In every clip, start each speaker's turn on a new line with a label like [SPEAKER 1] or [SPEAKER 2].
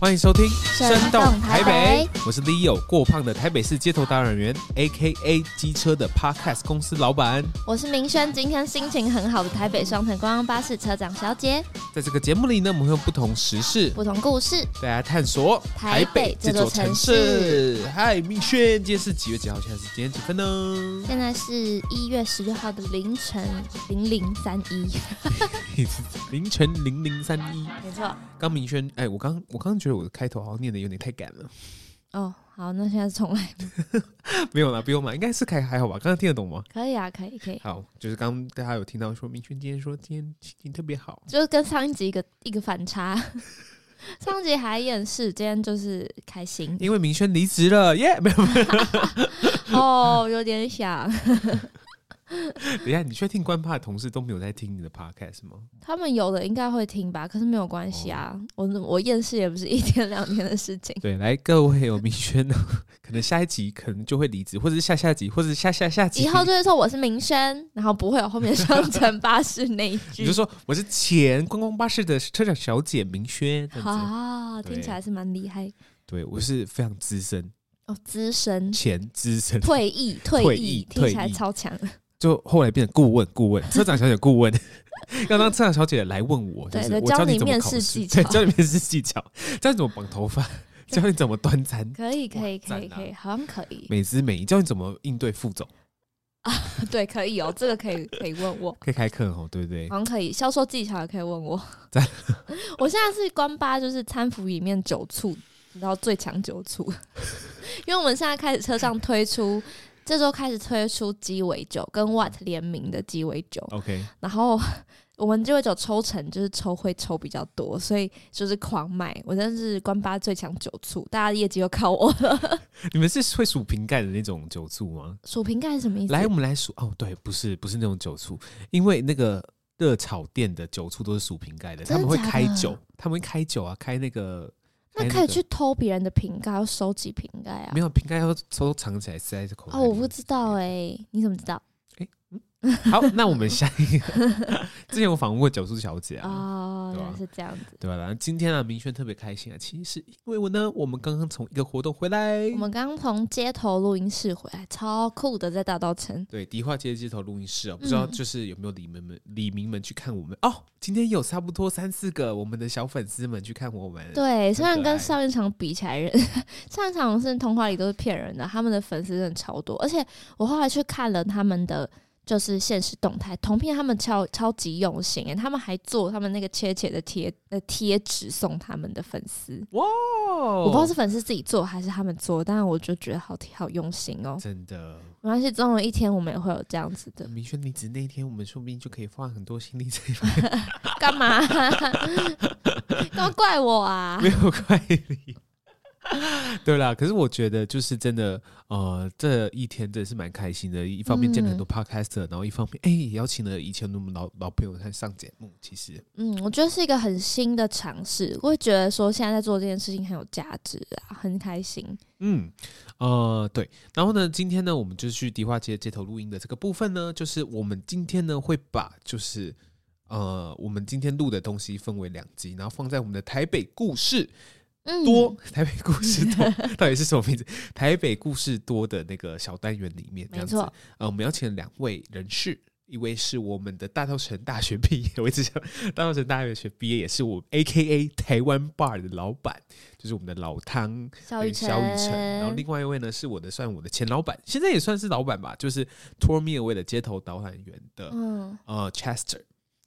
[SPEAKER 1] 欢迎收听《
[SPEAKER 2] 生动台北》，
[SPEAKER 1] 我是 Leo，过胖的台北市街头导览员，A.K.A. 机车的 Podcast 公司老板。
[SPEAKER 2] 我是明轩，今天心情很好的台北双层观光巴士车长小姐。
[SPEAKER 1] 在这个节目里呢，我们会用不同时事，
[SPEAKER 2] 不同故事，
[SPEAKER 1] 大家探索
[SPEAKER 2] 台北这座城市。
[SPEAKER 1] 嗨，明轩，今天是几月几号？现在是今天几分呢？
[SPEAKER 2] 现在是一月十六号的凌晨零零三一，
[SPEAKER 1] 凌晨零零三一。
[SPEAKER 2] 没错。
[SPEAKER 1] 刚明轩，哎，我刚我刚觉得我的开头好像念的有点太赶了，
[SPEAKER 2] 哦，好，那现在重来，
[SPEAKER 1] 没有啦，不用啦，应该是开还好吧？刚刚听得懂吗？
[SPEAKER 2] 可以啊，可以，可以，
[SPEAKER 1] 好，就是刚刚大家有听到说，明轩今天说今天心情特别好，
[SPEAKER 2] 就是跟上一集一个一个反差。 上集还厌世，今天就是开心
[SPEAKER 1] 因为明轩离职了，耶、没有，
[SPEAKER 2] 哦，有点想。
[SPEAKER 1] 等一下，你确定官怕的同事都没有在听你的 podcast 吗？
[SPEAKER 2] 他们有的应该会听吧，可是没有关系啊，
[SPEAKER 1] 哦
[SPEAKER 2] 我我厌世也不是一天两天的事情。
[SPEAKER 1] 对，来各位有明轩呢，可能下一集可能就会离职，或者是下下集，或者是下下下集，
[SPEAKER 2] 以后就会说我是民生，然后不会有后面双层巴士那一
[SPEAKER 1] 你
[SPEAKER 2] 句
[SPEAKER 1] 就。说我是前观光巴士的车长小姐明轩，这样子，
[SPEAKER 2] 啊，
[SPEAKER 1] 对
[SPEAKER 2] 听起来是蛮厉害
[SPEAKER 1] 对我是非常资深，
[SPEAKER 2] 哦，资深
[SPEAKER 1] 前资深，
[SPEAKER 2] 退役
[SPEAKER 1] 退
[SPEAKER 2] 退
[SPEAKER 1] 役
[SPEAKER 2] 役，听起来
[SPEAKER 1] 退役
[SPEAKER 2] 超强。
[SPEAKER 1] 就后来变成顾问，顾问车长小姐顾问， 要当车长小姐来问我，就
[SPEAKER 2] 对
[SPEAKER 1] 是
[SPEAKER 2] 对
[SPEAKER 1] 我
[SPEAKER 2] 教
[SPEAKER 1] 你
[SPEAKER 2] 你
[SPEAKER 1] 怎么
[SPEAKER 2] 面
[SPEAKER 1] 考
[SPEAKER 2] 试
[SPEAKER 1] 试，
[SPEAKER 2] 技
[SPEAKER 1] 对，
[SPEAKER 2] 巧
[SPEAKER 1] 教你面试技巧，教你怎么绑头发，教你怎么端餐，
[SPEAKER 2] 可以可以可
[SPEAKER 1] 赞
[SPEAKER 2] 以
[SPEAKER 1] 啊
[SPEAKER 2] 可以，好像可以，
[SPEAKER 1] 美姿美仪，教你怎么应对副总，
[SPEAKER 2] 对，可以哦，这个可以可以问我，
[SPEAKER 1] 可以开课哦，对不对？
[SPEAKER 2] 好像可以，销售技巧也可以问我
[SPEAKER 1] 赞。
[SPEAKER 2] 我现在是关八，就是餐服里面酒醋，你知道最强酒醋， 因为我们现在开始车上推出，这周开始推出鸡尾酒跟 What 联名的鸡尾酒，
[SPEAKER 1] OK，
[SPEAKER 2] 然后 我们这位酒抽成就是抽会抽比较多，所以就是狂买。我真的是关八最强酒醋，大家业绩又靠我 了。
[SPEAKER 1] 你们是会数瓶盖的那种酒醋吗？
[SPEAKER 2] 数瓶盖是什么意思？
[SPEAKER 1] 来，我们来数哦，对，不是不是那种酒醋，因为那个热炒店的酒醋都是数瓶盖的，他
[SPEAKER 2] 真的
[SPEAKER 1] 们会
[SPEAKER 2] 假的
[SPEAKER 1] 开酒，他们会开酒啊，开那个，
[SPEAKER 2] 那
[SPEAKER 1] 开
[SPEAKER 2] 可
[SPEAKER 1] 那
[SPEAKER 2] 以
[SPEAKER 1] 个
[SPEAKER 2] 去偷别人的瓶盖，要收集瓶盖啊
[SPEAKER 1] 没？有瓶盖要偷偷藏起来塞在口袋
[SPEAKER 2] 哦，
[SPEAKER 1] 里面。
[SPEAKER 2] 我不知道哎、你怎么知道
[SPEAKER 1] 好，那我们下一 个，之前我访问过九叔小姐啊，
[SPEAKER 2] 哦，
[SPEAKER 1] 对
[SPEAKER 2] 原
[SPEAKER 1] 啊
[SPEAKER 2] 来是这样子。
[SPEAKER 1] 对吧？然后今天啊，明轩特别开心啊，其实是因为我呢，我们刚刚从一个活动回来
[SPEAKER 2] 我，们刚刚从街头录音室回来，超酷的，在大道城。
[SPEAKER 1] 对，迪化街街头录音室啊，不知
[SPEAKER 2] 嗯
[SPEAKER 1] 道就是有没有李明们、李明们去看我们哦？今天有差不多三四个我们的小粉丝们去看我们，
[SPEAKER 2] 对，虽然
[SPEAKER 1] 可爱
[SPEAKER 2] 跟上一场比起来人， 上一场是童话里都是骗人的，他们的粉丝真的超多。而且我后来去看了他们的就是现实动态，同片他们超超级用心欸耶，他们还做他们那个切切的贴呃贴纸送他们的粉丝。
[SPEAKER 1] 哇，我
[SPEAKER 2] 我不知道是粉丝自己做还是他们做，但是我就觉得好好用心哦。
[SPEAKER 1] 真的。
[SPEAKER 2] 没关系，总有一天我们也会有这样子的。
[SPEAKER 1] 明轩离职那一天，我们说不定就可以花很多心力在
[SPEAKER 2] 干嘛？ 干嘛怪我啊
[SPEAKER 1] 没？有怪你。对啦，可是我觉得就是真的，呃，这一天真的是蛮开心的。一方面见了
[SPEAKER 2] 嗯
[SPEAKER 1] 很多 podcaster，、然后一方面哎、也邀请了以前我们老老朋友来上节目。其实
[SPEAKER 2] 嗯，我觉得是一个很新的尝试，我会觉得说现在在做这件事情很有价值啊，很开心。
[SPEAKER 1] 嗯，呃，对。然后呢，今天呢，我们就去迪化街街头录音的这个部分呢，就是我们今天呢会把就是呃，我们今天录的东西分为两集，然后放在我们的台北故事
[SPEAKER 2] 嗯，
[SPEAKER 1] 多、台北故事 多到底是什么名字？台北故事多的那个小单元里面，这样子
[SPEAKER 2] 没错。
[SPEAKER 1] 呃，我们邀请了两位人士。一位是我们的大稻城大学毕业，我一直想大稻城大学毕业也是我 A K A 台湾 bar 的老板，就是我们的老汤
[SPEAKER 2] 肖雨
[SPEAKER 1] 对
[SPEAKER 2] 辰，
[SPEAKER 1] 萧雨辰，然后另外一位呢是我的算我的前老板，现在也算是老板吧，就是 Tour Me Away 的街头导览员的、
[SPEAKER 2] 嗯，
[SPEAKER 1] 呃 Chester。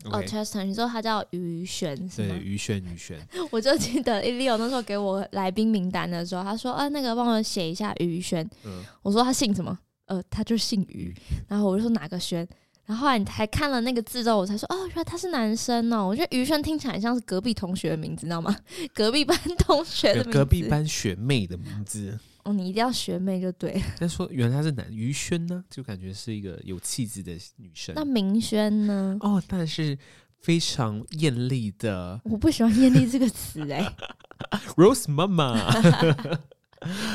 [SPEAKER 2] 哦
[SPEAKER 1] OK，、
[SPEAKER 2] ，Chester，你说他叫于璇是
[SPEAKER 1] 对，
[SPEAKER 2] 吗？
[SPEAKER 1] 于轩，于轩，
[SPEAKER 2] 我就记得 e l i o 那时候给我来宾名单的时候，他说啊，那个帮我写一下于璇。
[SPEAKER 1] 嗯，
[SPEAKER 2] 我说他姓什么？呃，他就姓于。然后我就说哪个轩？然后后来你还看了那个字之后，我才说哦，原来他是男生哦。我觉得于轩听起来像是隔壁同学的名字，你知道吗？ 隔壁班同学的
[SPEAKER 1] 有
[SPEAKER 2] 名字。
[SPEAKER 1] 隔壁班学妹的名字，
[SPEAKER 2] 哦，你一定要学妹就对了。
[SPEAKER 1] 但说原来她是男于轩呢，就感觉是一个有气质的女生
[SPEAKER 2] 那。明轩呢？
[SPEAKER 1] 哦，但是非常艳丽的
[SPEAKER 2] 欸 我不喜欢“艳丽”这个词哎、
[SPEAKER 1] Rose 妈妈，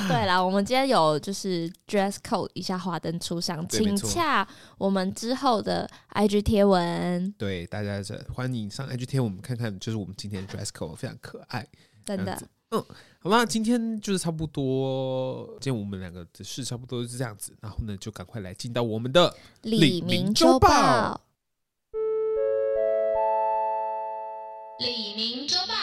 [SPEAKER 2] 对啦，我们今天有就是 dress code 一下华灯初上，
[SPEAKER 1] 对没
[SPEAKER 2] 请
[SPEAKER 1] 错
[SPEAKER 2] 洽我们之后的 IG 贴文，
[SPEAKER 1] 对，大家是欢迎上 IG 天，我们看看就是我们今天的 dress code 非常可爱。
[SPEAKER 2] 真
[SPEAKER 1] 这
[SPEAKER 2] 的
[SPEAKER 1] 样子。嗯，好啦，今天就是差不多，今天我们两个的事差不多就是这样子，然后呢，就赶快来进到我们的
[SPEAKER 2] 李明周报，李明周报，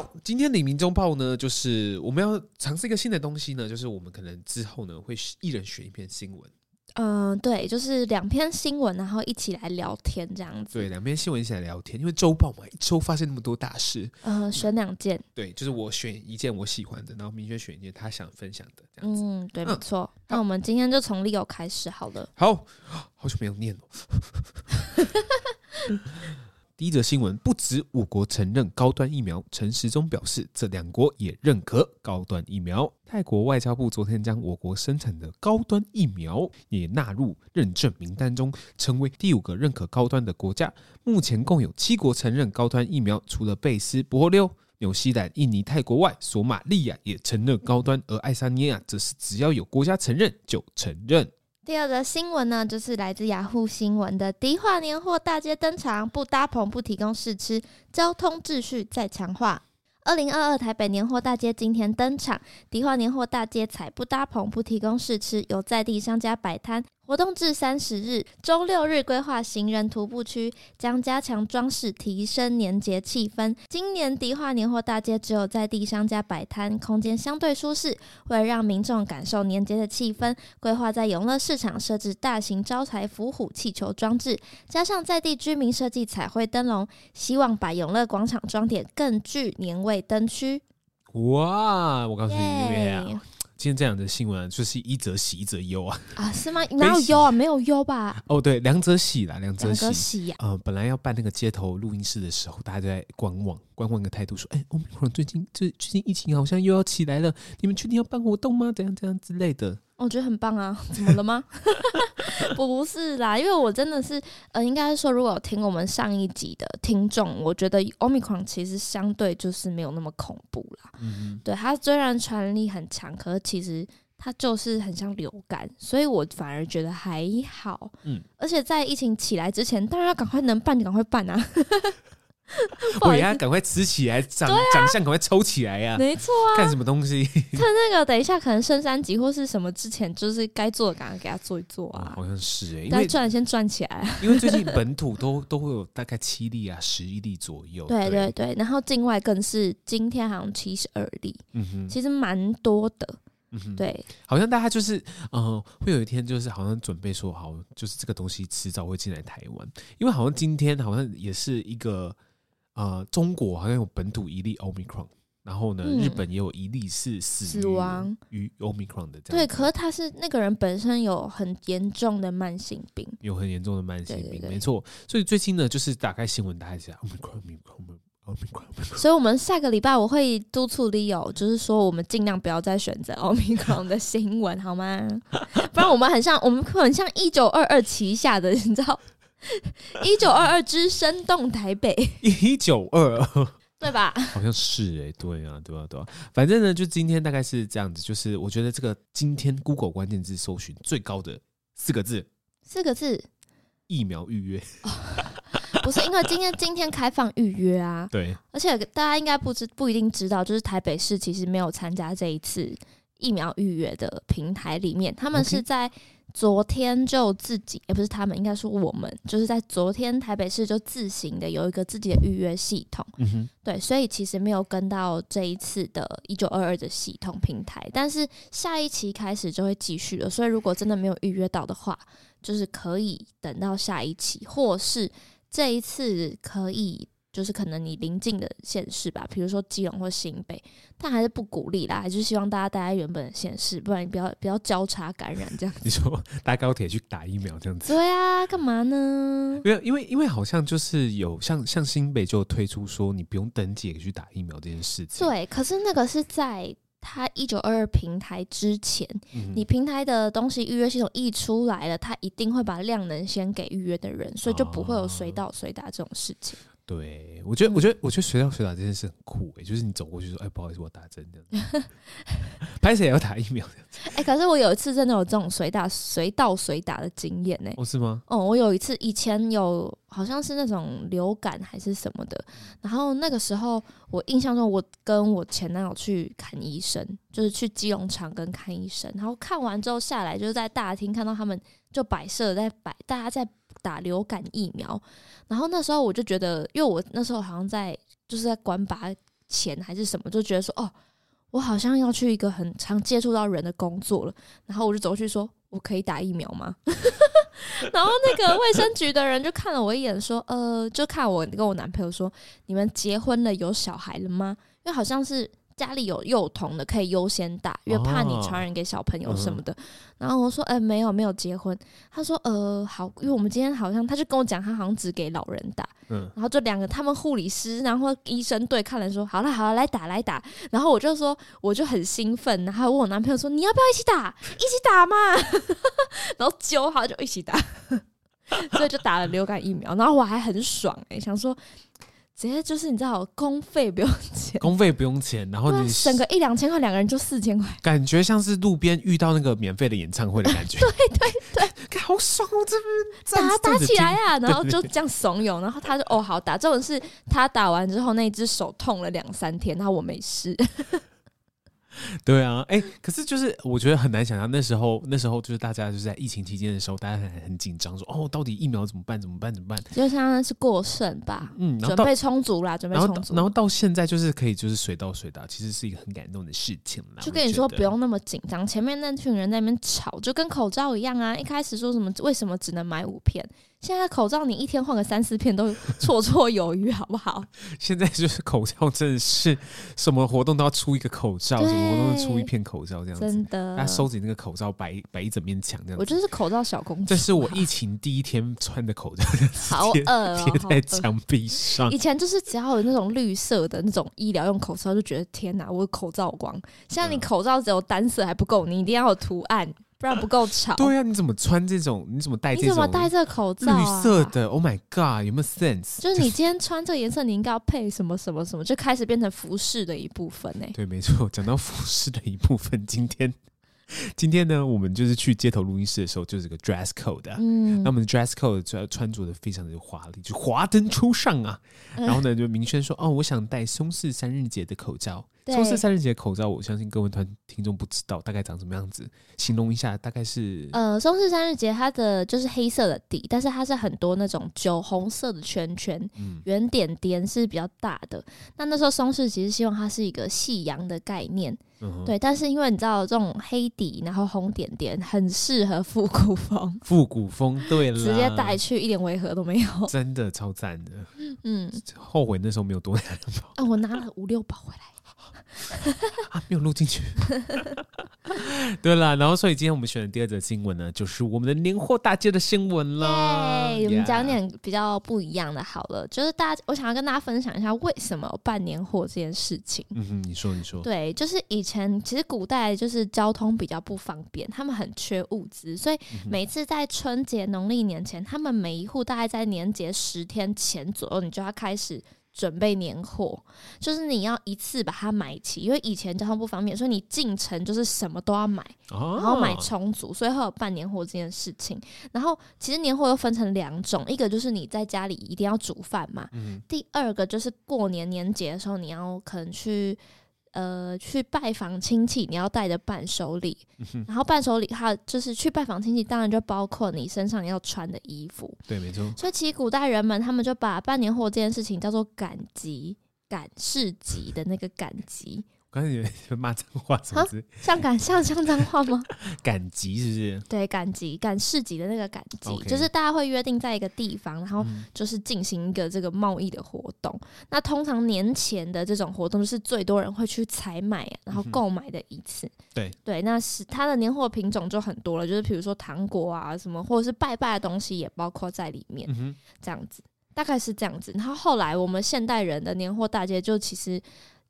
[SPEAKER 1] 好，今天李明周报呢，就是我们要尝试一个新的东西呢，就是我们可能之后呢会一人选一篇新闻，
[SPEAKER 2] 嗯，对，就是两篇新闻，然后一起来聊天这样子，
[SPEAKER 1] 对，两篇新闻一起来聊天，因为周报嘛，一周发现那么多大事，
[SPEAKER 2] 嗯，选两件，
[SPEAKER 1] 对，就是我选一件我喜欢的，然后明轩选一件他想分享的这样子。
[SPEAKER 2] 嗯，对，
[SPEAKER 1] 嗯
[SPEAKER 2] 没错。那我们今天就从 Leo 开始好了。
[SPEAKER 1] 好，好久没有念了。 第一则新闻，不止我国承认高端疫苗，陈时中表示，这两国也认可高端疫苗。泰国外交部昨天将我国生产的高端疫苗也纳入认证名单中，成为第五个认可高端的国家。目前共有七国承认高端疫苗，除了贝斯、博霍六。纽西兰、印尼、泰国外，索马利亚也承认高端，而爱沙尼亚则是只要有国家承认就承认。
[SPEAKER 2] 第二则新闻呢，就是来自雅虎新闻的迪化年货大街登场，不搭棚，不提供试吃，交通秩序再强化。二零二二台北年货大街今天登场，迪化年货大街采不搭棚，不提供试吃，由在地商家摆摊。活动至三十日，周六日规划行人徒步区，将加强装饰，提升年节气氛。今年迪化年货大街只有在地商家摆摊，空间相对舒适，为了让民众感受年节的气氛，规划在永乐市场设置大型招财伏虎气球装置，加上在地居民设计彩绘灯笼，希望把永乐广场装点更具年味灯区。
[SPEAKER 1] 哇！我告诉你，月啊，
[SPEAKER 2] 耶！
[SPEAKER 1] 今天这两则新闻、啊、就是一则喜，一则忧啊。
[SPEAKER 2] 啊，是吗？哪有优啊？没有优吧？
[SPEAKER 1] 哦，对，两则喜啦，两则
[SPEAKER 2] 两
[SPEAKER 1] 喜
[SPEAKER 2] 个。喜啊呀、
[SPEAKER 1] 呃，本来要办那个街头录音室的时候，大家都在观望，观望一个态度，说：“哎、我们可能最近最最近疫情好像又要起来了，你们确定要办活动吗？怎样怎样之类的。
[SPEAKER 2] 我觉得很棒啊！ 怎么了吗？不是啦，因为我真的是，呃，应该是说，如果有听我们上一集的听众，我觉得 Omicron 其实相对就是没有那么恐怖啦。”
[SPEAKER 1] 嗯，
[SPEAKER 2] 对它虽然传染力很强，可是其实它就是很像流感，所以我反而觉得还好。
[SPEAKER 1] 嗯，
[SPEAKER 2] 而且在疫情起来之前，当然要赶快能办就赶快办 啊。
[SPEAKER 1] 我
[SPEAKER 2] 不好
[SPEAKER 1] 也
[SPEAKER 2] 意
[SPEAKER 1] 要
[SPEAKER 2] 思，
[SPEAKER 1] 赶快吃起来，长、长相赶快抽起来呀、
[SPEAKER 2] 没错啊，
[SPEAKER 1] 干什么东西？
[SPEAKER 2] 那个等一下可能升三级或是什么之前，就是该做的赶快给它做一做
[SPEAKER 1] 哦
[SPEAKER 2] 啊。
[SPEAKER 1] 好像是哎、因
[SPEAKER 2] 该
[SPEAKER 1] 为
[SPEAKER 2] 赚先赚起来，
[SPEAKER 1] 因为最近本土都都会有大概七例啊，十一例左右。
[SPEAKER 2] 对对
[SPEAKER 1] 对，
[SPEAKER 2] 对，然后境外更是今天好像七十二例，
[SPEAKER 1] 嗯哼，
[SPEAKER 2] 其实蛮多的，
[SPEAKER 1] 嗯哼，
[SPEAKER 2] 对，
[SPEAKER 1] 好像大家就是，嗯、会有一天就是好像准备说好，就是这个东西迟早会进来台湾，因为好像今天好像也是一个，呃，中国好像有本土一例 Omicron，然后呢，
[SPEAKER 2] 嗯
[SPEAKER 1] 日本也有一例是死于
[SPEAKER 2] 死亡
[SPEAKER 1] 于 Omicron 的这样子，
[SPEAKER 2] 对，可是他是那个人本身有很严重的慢性病，
[SPEAKER 1] 有很严重的慢性病，
[SPEAKER 2] 对对对
[SPEAKER 1] 没错。所以最近呢，就是啊打开新闻，大家讲 Omicron，Omicron，Omicron，Omicron，
[SPEAKER 2] 所以，我们下个礼拜我会督促 Leo，就是说，我们尽量不要再选择 Omicron 的新闻，好吗？ 不然我们很像，我们很像一九二二旗下的， 你知道，一九二二之生动台北，
[SPEAKER 1] 一九二 二。
[SPEAKER 2] 对吧？
[SPEAKER 1] 好像是哎、对啊，对啊，对啊，反正呢，就今天大概是这样子，就是我觉得这个今天 Google 关键字搜寻最高的四个字
[SPEAKER 2] 四个字，
[SPEAKER 1] “疫苗预约
[SPEAKER 2] 不是因为今天今天开放预约啊”，，
[SPEAKER 1] 对，
[SPEAKER 2] 而且大家应该不知不一定知道，就是台北市其实没有参加这一次疫苗预约的平台里面，他们
[SPEAKER 1] OK
[SPEAKER 2] 是在昨天就自己，也、不是他们，应该说我们，就是在昨天台北市就自行的有一个自己的预约系统，
[SPEAKER 1] 嗯哼，
[SPEAKER 2] 对，所以其实没有跟到这一次的一九二二的系统平台，但是下一期开始就会继续了，所以如果真的没有预约到的话，就是可以等到下一期，或是这一次可以。就是可能你临近的县市吧，比如说基隆或新北，但还是不鼓励啦，还是希望大家待在原本的县市，不然你不要不要交叉感染这样。
[SPEAKER 1] 你说搭高铁去打疫苗这样子。
[SPEAKER 2] 对啊，干嘛呢？
[SPEAKER 1] 没有，因为因为好像就是有像像新北就有推出说你不用登记也去打疫苗这件事情。
[SPEAKER 2] 对，可是那个是在他一九二二平台之前，
[SPEAKER 1] 嗯
[SPEAKER 2] 你平台的东西预约系统一出哦来了，它一定会把量能先给预约的人，所以就不会有随到随打这种事情。
[SPEAKER 1] 对，我觉得，我觉得，我觉得学校学打这件事很酷诶、就是你走过去说，哎、不好意思，我打针这样 子，拍谁也要打疫苗这样子，
[SPEAKER 2] 哎、可是我有一次真的有这种随打随到随打的经验呢、
[SPEAKER 1] 哦，是吗？
[SPEAKER 2] 哦，我有一次以前有好像是那种流感还是什么的，然后那个时候我印象中我跟我前男友去看医生，就是去基隆长庚看医生，然后看完之后下来就是在大厅看到他们就摆设在摆大家在打流感疫苗，然后那时候我就觉得，因为我那时候好像在就是在管拔前还是什么，就觉得说哦。我好像要去一个很常接触到人的工作了，然后我就走过去说：“我可以打疫苗吗？” 然后那个卫生局的人就看了我一眼，说：“呃，就看我跟我男朋友说，你们结婚了有小孩了吗？因为好像是家里有幼童的可以优先打，因为怕你传染给小朋友什么的。然后我说：“呃，没有，没有结婚。”他说：“呃，好，因为我们今天好像，他就跟我讲，他好像只给老人打。
[SPEAKER 1] 嗯，
[SPEAKER 2] 然后就两个他们护理师，然后医生对看了说：好了，好了，来打，来打。然后我就说，我就很兴奋，然后还问我男朋友说：你要不要一起打？一起打嘛！ 然后揪好就一起打， 所以就打了流感疫苗。然后我还很爽哎、想说直接就是你知道，公费不用钱，
[SPEAKER 1] 公费不用钱，然后
[SPEAKER 2] 对
[SPEAKER 1] 哦
[SPEAKER 2] 啊
[SPEAKER 1] 你
[SPEAKER 2] 省个一两千块，两个人就四千块。
[SPEAKER 1] 感觉像是路边遇到那个免费的演唱会的 感觉，对 对对，好爽哦！这边站
[SPEAKER 2] 打
[SPEAKER 1] 着
[SPEAKER 2] 打
[SPEAKER 1] 站着
[SPEAKER 2] 起来
[SPEAKER 1] 听
[SPEAKER 2] 呀、然后
[SPEAKER 1] 对
[SPEAKER 2] 就这样怂恿，然后他就哦好打。这种是他打完之后那一只手痛了两三天，然后我没事。
[SPEAKER 1] 对啊，哎、可是就是我觉得很难想象那时候，那时候就是大家就是在疫情期间的时候，大家很很紧张，说哦，到底疫苗怎么办？怎么办？怎么办？
[SPEAKER 2] 就相当于是过剩吧，
[SPEAKER 1] 嗯，然后
[SPEAKER 2] 准
[SPEAKER 1] 到
[SPEAKER 2] 备充足啦，准备
[SPEAKER 1] 然后
[SPEAKER 2] 充
[SPEAKER 1] 到
[SPEAKER 2] 足。
[SPEAKER 1] 然后到现在就是可以就是水到水打，其实是一个很感动的事情啦。
[SPEAKER 2] 就
[SPEAKER 1] 我
[SPEAKER 2] 跟你
[SPEAKER 1] 觉
[SPEAKER 2] 说
[SPEAKER 1] 得
[SPEAKER 2] 不用那么紧张，前面那群人在那边吵，就跟口罩一样啊。一开始说什么为什么只能买五片，现在口罩你一天换个三四片 都绰绰有余，好不好？
[SPEAKER 1] 现在就是口罩真的是什么活动都要出一个口罩，什么活动都出一
[SPEAKER 2] 对
[SPEAKER 1] 片口罩这样子
[SPEAKER 2] 真，的
[SPEAKER 1] 大家，收集那个口罩摆摆一整面墙这样
[SPEAKER 2] 我
[SPEAKER 1] 子。
[SPEAKER 2] 就是口罩小公主。
[SPEAKER 1] 这
[SPEAKER 2] 啊
[SPEAKER 1] 是我疫情第一天穿的 口罩，
[SPEAKER 2] 好
[SPEAKER 1] 贴
[SPEAKER 2] 饿哦、
[SPEAKER 1] 贴
[SPEAKER 2] 好
[SPEAKER 1] 在
[SPEAKER 2] 饿
[SPEAKER 1] 墙壁上
[SPEAKER 2] 以。前就是只要有那种绿色的那种医疗用口罩，就觉得天哪，我有口罩光。现在你
[SPEAKER 1] 嗯
[SPEAKER 2] 口罩只有单色还不够，你一定要有图案，不然不够吵。
[SPEAKER 1] 对啊，你怎么穿这种？你怎么戴
[SPEAKER 2] 你
[SPEAKER 1] 这
[SPEAKER 2] 怎么
[SPEAKER 1] 种
[SPEAKER 2] 戴这个口罩、啊？
[SPEAKER 1] 绿色的？Oh my god，有没有 sense？
[SPEAKER 2] 就是你今天穿这个颜色，你应该要配什么什么什么，就开始变成服饰的一部分呢、欸
[SPEAKER 1] 对，没错。讲到服饰的一部分，今天今天呢，我们就是去街头录音室的时候，就是个 dress code 啊。
[SPEAKER 2] 嗯
[SPEAKER 1] 那我，们的 dress code 穿穿着的非常的华丽，就华灯初上啊。
[SPEAKER 2] 嗯
[SPEAKER 1] 然后呢，就明轩说：“哦，我想戴松式三日节的口罩。
[SPEAKER 2] 对
[SPEAKER 1] 松式三日节的口罩，我相信各位团听众不知道大概长什么样子，形容一下，大概是
[SPEAKER 2] 呃，松式三日节它的就是黑色的底，但是它是很多那种酒红色的圈圈，
[SPEAKER 1] 嗯
[SPEAKER 2] 圆点点是比较大的。那那时候松式其实希望它是一个夕阳的概念，
[SPEAKER 1] 嗯哼
[SPEAKER 2] 对。但是因为你知道这种黑底然后红点点很适合复古风，
[SPEAKER 1] 复古风，对了，
[SPEAKER 2] 直接带去一点违和都没有。
[SPEAKER 1] 真的超赞的。
[SPEAKER 2] 嗯，
[SPEAKER 1] 后悔那时候没有多拿 两包
[SPEAKER 2] 啊，我拿了五六包回来。
[SPEAKER 1] 啊，没有录进去。 对啦，然后所以今天我们选的第二则新闻呢，就是我们的年货大街的新闻啦。
[SPEAKER 2] 耶，我们讲
[SPEAKER 1] Yeah
[SPEAKER 2] 点比较不一样的好了，就是大家，我想要跟大家分享一下为什么有办年货这件事情。
[SPEAKER 1] 嗯哼，你说你说，
[SPEAKER 2] 对，就是以前其实古代就是交通比较不方便，他们很缺物资，所以每次在春节农历年前，他们每一户大概在年节十天前左右，你就要开始。准备年货，就是你要一次把它买齐，因为以前交通不方便，所以你进城就是什么都要买。
[SPEAKER 1] 哦
[SPEAKER 2] 然后买充足，所以会有办年货这件事情。然后其实年货又分成两种，一个就是你在家里一定要煮饭嘛，
[SPEAKER 1] 嗯
[SPEAKER 2] 第二个就是过年年节的时候你要可能去。呃，去拜访亲戚，你要带着伴手礼，然后伴手礼还有就是去拜访亲戚，当然就包括你身上要穿的衣服。
[SPEAKER 1] 对，没错，
[SPEAKER 2] 所以其实古代人们他们就把办年货这件事情叫做赶集、赶市集的那个赶集，
[SPEAKER 1] 刚才以为你骂脏话，什么
[SPEAKER 2] 啊
[SPEAKER 1] 字？
[SPEAKER 2] 像赶 像像脏话吗？
[SPEAKER 1] 赶集是不是？
[SPEAKER 2] 对，赶集、赶市集的那个赶集
[SPEAKER 1] OK
[SPEAKER 2] 就是大家会约定在一个地方，然后
[SPEAKER 1] 嗯
[SPEAKER 2] 就是进行一个这个贸易的活动。那通常年前的这种活动，就是最多人会去采买，然后
[SPEAKER 1] 嗯哼
[SPEAKER 2] 购买的一次。
[SPEAKER 1] 对
[SPEAKER 2] 对，那是它的年货品种就很多了，就是比如说糖果啊什么，或者是拜拜的东西也包括在里面，
[SPEAKER 1] 嗯哼，
[SPEAKER 2] 这样子大概是这样子。然后后来我们现代人的年货大街就其实。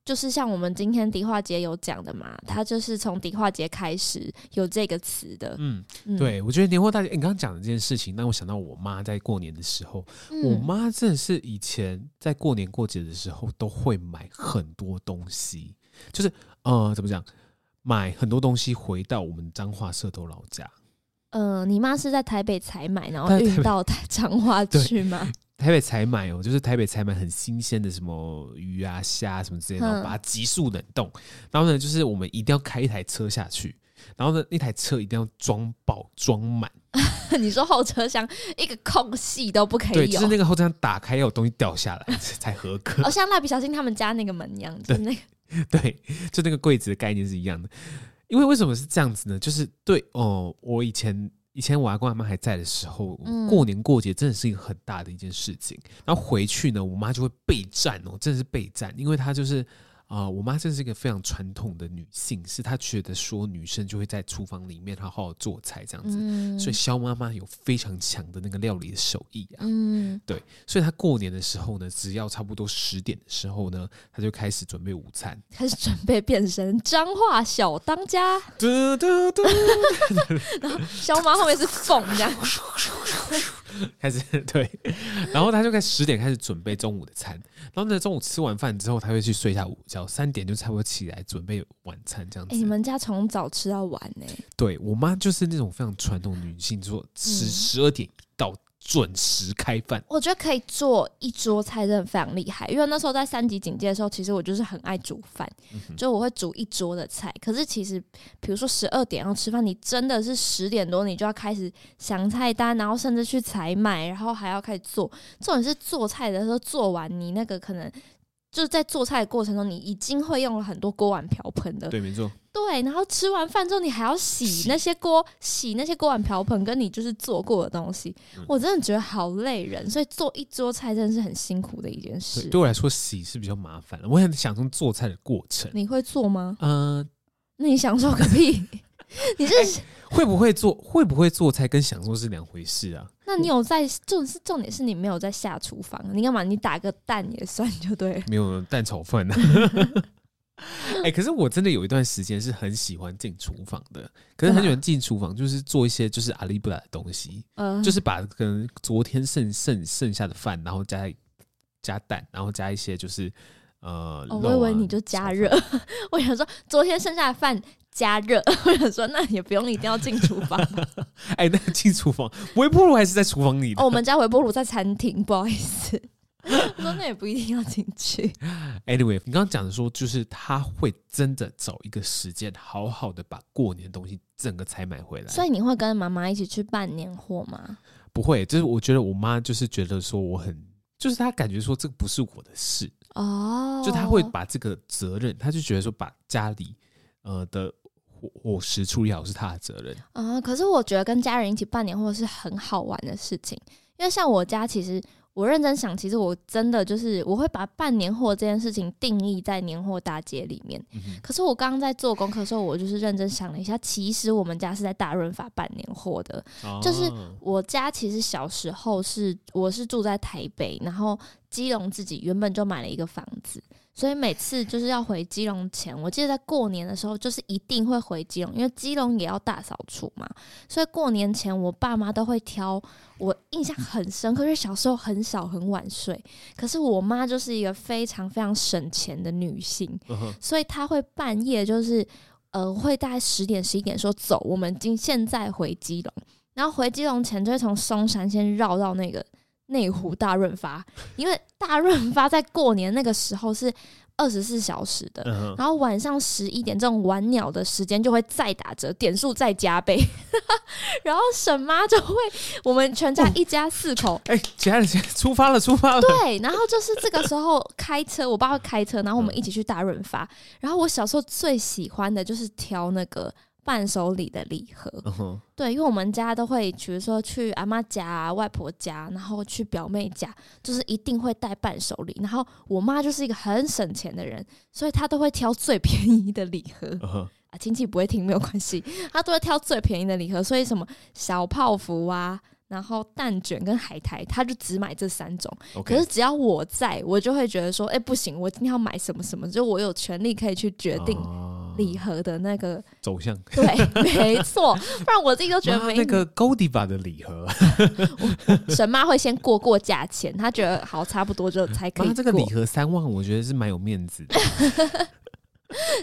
[SPEAKER 2] 就是像我们今天迪化街有讲的嘛，它就是从迪化街开始有这个词的。
[SPEAKER 1] 嗯，
[SPEAKER 2] 嗯，
[SPEAKER 1] 对，我觉得年货大街，你刚刚讲的这件事情，让我想到我妈在过年的时候，
[SPEAKER 2] 嗯
[SPEAKER 1] 我妈真的是以前在过年过节的时候都会买很多东西，就是呃，怎么讲，买很多东西回到我们彰化社头老家，
[SPEAKER 2] 呃，你妈是在台北采买，然后
[SPEAKER 1] 在台
[SPEAKER 2] 运
[SPEAKER 1] 北
[SPEAKER 2] 到台彰化去吗？
[SPEAKER 1] 台北采买哦，就是台北采买很新鲜的什么鱼啊、虾啊什么之类的，
[SPEAKER 2] 嗯
[SPEAKER 1] 然后把它急速冷冻。然后呢，就是我们一定要开一台车下去，然后呢，那台车一定要装爆、装满，
[SPEAKER 2] 你说后车厢一个空隙都不可
[SPEAKER 1] 对，
[SPEAKER 2] 以
[SPEAKER 1] 就
[SPEAKER 2] 哦有，
[SPEAKER 1] 是那个后车厢打开要有东西掉下来 才合格
[SPEAKER 2] 哦，。像蜡笔小新他们家那个门一样，就是那个
[SPEAKER 1] 对，就那个柜子的概念是一样的。因为为什么是这样子呢？就是对哦、我以前以前我阿公阿妈还在的时候，
[SPEAKER 2] 嗯
[SPEAKER 1] 过年过节真的是一个很大的一件事情。然后回去呢，我妈就会备战哦，真的是备战，因为她就是啊、呃我妈真是一个非常传统的女性，是她觉得说女生就会在厨房里面好好做菜这样子。
[SPEAKER 2] 嗯
[SPEAKER 1] 所以肖妈妈有非常强的那个料理的手艺啊，
[SPEAKER 2] 嗯
[SPEAKER 1] 所以她过年的时候呢，只要差不多十点的时候呢，她就开始准备午餐，
[SPEAKER 2] 开始准备变身彰化小当家，
[SPEAKER 1] 嘟嘟嘟，
[SPEAKER 2] 肖妈后面是凤这样，
[SPEAKER 1] 开始对，然后他就开始十点开始准备中午的餐，然后呢中午吃完饭之后，他会去睡一下午觉，三点就差不多起来准备晚餐这样
[SPEAKER 2] 哎、
[SPEAKER 1] 子。
[SPEAKER 2] 你们家从早吃到晚呢、
[SPEAKER 1] 对我妈就是那种非常传统的女性，说十
[SPEAKER 2] 嗯
[SPEAKER 1] 十二点到准时开饭。
[SPEAKER 2] 我觉得可以做一桌菜真的非常厉害，因为那时候在三级警戒的时候，其实我就是很爱煮饭，就我会煮一桌的菜。可是其实，比如说十二点要吃饭，你真的是十点多你就要开始想菜单，然后甚至去采买，然后还要开始做。重点是做菜的时候做完，你那个可能就是在做菜的过程中，你已经会用了很多锅碗瓢盆的
[SPEAKER 1] 对，没错，
[SPEAKER 2] 对，然后吃完饭之后，你还要洗
[SPEAKER 1] 洗
[SPEAKER 2] 那些锅、洗那些锅碗瓢盆，跟你就是做过的东西，
[SPEAKER 1] 嗯
[SPEAKER 2] 我真的觉得好累人。所以做一桌菜真的是很辛苦的一件
[SPEAKER 1] 对
[SPEAKER 2] 事。
[SPEAKER 1] 对我来说洗是比较麻烦的，我很享受做菜的过程。
[SPEAKER 2] 你会做吗？
[SPEAKER 1] 嗯、
[SPEAKER 2] 那你享受个屁！ 你
[SPEAKER 1] 哎
[SPEAKER 2] 这是，
[SPEAKER 1] 会不会做会不会做菜跟享受是两回事啊。
[SPEAKER 2] 那你有在重是重点是你没有在下厨房，啊你干嘛？你打个蛋也算就对了。
[SPEAKER 1] 没有蛋炒饭、 啊。哎、可是我真的有一段时间是很喜欢进厨房的，可是很喜欢进厨房，就是做一些就是阿里不达的东西，
[SPEAKER 2] 呃，
[SPEAKER 1] 就是把可能昨天剩剩剩下的饭，然后加加蛋，然后加一些就是呃，
[SPEAKER 2] 哦，
[SPEAKER 1] 肉
[SPEAKER 2] 我
[SPEAKER 1] 啊
[SPEAKER 2] 以为你就加热， 我想说昨天剩下的饭加热， 我想说那也不用一定要进厨房。
[SPEAKER 1] 哎、 那进厨房微波炉还是在厨房里的
[SPEAKER 2] 哦，我们家微波炉在餐厅，不好意思。我说那也不一定要进去，
[SPEAKER 1] Anyway，你刚刚讲的说，就是他会真的找一个时间，好好的把过年的东西整个采买回来。
[SPEAKER 2] 所以你会跟妈妈一起去办年货吗？
[SPEAKER 1] 不会，就是我觉得我妈就是觉得说我很，就是她感觉说这个不是我的事，
[SPEAKER 2] 哦，
[SPEAKER 1] 就她会把这个责任，她就觉得说把家里呃的伙伙食处理好是她的责任。
[SPEAKER 2] 啊、可是我觉得跟家人一起办年货是很好玩的事情，因为像我家其实我认真想，其实我真的就是我会把办年货这件事情定义在年货大街里面。
[SPEAKER 1] 嗯哼
[SPEAKER 2] 可是我刚刚在做功课的时候，我就是认真想了一下，其实我们家是在大润发办年货的，就是
[SPEAKER 1] 哦
[SPEAKER 2] 我家其实小时候是我是住在台北，然后基隆自己原本就买了一个房子，所以每次就是要回基隆前，我记得在过年的时候就是一定会回基隆，因为基隆也要大扫除嘛，所以过年前我爸妈都会挑。我印象很深刻，因为小时候很少很晚睡，可是我妈就是一个非常非常省钱的女性，
[SPEAKER 1] 嗯哼
[SPEAKER 2] 所以他会半夜就是呃，会大概十点十一点说走，我们今现在回基隆，然后回基隆前就会从松山先绕到那个内湖大润发，因为大润发在过年那个时候是二十四小时的。
[SPEAKER 1] 嗯哼
[SPEAKER 2] 然后晚上十一点这种晚鸟的时间就会再打折，点数再加倍。 然后沈妈就会，我们全家一家四口，
[SPEAKER 1] 哎，家人，家人出发了，出发了，
[SPEAKER 2] 对，然后就是这个时候开车，我爸会开车，然
[SPEAKER 1] 嗯
[SPEAKER 2] 后我们一起去大润发。然后我小时候最喜欢的就是挑那个伴手礼的礼盒，
[SPEAKER 1] 嗯哼，
[SPEAKER 2] 对，因为我们家都会，比如说去阿妈家、啊、外婆家，然后去表妹家，就是一定会带伴手礼。然后我妈就是一个很省钱的人，所以她都会挑最便宜的礼盒。
[SPEAKER 1] 嗯哼，
[SPEAKER 2] 啊，亲戚不会听没有关系，他都会挑最便宜的礼盒，所以什么小泡芙啊，然后蛋卷跟海苔，他就只买这三种。可
[SPEAKER 1] ，OK，
[SPEAKER 2] 是只要我在，我就会觉得说，哎、不行，我今天要买什么什么，就我有权利可以去决定
[SPEAKER 1] 啊
[SPEAKER 2] 礼盒的那个。
[SPEAKER 1] 走向，
[SPEAKER 2] 对，没错，不然我自己都觉得
[SPEAKER 1] 妈
[SPEAKER 2] 没
[SPEAKER 1] 那个 Goldiva 的礼盒，
[SPEAKER 2] 神妈会先过过价钱，她觉得好差不多就才可以
[SPEAKER 1] 妈
[SPEAKER 2] 过。
[SPEAKER 1] 这个礼盒三万，我觉得是蛮有面子的。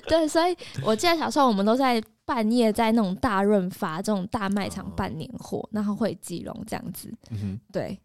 [SPEAKER 2] 对，所以我记得小时候我们都在半夜在那种大润发这种大卖场
[SPEAKER 1] 哦
[SPEAKER 2] 办年货，然后会集容这样子。
[SPEAKER 1] 嗯哼，
[SPEAKER 2] 对，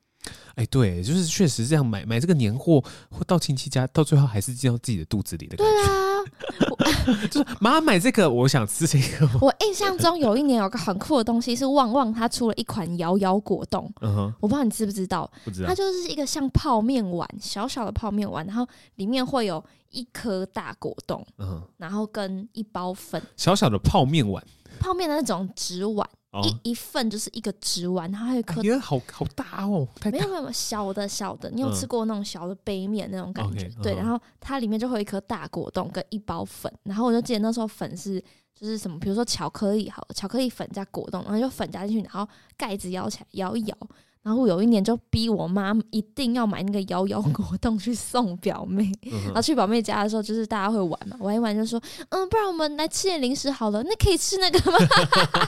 [SPEAKER 1] 哎，对，就是确实这样买买这个年货，或到亲戚家，到最后还是进到自己的肚子里的感
[SPEAKER 2] 对 啊，
[SPEAKER 1] 觉。就是妈买这个，我想吃这个。
[SPEAKER 2] 我印象中有一年有个很酷的东西是旺旺，它出了一款摇摇果冻，
[SPEAKER 1] 嗯哼，
[SPEAKER 2] 我不知道你知不知道，
[SPEAKER 1] 不知道
[SPEAKER 2] 它。就是一个像泡面碗小小的泡面碗，然后里面会有一颗大果冻，
[SPEAKER 1] 嗯哼，
[SPEAKER 2] 然后跟一包粉
[SPEAKER 1] 小小的泡面碗
[SPEAKER 2] 泡面的那种纸碗。
[SPEAKER 1] 哦，
[SPEAKER 2] 一一份就是一个纸碗，然后还有一
[SPEAKER 1] 哎
[SPEAKER 2] 颗、
[SPEAKER 1] 呀，好好大哦，太
[SPEAKER 2] 没
[SPEAKER 1] 大
[SPEAKER 2] 有没有没有小的小的，你有
[SPEAKER 1] 嗯
[SPEAKER 2] 吃过那种小的杯面那种感觉
[SPEAKER 1] OK，嗯
[SPEAKER 2] 对，然后它里面就会有一颗大果冻跟一包粉，然后我就记得那时候粉是就是什么，比如说巧克力好了，巧克力粉加果冻，然后就粉加进去，然后盖子摇起来摇一摇。然后有一年就逼我妈一定要买那个摇摇果冻去送表妹，
[SPEAKER 1] 嗯
[SPEAKER 2] 然
[SPEAKER 1] 哼
[SPEAKER 2] 后去表妹家的时候，就是大家会玩嘛，玩一玩就说，嗯，不然我们来吃点零食好了，那可以吃那个吗？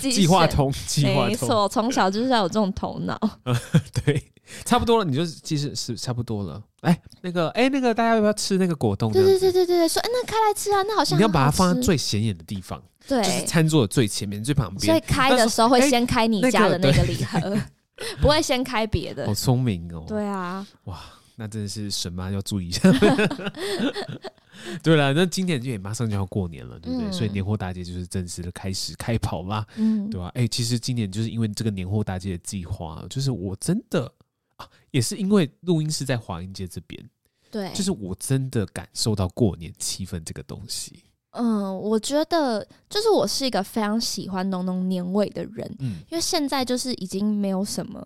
[SPEAKER 2] 自己
[SPEAKER 1] 计划
[SPEAKER 2] 选
[SPEAKER 1] 通，计划
[SPEAKER 2] 没
[SPEAKER 1] 通，
[SPEAKER 2] 错，从小就是要有这种头脑。
[SPEAKER 1] 对， 差不多了，你就其实是差不多了。哎，那个，哎，那个，大家要不要吃那个果冻？
[SPEAKER 2] 对
[SPEAKER 1] 这
[SPEAKER 2] 对
[SPEAKER 1] 样子
[SPEAKER 2] 对对对，说哎、那开来吃啊，那好像
[SPEAKER 1] 你要
[SPEAKER 2] 很
[SPEAKER 1] 把它
[SPEAKER 2] 好
[SPEAKER 1] 放在
[SPEAKER 2] 吃
[SPEAKER 1] 最显眼的地对方，就是
[SPEAKER 2] 对，
[SPEAKER 1] 餐桌的最前面、最旁
[SPEAKER 2] 所
[SPEAKER 1] 边。
[SPEAKER 2] 以开的时候会
[SPEAKER 1] 哎
[SPEAKER 2] 先开你
[SPEAKER 1] 那
[SPEAKER 2] 家
[SPEAKER 1] 个
[SPEAKER 2] 的那个礼盒， 不会先开别的
[SPEAKER 1] 好。聪明哦！
[SPEAKER 2] 对啊，
[SPEAKER 1] 那真的是神妈要注意一下。 对了，那今年就也马上就要过年了，对不对？
[SPEAKER 2] 嗯
[SPEAKER 1] 所以年货大街就是正式的开始开跑啦，
[SPEAKER 2] 嗯，
[SPEAKER 1] 对吧、哎、其实今年就是因为这个年货大街的计划，就是我真的啊，也是因为录音是在华阴街这边，
[SPEAKER 2] 对，
[SPEAKER 1] 就是我真的感受到过年气氛这个东西。
[SPEAKER 2] 嗯，我觉得就是我是一个非常喜欢浓浓年味的人，
[SPEAKER 1] 嗯，
[SPEAKER 2] 因为现在就是已经没有什么，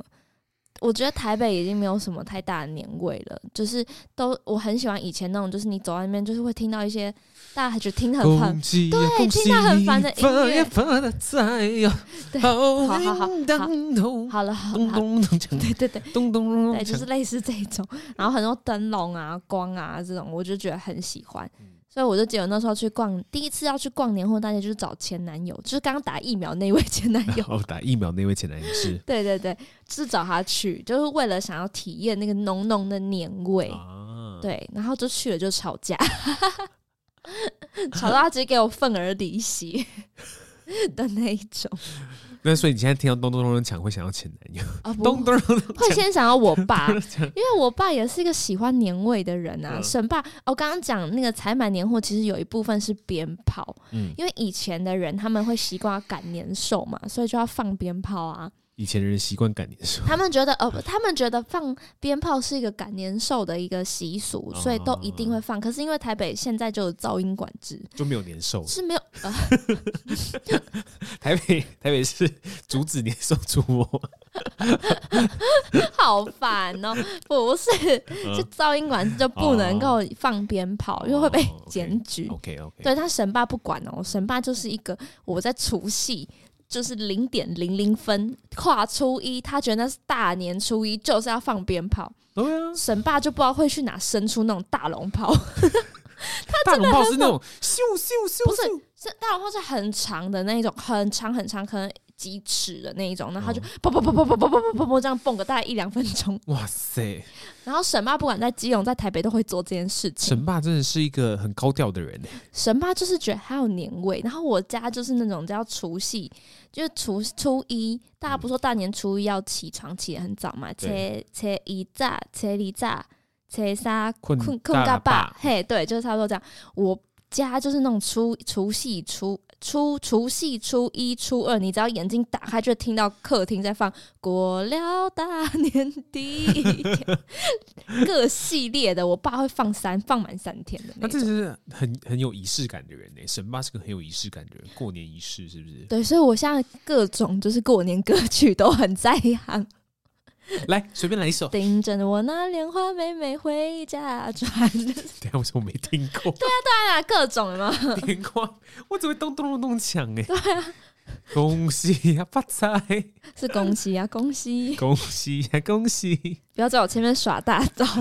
[SPEAKER 2] 我觉得台北已经没有什么太大的年味了，就是都我很喜欢以前那种，就是你走在那边就是会听到一些大家觉得听得很很
[SPEAKER 1] 恭喜呀
[SPEAKER 2] 对
[SPEAKER 1] 恭喜
[SPEAKER 2] 听到很烦的音乐
[SPEAKER 1] 发呀发的财呀，
[SPEAKER 2] 对
[SPEAKER 1] 好
[SPEAKER 2] 好好好
[SPEAKER 1] 运当头，
[SPEAKER 2] 好了好
[SPEAKER 1] 咚
[SPEAKER 2] 了，
[SPEAKER 1] 咚咚锵，
[SPEAKER 2] 对对对。
[SPEAKER 1] 咚咚咚
[SPEAKER 2] 对，
[SPEAKER 1] 锵
[SPEAKER 2] 就是类似这一种，然后很多灯笼啊、光啊这种，我就觉得很喜欢。所以我就记得那时候去逛，第一次要去逛年货大街，就是找前男友，就是刚打疫苗那位前男 友。
[SPEAKER 1] 哦，打疫苗那位前男友是
[SPEAKER 2] 对对对，就是找他去，就是为了想要体验那个浓浓的年味。
[SPEAKER 1] 啊，
[SPEAKER 2] 对，然后就去了就吵架，吵到他直接给我愤而离席 的那一种。
[SPEAKER 1] 那所以你现在听到咚咚咚咚锵，会想到前男友，
[SPEAKER 2] 啊，不
[SPEAKER 1] 咚咚咚咚
[SPEAKER 2] 会先想到我 爸，
[SPEAKER 1] 咚锵，
[SPEAKER 2] 因为我爸也是一个喜欢年味的人啊，
[SPEAKER 1] 嗯
[SPEAKER 2] 沈爸，我刚刚讲那个采买年货，其实有一部分是鞭炮，
[SPEAKER 1] 嗯，
[SPEAKER 2] 因为以前的人他们会习惯要赶年兽嘛，所以就要放鞭炮啊。
[SPEAKER 1] 以前的人习惯赶年兽，
[SPEAKER 2] 他们觉得呃，不他们觉得放鞭炮是一个赶年兽的一个习俗，
[SPEAKER 1] 哦
[SPEAKER 2] 所以都一定会放。可是因为台北现在就有噪音管制，
[SPEAKER 1] 就没有年兽。
[SPEAKER 2] 是没有呃，
[SPEAKER 1] 台北台北市阻止年兽出没，
[SPEAKER 2] 好烦哦、 不是，就噪音管制就不能够放鞭炮，因为会被
[SPEAKER 1] 嗯哦，OK
[SPEAKER 2] 检举。
[SPEAKER 1] OK OK，
[SPEAKER 2] 对他神爸不管哦，神爸就是一个我在除夕就是零点零零分跨初一，他觉得那是大年初一就是要放鞭炮，
[SPEAKER 1] 对啊，
[SPEAKER 2] 神爸就不知道会去哪生出那种大龙炮，
[SPEAKER 1] 大龙炮是那种咻咻咻，
[SPEAKER 2] 不是是大龙炮是很长的那一种，很长很长，可能几尺的那一种，然后他就砰砰砰砰砰砰砰砰砰砰这样蹦个大概一两分钟，
[SPEAKER 1] 哇塞，
[SPEAKER 2] 然后神爸不管在基隆在台北都会做这件事情，
[SPEAKER 1] 神爸真的是一个很高调的人欸
[SPEAKER 2] 神爸就是觉得还有年味，然后我家就是那种叫除夕，就是除初一，大家不是说大年初一要起床起得很早嘛，初
[SPEAKER 1] 对
[SPEAKER 2] 初一炸，初二炸，初三
[SPEAKER 1] 困
[SPEAKER 2] 困困
[SPEAKER 1] 大
[SPEAKER 2] 到爸
[SPEAKER 1] 爸，，
[SPEAKER 2] 嘿，对，就是差不多这样。我家就是那种初除夕初初除夕初一初二，你只要眼睛打开，就会听到客厅在放“过了大年底”， 各系列的，我爸会放三放满三天的
[SPEAKER 1] 那
[SPEAKER 2] 那
[SPEAKER 1] 这
[SPEAKER 2] 种。
[SPEAKER 1] 是很很有仪式感的人呢。神爸是个很有仪式感的人，过年仪式是不是？
[SPEAKER 2] 对，所以我现在各种就是过年歌曲都很在行，
[SPEAKER 1] 来，随便来一首。
[SPEAKER 2] 盯着我那莲花妹妹回家转， 对
[SPEAKER 1] 等一下我说我没听过，
[SPEAKER 2] 啊，各种有没有？
[SPEAKER 1] 天光，我只会咚咚咚咚响哎。恭喜呀、发财！
[SPEAKER 2] 是恭喜啊，恭喜！
[SPEAKER 1] 恭喜呀、恭喜！
[SPEAKER 2] 不要在我前面耍大招。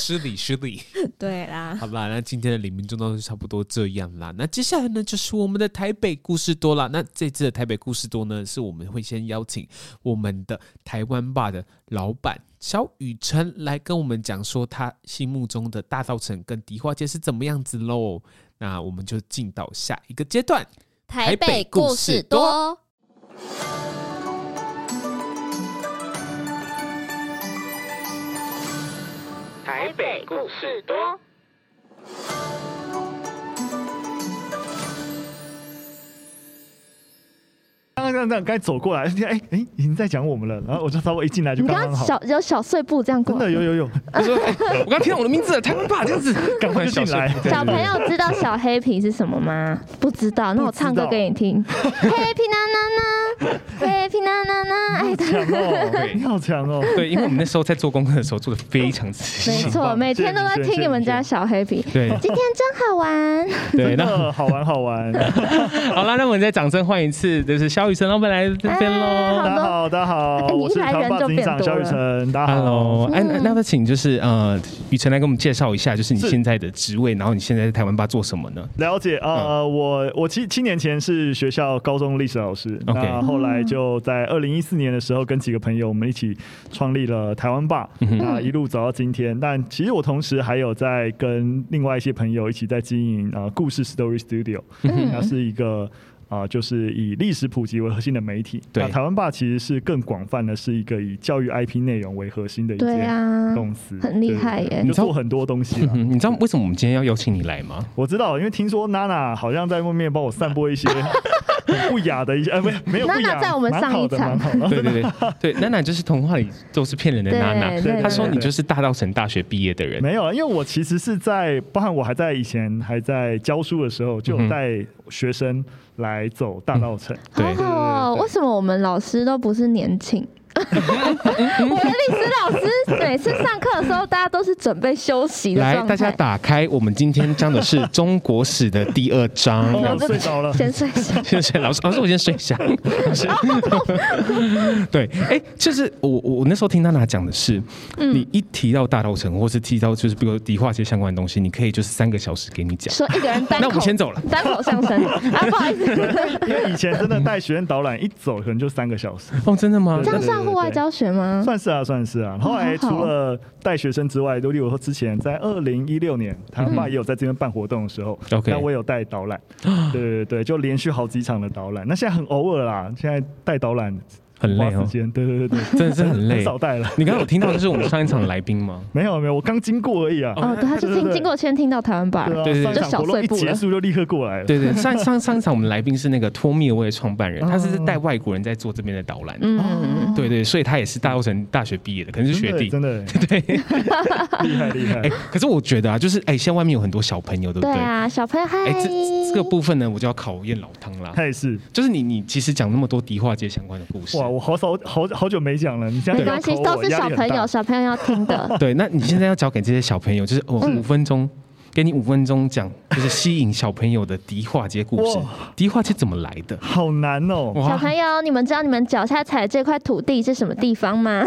[SPEAKER 1] 失礼，失礼。
[SPEAKER 2] 对啦，
[SPEAKER 1] 好啦，那今天的李明中道就差不多这样啦。那接下来呢，就是我们的台北故事多啦。那这次的台北故事多呢，是我们会先邀请我们的台湾霸的老板小雨辰来跟我们讲说他心目中的大稻城跟迪化街是怎么样子喽。那我们就进到下一个阶段。
[SPEAKER 2] 台
[SPEAKER 1] 北
[SPEAKER 2] 北
[SPEAKER 1] 故
[SPEAKER 2] 故
[SPEAKER 1] 事
[SPEAKER 2] 事
[SPEAKER 1] 多
[SPEAKER 2] 多。
[SPEAKER 3] 台北故事多。
[SPEAKER 4] 刚刚这样这样，刚才走过来，哎哎、已经在讲我们了，然后我就稍微一进来就
[SPEAKER 2] 你
[SPEAKER 4] 刚
[SPEAKER 2] 刚
[SPEAKER 4] 刚
[SPEAKER 2] 刚
[SPEAKER 4] 好，
[SPEAKER 2] 小有小碎步这样
[SPEAKER 4] 真
[SPEAKER 2] 过
[SPEAKER 4] 的
[SPEAKER 2] 来，
[SPEAKER 4] 有有有，
[SPEAKER 5] 他说：“哎、我刚听到我的名字了，台湾爸这 样子，
[SPEAKER 4] 赶快就进来。
[SPEAKER 2] 小朋友知道小黑瓶是什么吗？不知道，那我唱歌给你 听。黑瓶啦啦啦，黑瓶啦啦啦，哎
[SPEAKER 4] 你好，强哦，你好强哦，
[SPEAKER 5] 对，因为我们那时候在做功课的时候做的非常仔
[SPEAKER 2] 没
[SPEAKER 5] 细，
[SPEAKER 2] 错，每天都在听你们家小黑瓶。
[SPEAKER 5] 对
[SPEAKER 2] 今天真好玩，
[SPEAKER 4] 真
[SPEAKER 5] 对。那
[SPEAKER 4] 的好玩好 玩。
[SPEAKER 5] 好啦，那我们再掌声欢迎一次，就是肖雨辰老板来这边
[SPEAKER 2] 哎
[SPEAKER 5] 喽。
[SPEAKER 4] 大家好，大家好，我是长发警长肖雨辰，大家好
[SPEAKER 5] Hello，。哎、那那么请就是呃，雨辰来给我们介绍一下，就是你
[SPEAKER 4] 是
[SPEAKER 5] 现在的职位，然后你现在在台湾吧做什么呢？
[SPEAKER 4] 了解，呃，
[SPEAKER 5] 嗯
[SPEAKER 4] 我我七七年前是学校高中历史老师
[SPEAKER 5] OK
[SPEAKER 4] 那后来就在二零一四年的时候，跟几个朋友我们一起创立了台湾吧，
[SPEAKER 5] 嗯哼
[SPEAKER 4] 那一路走到今天。但其实我同时还有在跟另外一些朋友一起在经营呃故事 Story Studio，它
[SPEAKER 5] 嗯
[SPEAKER 4] 是一个。啊、就是以历史普及为核心的媒体。
[SPEAKER 5] 对
[SPEAKER 4] 那台湾吧其实是更广泛的，是一个以教育 IP 内容为核心的一
[SPEAKER 2] 对
[SPEAKER 4] 间
[SPEAKER 2] 啊，
[SPEAKER 4] 公司，
[SPEAKER 2] 很厉害
[SPEAKER 4] 对对对
[SPEAKER 2] 耶
[SPEAKER 4] 就做很多东西了。啊
[SPEAKER 5] 嗯，你知道为什么我们今天要邀请你来 吗？
[SPEAKER 4] 我知道，因为听说娜娜好像在外面帮我散播一些 很不雅的一些，呃，没有没有不
[SPEAKER 2] Nana
[SPEAKER 4] 雅，
[SPEAKER 2] 在我们
[SPEAKER 4] 蛮
[SPEAKER 2] 上
[SPEAKER 4] 好
[SPEAKER 2] 一
[SPEAKER 4] 的，
[SPEAKER 2] 场
[SPEAKER 4] 蛮好的。
[SPEAKER 5] 对对对对，娜娜就是童话里都是骗人 的
[SPEAKER 2] 对
[SPEAKER 5] 娜娜，
[SPEAKER 2] 对
[SPEAKER 5] 她说
[SPEAKER 4] 对
[SPEAKER 5] 你就是大稻城大学毕业的人，
[SPEAKER 4] 没有，因为我其实是在，包含我还在以前还在教书的时候，就有带学生来走大 道城。
[SPEAKER 2] 好
[SPEAKER 5] 对
[SPEAKER 2] 好哦。为什么我们老师都不是年轻？ 我的历史老师每次上课的时候，大家都是准备休息的
[SPEAKER 5] 来，
[SPEAKER 2] 状态。
[SPEAKER 5] 大家打开，我们今天讲的是中国史的第二章。
[SPEAKER 4] 哦
[SPEAKER 2] 我这
[SPEAKER 4] 睡着了
[SPEAKER 2] 先睡下。
[SPEAKER 5] 先生，老师，老师，我先睡一下。 老师对，哎、就是我我我那时候听娜娜讲的是，
[SPEAKER 2] 嗯
[SPEAKER 5] 你一提到大稻城，或是提到就是比如迪化街相关的东西，你可以就是三个小时给你讲。
[SPEAKER 2] 说一个人单
[SPEAKER 5] 那
[SPEAKER 2] 口，
[SPEAKER 5] 我们先走了。
[SPEAKER 2] 单口相声啊， 不好意思，
[SPEAKER 4] 因为以前真的带学生导览，一走可能就三个小时，
[SPEAKER 5] 哦，真的吗？
[SPEAKER 2] 这样
[SPEAKER 4] 对
[SPEAKER 2] 算户外
[SPEAKER 4] 对
[SPEAKER 2] 教学吗？
[SPEAKER 4] 算是啊，算是啊。后来
[SPEAKER 2] 嗯好好
[SPEAKER 4] 除了带学生之外，就例如说之前在二零一六年，他爸也有在这边办活动的时候，
[SPEAKER 5] OK
[SPEAKER 4] 那我有带导览，对对对，就连续好几场的导览。那现在很偶尔啦，现在带导览
[SPEAKER 5] 很
[SPEAKER 4] 花
[SPEAKER 5] 累哦
[SPEAKER 4] 时，间，对对对对，
[SPEAKER 5] 真的是很
[SPEAKER 4] 很
[SPEAKER 5] 累。
[SPEAKER 4] 少带了。
[SPEAKER 5] 你刚刚有听到就是我们上一场的来宾吗？
[SPEAKER 4] 没有没有，我刚经过而已啊。
[SPEAKER 2] 哦，对，他就
[SPEAKER 4] 对对
[SPEAKER 2] 听
[SPEAKER 4] 对
[SPEAKER 2] 经过先听到台湾版，
[SPEAKER 4] 对啊，
[SPEAKER 5] 对对对
[SPEAKER 4] 上场活动一结束就立刻过来了。
[SPEAKER 5] 对对，上上上一场我们来宾是那个托米威的创办人，
[SPEAKER 4] 哦
[SPEAKER 5] 他是带外国人在做这边的导览。
[SPEAKER 2] 嗯嗯，嗯
[SPEAKER 5] 对对，所以他也是大稻城大学毕业的，可能
[SPEAKER 4] 真
[SPEAKER 5] 是学
[SPEAKER 4] 的
[SPEAKER 5] 弟。
[SPEAKER 4] 真的
[SPEAKER 5] 对，
[SPEAKER 4] 厉害厉害
[SPEAKER 5] 哎、。可是我觉得啊，就是哎、现在外面有很多小朋友，对不
[SPEAKER 2] 对
[SPEAKER 5] 对？
[SPEAKER 2] 啊，小朋友嗨
[SPEAKER 5] 哎、，这这个部分呢，我就要考验老汤啦。
[SPEAKER 4] 他也是
[SPEAKER 5] 就是你，你其实讲那么多迪化街相关的故事，，
[SPEAKER 4] 哇，我好少好好久没讲了，你现在
[SPEAKER 2] 没关系，
[SPEAKER 4] 不要考
[SPEAKER 2] 都
[SPEAKER 4] 我
[SPEAKER 2] 是小朋。友，
[SPEAKER 4] 压力很大
[SPEAKER 2] 小朋友要听的
[SPEAKER 5] 对，那你现在要教给这些小朋友，就是哦，
[SPEAKER 2] 嗯
[SPEAKER 5] 五分钟，给你五分钟讲，就是吸引小朋友的迪化街故事
[SPEAKER 4] 哇。
[SPEAKER 5] 迪化街怎么来的？
[SPEAKER 4] 好难哦。
[SPEAKER 2] 小朋友，你们知道你们脚下踩的这块土地是什么地方吗？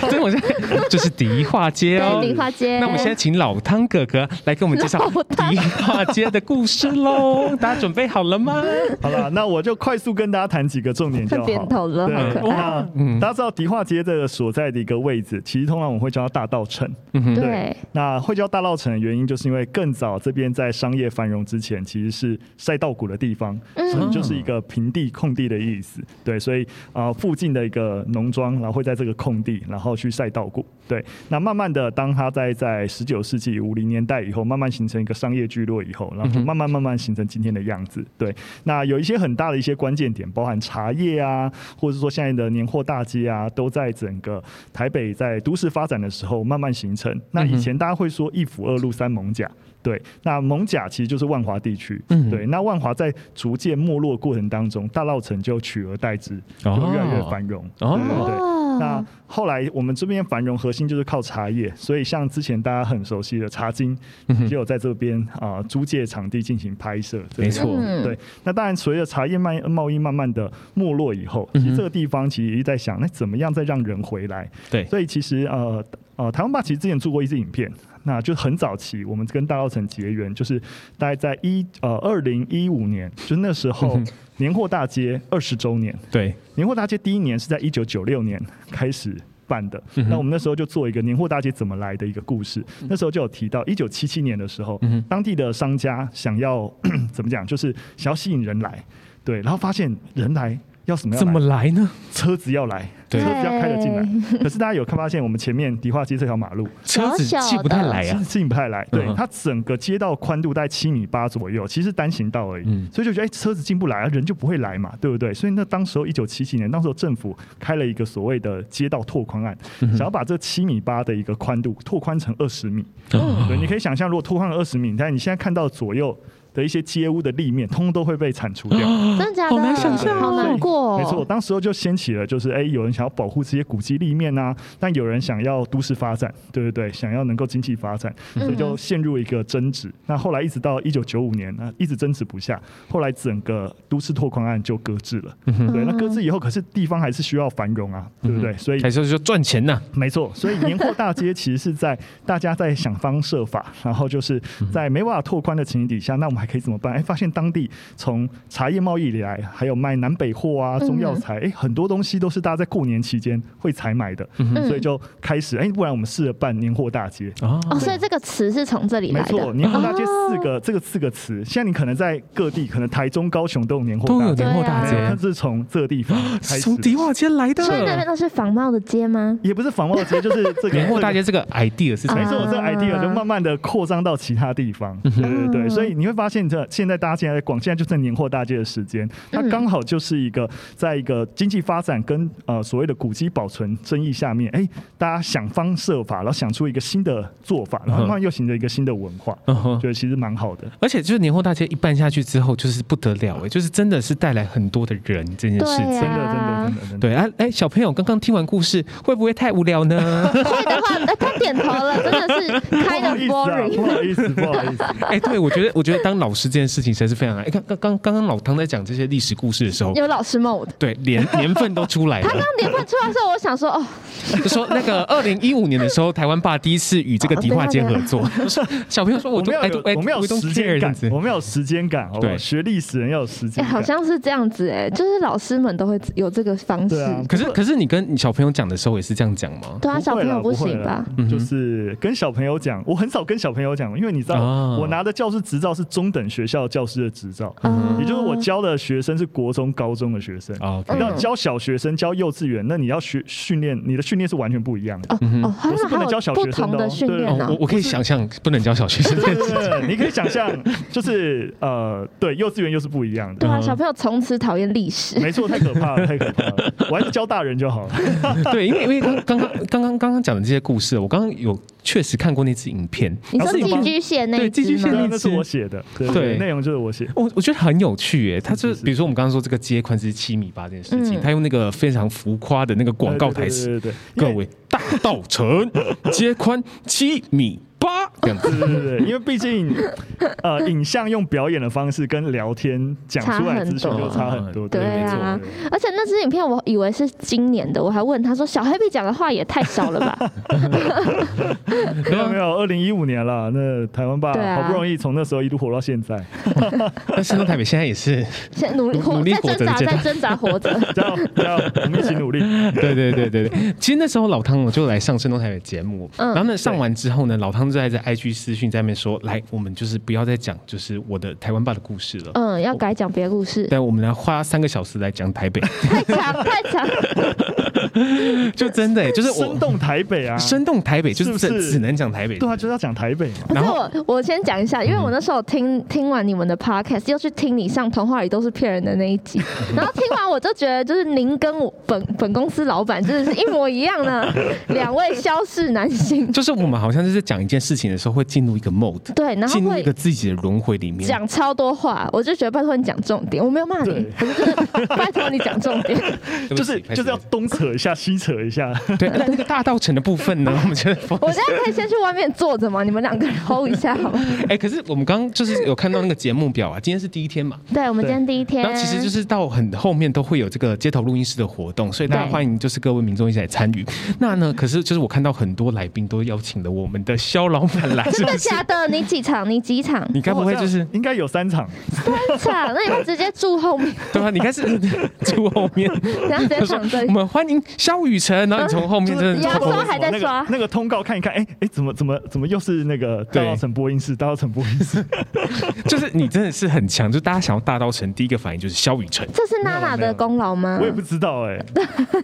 [SPEAKER 5] 所以我现在就是迪化街 哦
[SPEAKER 2] 对，。梨花街。
[SPEAKER 5] 那我们现在请老汤哥哥来给我们介绍
[SPEAKER 2] 老汤
[SPEAKER 5] 迪化街的故 事喽。大家准备好了吗？
[SPEAKER 4] 好了，那我就快速跟大家谈几个重点就
[SPEAKER 2] 快
[SPEAKER 4] 好。
[SPEAKER 2] 点头了，
[SPEAKER 4] 对
[SPEAKER 2] 好可爱。
[SPEAKER 4] 那嗯
[SPEAKER 5] 嗯
[SPEAKER 4] 大家知道迪化街这个所在的一个位置，其实通常我们会叫它大道城。
[SPEAKER 5] 嗯哼，
[SPEAKER 2] 对，
[SPEAKER 4] 那会叫大稻城的原因，就是因为更早这边在商业繁荣之前，其实是晒稻谷的地方，
[SPEAKER 2] 嗯
[SPEAKER 4] 所以就是一个平地空地的意思。对，所以啊、呃附近的一个农庄，然后会在这个空地，然后去晒稻谷。对，那慢慢的，当它在在十九世纪五零年代以后，慢慢形成一个商业聚落以后，然
[SPEAKER 5] 嗯
[SPEAKER 4] 后就慢慢慢慢形成今天的样子。对，那有一些很大的一些关键点，包含茶叶啊，或者说现在的年货大街啊，都在整个台北在都市发展的时候慢慢形成。那
[SPEAKER 5] 嗯
[SPEAKER 4] 以前大家会说一府二路三艋甲，对，那艋甲其实就是万华地区，
[SPEAKER 5] 嗯
[SPEAKER 4] 对，那万华在逐渐没落过程当中，大稻城就取而代之，就
[SPEAKER 5] 哦
[SPEAKER 4] 越来越繁荣，
[SPEAKER 5] 哦
[SPEAKER 4] 对对对。那
[SPEAKER 2] 嗯，
[SPEAKER 4] 后来我们这边繁荣核心就是靠茶叶，所以像之前大家很熟悉的茶经，
[SPEAKER 5] 嗯
[SPEAKER 4] 也有在这边啊、租借场地进行拍摄。这
[SPEAKER 5] 没
[SPEAKER 4] 样
[SPEAKER 5] 错
[SPEAKER 2] 嗯
[SPEAKER 4] 对，那当然，随着茶叶卖贸易慢慢的没落以后，其实这个地方其实一直在想，那怎么样再让人回来？
[SPEAKER 5] 对
[SPEAKER 4] 所以其实呃呃，台湾爸其实之前做过一支影片，那就很早期，我们跟大稻城结缘，就是大概在一呃二零一五年，就是那时候年货大街二十周年。
[SPEAKER 5] 对，
[SPEAKER 4] 年货大街第一年是在一九九六年开始。办的，
[SPEAKER 5] 嗯哼嗯
[SPEAKER 4] 那我们那时候就做一个年货大街怎么来的一个故事。那时候就有提到，一九七七年的时候，
[SPEAKER 5] 哼
[SPEAKER 4] 当地的商家想要怎么讲，就是想要吸引人来，对，然后发现人来要什么样来？
[SPEAKER 5] 怎么来呢？
[SPEAKER 4] 车子要来，车
[SPEAKER 5] 对
[SPEAKER 4] 子要开了进来。可是大家有看发现，我们前面迪化街这条马路
[SPEAKER 5] 车子
[SPEAKER 2] 小小
[SPEAKER 5] 进不太
[SPEAKER 2] 的
[SPEAKER 5] 来啊
[SPEAKER 4] 进，进不太来，对
[SPEAKER 5] 嗯哼
[SPEAKER 4] 它整个街道宽度大概七米八左右，其实单行道而已，
[SPEAKER 5] 嗯
[SPEAKER 4] 所以就觉得哎、车子进不来，人就不会来嘛，对不对？所以那当时候一九七几年，当时候政府开了一个所谓的街道拓宽案，
[SPEAKER 5] 嗯
[SPEAKER 4] 想要把这七米八的一个宽度拓宽成二十米，
[SPEAKER 5] 哦
[SPEAKER 4] 对，你可以想象，如果拓宽二十米，但你现在看到左右的一些街屋的立面，通通都会被铲除掉。
[SPEAKER 5] 哦
[SPEAKER 2] 真的假的？
[SPEAKER 5] 好难想象哦
[SPEAKER 2] 好难过哦。
[SPEAKER 4] 没错，当时候就掀起了，就是哎、有人想要保护这些古迹立面啊，但有人想要都市发展，对对对，想要能够经济发展，
[SPEAKER 2] 嗯
[SPEAKER 4] 所以就陷入一个争执。那后来一直到一九九五年，那一直争执不下，后来整个都市拓宽案就搁置了。
[SPEAKER 2] 嗯
[SPEAKER 4] 对，那搁置以后，可是地方还是需要繁荣啊，对不对？所以
[SPEAKER 5] 还是说赚钱呐？
[SPEAKER 4] 没错，所以年货大街其实是在大家在想方设法，然后就是
[SPEAKER 5] 嗯
[SPEAKER 4] 在没办法拓宽的情形底下，那我们还可以怎么办？哎，发现当地从茶叶贸易以来，还有卖南北货
[SPEAKER 2] 嗯
[SPEAKER 4] 啊、中药材，哎，很多东西都是大家在过年期间会采买的，
[SPEAKER 2] 嗯
[SPEAKER 4] 所以就开始哎，不然我们试着办年货大街。
[SPEAKER 5] 啊，
[SPEAKER 2] 哦，所以这个词是从这里
[SPEAKER 4] 没
[SPEAKER 2] 来
[SPEAKER 4] 错，
[SPEAKER 2] 的。哦
[SPEAKER 4] 年货大街四个、这个四个词，现在你可能在各地，可能台中、高雄都有年货
[SPEAKER 5] 都
[SPEAKER 4] 大
[SPEAKER 5] 有
[SPEAKER 4] 街，
[SPEAKER 5] 年货大
[SPEAKER 2] 对啊
[SPEAKER 4] 它
[SPEAKER 5] 街，
[SPEAKER 4] 是从这个地方开
[SPEAKER 5] 是
[SPEAKER 4] 始
[SPEAKER 5] 从
[SPEAKER 4] 的，
[SPEAKER 5] 迪化街来
[SPEAKER 2] 所以那边
[SPEAKER 5] 的。
[SPEAKER 2] 都是仿冒的街吗？
[SPEAKER 4] 也不是仿冒街，就是这个
[SPEAKER 5] 年
[SPEAKER 4] 这
[SPEAKER 5] 货
[SPEAKER 4] 个
[SPEAKER 5] 大街这个 idea 是
[SPEAKER 4] 没
[SPEAKER 5] 才
[SPEAKER 4] 错，这个
[SPEAKER 2] 啊
[SPEAKER 4] idea 就慢慢的扩张到其他地方。
[SPEAKER 5] 嗯
[SPEAKER 4] 对对对，
[SPEAKER 2] 嗯
[SPEAKER 4] 所以你会发现这现在大家现在在逛，现在就在年货大街的时间，它
[SPEAKER 2] 嗯
[SPEAKER 4] 刚好就是一个在一个经济发展跟呃所谓的古迹保存争议下面，哎，大家想方设法，然后想出一个新的做法，然后慢慢又形成一个新的文化，
[SPEAKER 5] 嗯哼
[SPEAKER 4] 觉得其实蛮好的。
[SPEAKER 5] 而且就是年货大街一办下去之后，就是不得了哎、就是真的是带来很多的人这件事
[SPEAKER 2] 啊对
[SPEAKER 5] 情。
[SPEAKER 4] 真的，
[SPEAKER 2] 啊
[SPEAKER 4] 真的，真的，真的。
[SPEAKER 5] 对啊，哎、小朋友刚刚听完故事，会不会太无 聊呢？
[SPEAKER 2] 会的话，呃他点头 了，真的是开
[SPEAKER 4] 不好
[SPEAKER 2] 的
[SPEAKER 4] 意思
[SPEAKER 2] boring
[SPEAKER 4] 啊，不。好意思，不好意思。
[SPEAKER 5] 哎、对我觉得，我觉得当老师这件事情实在是非常难。哎、刚刚刚刚刚老汤在讲这些历史故事的时候，
[SPEAKER 2] 有老师 mode。
[SPEAKER 5] 对年年份都出 来
[SPEAKER 2] 他刚
[SPEAKER 5] 了，
[SPEAKER 2] 刚连贯出来的时候，我想说，哦，
[SPEAKER 5] 就说那个二零一五年的时候，台湾爸第一次与这个迪化街合 作，就是小朋友说
[SPEAKER 4] 我
[SPEAKER 5] 我
[SPEAKER 4] 们
[SPEAKER 5] 都
[SPEAKER 4] 要
[SPEAKER 5] 哎
[SPEAKER 4] 有，
[SPEAKER 5] 哎
[SPEAKER 4] 我们要有
[SPEAKER 5] we don't
[SPEAKER 4] 时间
[SPEAKER 5] care
[SPEAKER 4] 感
[SPEAKER 5] 这样，子
[SPEAKER 4] 我们要有时间感，好不好？
[SPEAKER 5] 对
[SPEAKER 4] 学历史人要有时间
[SPEAKER 2] 哎，
[SPEAKER 4] 感。
[SPEAKER 2] 好像是这样子，哎，就是老师们都会有这个方式
[SPEAKER 4] 对。啊
[SPEAKER 5] 可是可是你跟小朋友讲的时候也是这样讲吗？
[SPEAKER 2] 对啊，小
[SPEAKER 4] 不会
[SPEAKER 2] 朋
[SPEAKER 4] 啦
[SPEAKER 2] 友不
[SPEAKER 4] 会
[SPEAKER 2] 行
[SPEAKER 4] 啦
[SPEAKER 2] 吧？
[SPEAKER 5] 嗯哼
[SPEAKER 4] 就是跟小朋友讲，我很少跟小朋友讲，因为你知道，
[SPEAKER 5] 啊
[SPEAKER 4] 我拿的教师执照是中等学校教师的执照，
[SPEAKER 2] 嗯
[SPEAKER 4] 也就是我教的学生是国中、高中的学生。
[SPEAKER 5] 哦
[SPEAKER 4] 你
[SPEAKER 5] ，OK，
[SPEAKER 4] 要教小学生、教幼稚园，那你要学训练，你的训练是完全不一样 的。
[SPEAKER 2] 哦哦，他
[SPEAKER 4] 我是
[SPEAKER 2] 们
[SPEAKER 4] 不
[SPEAKER 2] 还
[SPEAKER 4] 能教
[SPEAKER 2] 有
[SPEAKER 4] 小
[SPEAKER 2] 不
[SPEAKER 4] 学生
[SPEAKER 2] 同
[SPEAKER 4] 的哦
[SPEAKER 2] 的训
[SPEAKER 4] 对
[SPEAKER 2] 练
[SPEAKER 5] 嗯
[SPEAKER 2] 啊
[SPEAKER 5] 哦
[SPEAKER 2] 呢
[SPEAKER 5] 我。我可以想象不能教小学生这件事
[SPEAKER 4] 对，你可以想象，就是呃，对，幼稚园又是不一样
[SPEAKER 2] 对
[SPEAKER 4] 的。
[SPEAKER 5] 嗯
[SPEAKER 2] 啊，小朋友从此讨厌历史。
[SPEAKER 4] 没错，太可怕了，太可怕 了。我还是教大人就好了。
[SPEAKER 5] 对，因为因为刚刚刚刚刚刚刚讲的这些故事，我刚刚有确实看过那支影片，
[SPEAKER 2] 你说
[SPEAKER 4] 老师你
[SPEAKER 2] 寄
[SPEAKER 4] 帮
[SPEAKER 2] 居蟹那一
[SPEAKER 5] 对寄居
[SPEAKER 2] 只
[SPEAKER 5] 蟹
[SPEAKER 4] 对
[SPEAKER 2] 吗？
[SPEAKER 4] 啊，那是我写的，对
[SPEAKER 5] 对
[SPEAKER 4] 内容就是我写。
[SPEAKER 5] 我我觉得很有趣耶。它就是
[SPEAKER 4] 是是
[SPEAKER 5] 比如说我们刚刚说这个街宽是七米八这件事情，
[SPEAKER 2] 嗯
[SPEAKER 5] 他用那个非常浮夸的那个广告台词，
[SPEAKER 4] 对对对对对因为
[SPEAKER 5] 各位大道 城街宽七米八这样子。
[SPEAKER 4] 对对对，因为毕竟，呃，影像用表演的方式跟聊天讲出来的资讯就差很多，
[SPEAKER 2] 对
[SPEAKER 4] 没
[SPEAKER 2] 啊
[SPEAKER 4] 错。
[SPEAKER 2] 而且那支影片我以为是今年的，我还问他说：“小黑比讲的话也太少了 吧
[SPEAKER 4] 没有没有，二零一五年了，那台湾吧
[SPEAKER 2] 对，啊
[SPEAKER 4] 好不容易从那时候一路活到现在，
[SPEAKER 5] 那山东台北现在也是，？”
[SPEAKER 2] 现在努力
[SPEAKER 5] 努
[SPEAKER 2] 活，
[SPEAKER 5] 力
[SPEAKER 2] 在
[SPEAKER 5] 活着
[SPEAKER 2] 挣扎，
[SPEAKER 5] 的阶段
[SPEAKER 2] 在挣扎活 着。
[SPEAKER 4] 加油加油，我们一起努力。
[SPEAKER 5] 对对对对对。其实那时候老汤我就来上山东台北节目，
[SPEAKER 2] 嗯
[SPEAKER 5] 然后呢上完之后呢，老汤就在在 IG 私讯在那边说，来我们就是不要再讲就是我的台湾爸的故事了。
[SPEAKER 2] 嗯，要改讲别的故事，
[SPEAKER 5] 但我们来花三个小时来讲 台北，
[SPEAKER 2] 太长太 长。
[SPEAKER 5] 就真的、欸、就是我
[SPEAKER 4] 生动台北啊，
[SPEAKER 5] 生动台北，就是是
[SPEAKER 4] 不
[SPEAKER 5] 只
[SPEAKER 4] 是
[SPEAKER 5] 只能讲台北这
[SPEAKER 4] 对啊，就是要讲台北嘛。
[SPEAKER 5] 然
[SPEAKER 2] 但是
[SPEAKER 5] 后嗯
[SPEAKER 2] 我我先讲一下，因为我那时候听听完你们的 podcast，又去听你上《童话里都是骗人的》那一 集，然后听完我就觉得，就是您跟我本本公司老板真的是一模一样 呢，两位消逝男性。
[SPEAKER 5] 就是我们好像就是讲一件事情的时候，会进入一个 mode，
[SPEAKER 2] 对，然后
[SPEAKER 5] 进入一
[SPEAKER 2] 会
[SPEAKER 5] 个自己的轮回里面。
[SPEAKER 2] 讲超多话，我就觉得拜托你讲重点，我没有骂你
[SPEAKER 4] 对，
[SPEAKER 2] 我就觉得拜托你讲重点。
[SPEAKER 5] 对不
[SPEAKER 4] 就
[SPEAKER 5] 起
[SPEAKER 4] 是
[SPEAKER 5] 开始
[SPEAKER 4] 就是要东扯一下西扯一下，
[SPEAKER 5] 对，那那个大道城的部分呢，我们觉得不
[SPEAKER 2] 我现在可以先去外面坐着吗？你们两个 人 hold 一下好吗？
[SPEAKER 5] 哎、可是我们刚刚就是有看到那个节目表啊，今天是第一天嘛，
[SPEAKER 2] 对，啊我们今天第一天，
[SPEAKER 5] 然后其实就是到很后面都会有这个街头录音室的活动，所以大家
[SPEAKER 2] 对
[SPEAKER 5] 欢迎就是各位民众一起来参与。那呢，可是就是我看到很多来宾都邀请了我们的肖老板来，是
[SPEAKER 2] 真
[SPEAKER 5] 不
[SPEAKER 2] 的
[SPEAKER 5] 是？
[SPEAKER 2] 假的？你几场？你几场？
[SPEAKER 5] 你该不会就
[SPEAKER 4] 我
[SPEAKER 5] 是
[SPEAKER 4] 好像应该有三场，
[SPEAKER 2] 三场？那你会直接住后面？
[SPEAKER 5] 对啊？你应该是住后面，
[SPEAKER 2] 然后直接
[SPEAKER 5] 他说
[SPEAKER 2] 躺这
[SPEAKER 5] 我
[SPEAKER 2] 里。
[SPEAKER 5] 们欢迎肖雨辰，然后你从后面真的
[SPEAKER 2] 牙
[SPEAKER 5] 偷
[SPEAKER 2] 刷
[SPEAKER 5] 偷
[SPEAKER 2] 还在
[SPEAKER 4] 那
[SPEAKER 2] 刷
[SPEAKER 4] 个那个通告看一看，哎哎，怎么怎么怎么又是那个大
[SPEAKER 5] 对
[SPEAKER 4] 稻城播音室，大稻城播音室，
[SPEAKER 5] 就是你真的是很强，就大家想要大道城，第一个反应就是肖雨辰。
[SPEAKER 2] 这是娜娜的功劳吗
[SPEAKER 4] 我？也不知道 哎、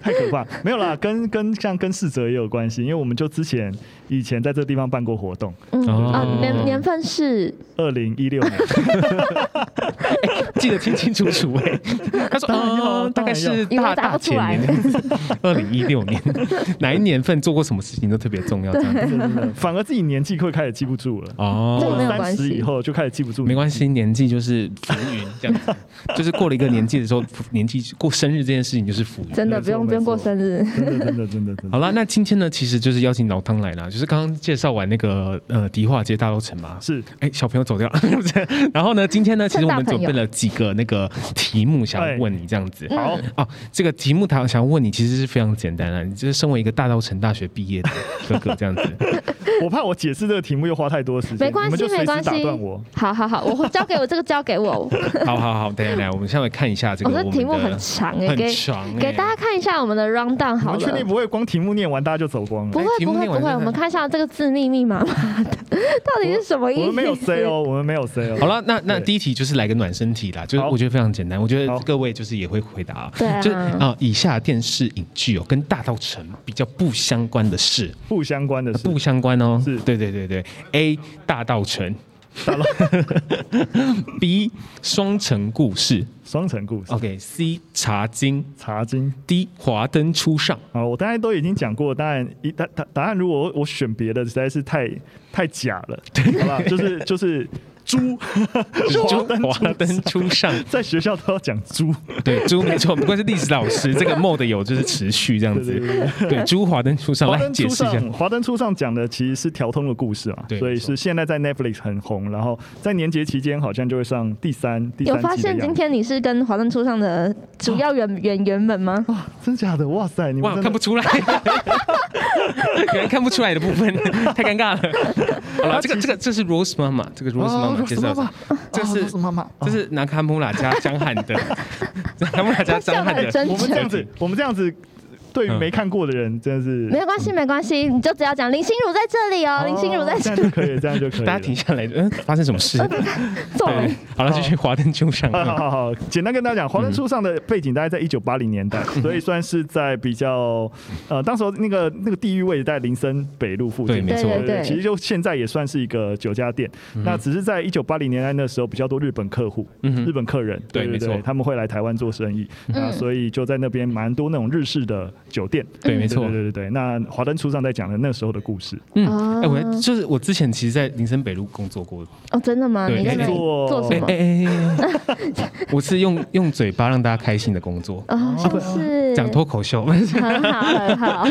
[SPEAKER 4] 太可怕，没有啦，跟跟像跟逝者也有关系，因为我们就之前以前在这地方办过活动，
[SPEAKER 2] 嗯
[SPEAKER 5] 哦
[SPEAKER 2] 啊，年年份是
[SPEAKER 4] 二零一六 年，
[SPEAKER 5] 哎记得清清楚楚哎、他说，
[SPEAKER 4] 当然要
[SPEAKER 5] 嗯，大概
[SPEAKER 4] 当然
[SPEAKER 5] 是
[SPEAKER 4] 要
[SPEAKER 2] 因为我
[SPEAKER 5] 大
[SPEAKER 2] 答
[SPEAKER 5] 大
[SPEAKER 2] 不出
[SPEAKER 5] 前
[SPEAKER 2] 来
[SPEAKER 5] 年，二零一六年，哪一年份做过什么事情都特别重要，这样子
[SPEAKER 4] 真的反而自己年纪会开始记不住了。
[SPEAKER 2] 这个
[SPEAKER 5] 哦。
[SPEAKER 2] 没有
[SPEAKER 4] 三
[SPEAKER 2] 关
[SPEAKER 4] 十
[SPEAKER 2] 系
[SPEAKER 4] 以后就开始记不住，
[SPEAKER 5] 没关系，年纪就是浮云这样子， 就是过了一个年纪的时候，年纪过生日这件事情就是浮云。
[SPEAKER 2] 真的
[SPEAKER 4] 没错
[SPEAKER 2] 不用不用过生日，
[SPEAKER 4] 真的，真的，真的，真的
[SPEAKER 5] 好。啦，那今天呢，其实就是邀请老汤来啦，就是刚刚介绍完那个呃迪化街大楼城嘛，
[SPEAKER 4] 是，
[SPEAKER 5] 哎、小朋友走掉 了，是不是然后呢，今天呢，其实我们准备了几个那个题目，想要问你这样
[SPEAKER 2] 嗯
[SPEAKER 5] 子。
[SPEAKER 4] 好，
[SPEAKER 5] 哦，这个题目他想要问你，其实是非常简单啊。你就是身为一个大稻城大学毕业的哥哥这样子，
[SPEAKER 4] 我怕我解释这个题目又花太多时间，
[SPEAKER 2] 没关
[SPEAKER 4] 你们就
[SPEAKER 2] 系
[SPEAKER 4] 随
[SPEAKER 2] 没
[SPEAKER 4] 时
[SPEAKER 2] 关系
[SPEAKER 4] 打断我。。
[SPEAKER 2] 好好好，我交给我这个交给 我，
[SPEAKER 5] 好好好，等一下来，我们下面看一下这
[SPEAKER 2] 我哦
[SPEAKER 5] 个
[SPEAKER 2] 这
[SPEAKER 5] 我们
[SPEAKER 2] 题目
[SPEAKER 5] 的
[SPEAKER 2] 很长哎，
[SPEAKER 5] 很
[SPEAKER 2] 给
[SPEAKER 5] 长欸
[SPEAKER 2] 给大家看一下我们的 round down
[SPEAKER 4] 你
[SPEAKER 2] 好
[SPEAKER 4] 们确
[SPEAKER 2] 了
[SPEAKER 4] 定。不哎会光题目念完大家就走光
[SPEAKER 2] 不
[SPEAKER 4] 了？
[SPEAKER 2] 会
[SPEAKER 5] 题
[SPEAKER 2] 不
[SPEAKER 5] 目
[SPEAKER 2] 会
[SPEAKER 5] 念完
[SPEAKER 2] 不会，
[SPEAKER 5] 再
[SPEAKER 2] 我们
[SPEAKER 5] 看
[SPEAKER 2] 看一下这个字密密麻麻的， 到底是什么意思？
[SPEAKER 4] 我们没有 C 哦，我们没有 C 哦。
[SPEAKER 5] 好，了，那那
[SPEAKER 4] 对
[SPEAKER 5] 第一题就是来个暖身题啦，就是
[SPEAKER 4] 好
[SPEAKER 5] 我觉得非常简单，我觉得
[SPEAKER 4] 好
[SPEAKER 5] 各位就是也会回答、啊，
[SPEAKER 2] 对啊
[SPEAKER 5] 就是啊、呃以下电视影剧哦，跟大稻城比较不相关的事，
[SPEAKER 4] 不相关的事
[SPEAKER 5] 不相关哦，
[SPEAKER 4] 是
[SPEAKER 5] 对对对对，A 大稻城 ，B 双城故事
[SPEAKER 4] 双城故事，
[SPEAKER 5] 哦，OK，C 茶经
[SPEAKER 4] 茶经。
[SPEAKER 5] ，D 华灯初 上，
[SPEAKER 4] 啊，我刚才都已经讲过，当然一答答答案，如果我选别的，实在是太太假了，好吧？就是就是猪，
[SPEAKER 5] 就
[SPEAKER 4] 华
[SPEAKER 5] 是
[SPEAKER 4] 灯初
[SPEAKER 5] 猪华灯初上，
[SPEAKER 4] 在学校都要讲猪，
[SPEAKER 5] 对，猪没错，不愧是历史老师，这个 mode 有就是持续这样
[SPEAKER 4] 对对
[SPEAKER 5] 子，对，猪华灯初上，
[SPEAKER 4] 华
[SPEAKER 5] 来
[SPEAKER 4] 灯
[SPEAKER 5] 解
[SPEAKER 4] 初
[SPEAKER 5] 释一下
[SPEAKER 4] 上，，华灯初上讲的其实是调通的故事嘛
[SPEAKER 5] 对，
[SPEAKER 4] 所以
[SPEAKER 5] 没错
[SPEAKER 4] 是现在在 Netflix 很红，然后在年节期间好像就会上第三第
[SPEAKER 2] 有
[SPEAKER 4] 三
[SPEAKER 2] 发
[SPEAKER 4] 季的
[SPEAKER 2] 现
[SPEAKER 4] 样
[SPEAKER 2] 今
[SPEAKER 4] 子。
[SPEAKER 2] 天你是跟华灯初上的主要演演员们吗？
[SPEAKER 5] 哦
[SPEAKER 4] 哇，真假的？哇塞，你们
[SPEAKER 5] 哇，
[SPEAKER 4] 真的
[SPEAKER 5] 看不出来，可能看不出来的部分，太尴尬了。好了，这个这个这是 Rose 妈妈，这个 Rose 妈妈介绍一下，这是妈妈，这是拿卡姆拉加江汉的，拿卡姆拉加江汉
[SPEAKER 2] 他笑得很真
[SPEAKER 5] 的。嗯
[SPEAKER 2] 诚
[SPEAKER 4] 我们这样子，我们这样子，对于没看过的人，真的是
[SPEAKER 2] 没关系没关系，你就只要讲林心如在这里哦，林心如在
[SPEAKER 4] 这
[SPEAKER 2] 这
[SPEAKER 4] 样就可以了，这样就可以了。
[SPEAKER 5] 大家停下来，嗯，发生什么事？
[SPEAKER 2] 做了
[SPEAKER 5] 对，好了，继续华灯初上。
[SPEAKER 4] 好好好好，简单跟大家讲，《华灯初上》的背景大概在一九八零年代，
[SPEAKER 5] 嗯
[SPEAKER 4] 所以算是在比较呃，当时候那个那个地域位置在林森北路附
[SPEAKER 5] 对，
[SPEAKER 4] 近。
[SPEAKER 5] 没错嗯
[SPEAKER 2] 对，对
[SPEAKER 4] 其实就现在也算是一个酒家店，那只是在一九八零年代那时候比较多日本客户、
[SPEAKER 5] 嗯哼
[SPEAKER 4] 日本客人，
[SPEAKER 5] 对
[SPEAKER 4] 对
[SPEAKER 5] 没
[SPEAKER 4] 对
[SPEAKER 5] 错嗯
[SPEAKER 4] 他们会来台湾做生意，那所以就在那边蛮多那种日式的酒店，
[SPEAKER 5] 对，没
[SPEAKER 4] 对
[SPEAKER 5] 错
[SPEAKER 4] 对。对对对。那《华灯初上》在讲的那时候的故事，
[SPEAKER 5] 嗯，哎，我就是我之前其实，在林森北路工作过。
[SPEAKER 2] 哦，真的吗？
[SPEAKER 5] 对
[SPEAKER 2] 你在那里
[SPEAKER 4] 没错
[SPEAKER 2] 做什
[SPEAKER 5] 哎
[SPEAKER 2] 么？
[SPEAKER 5] 哎哎，我是用用嘴巴让大家开心的工作，
[SPEAKER 2] 哦，像是
[SPEAKER 5] 哎讲脱口秀。
[SPEAKER 2] 很好很 好，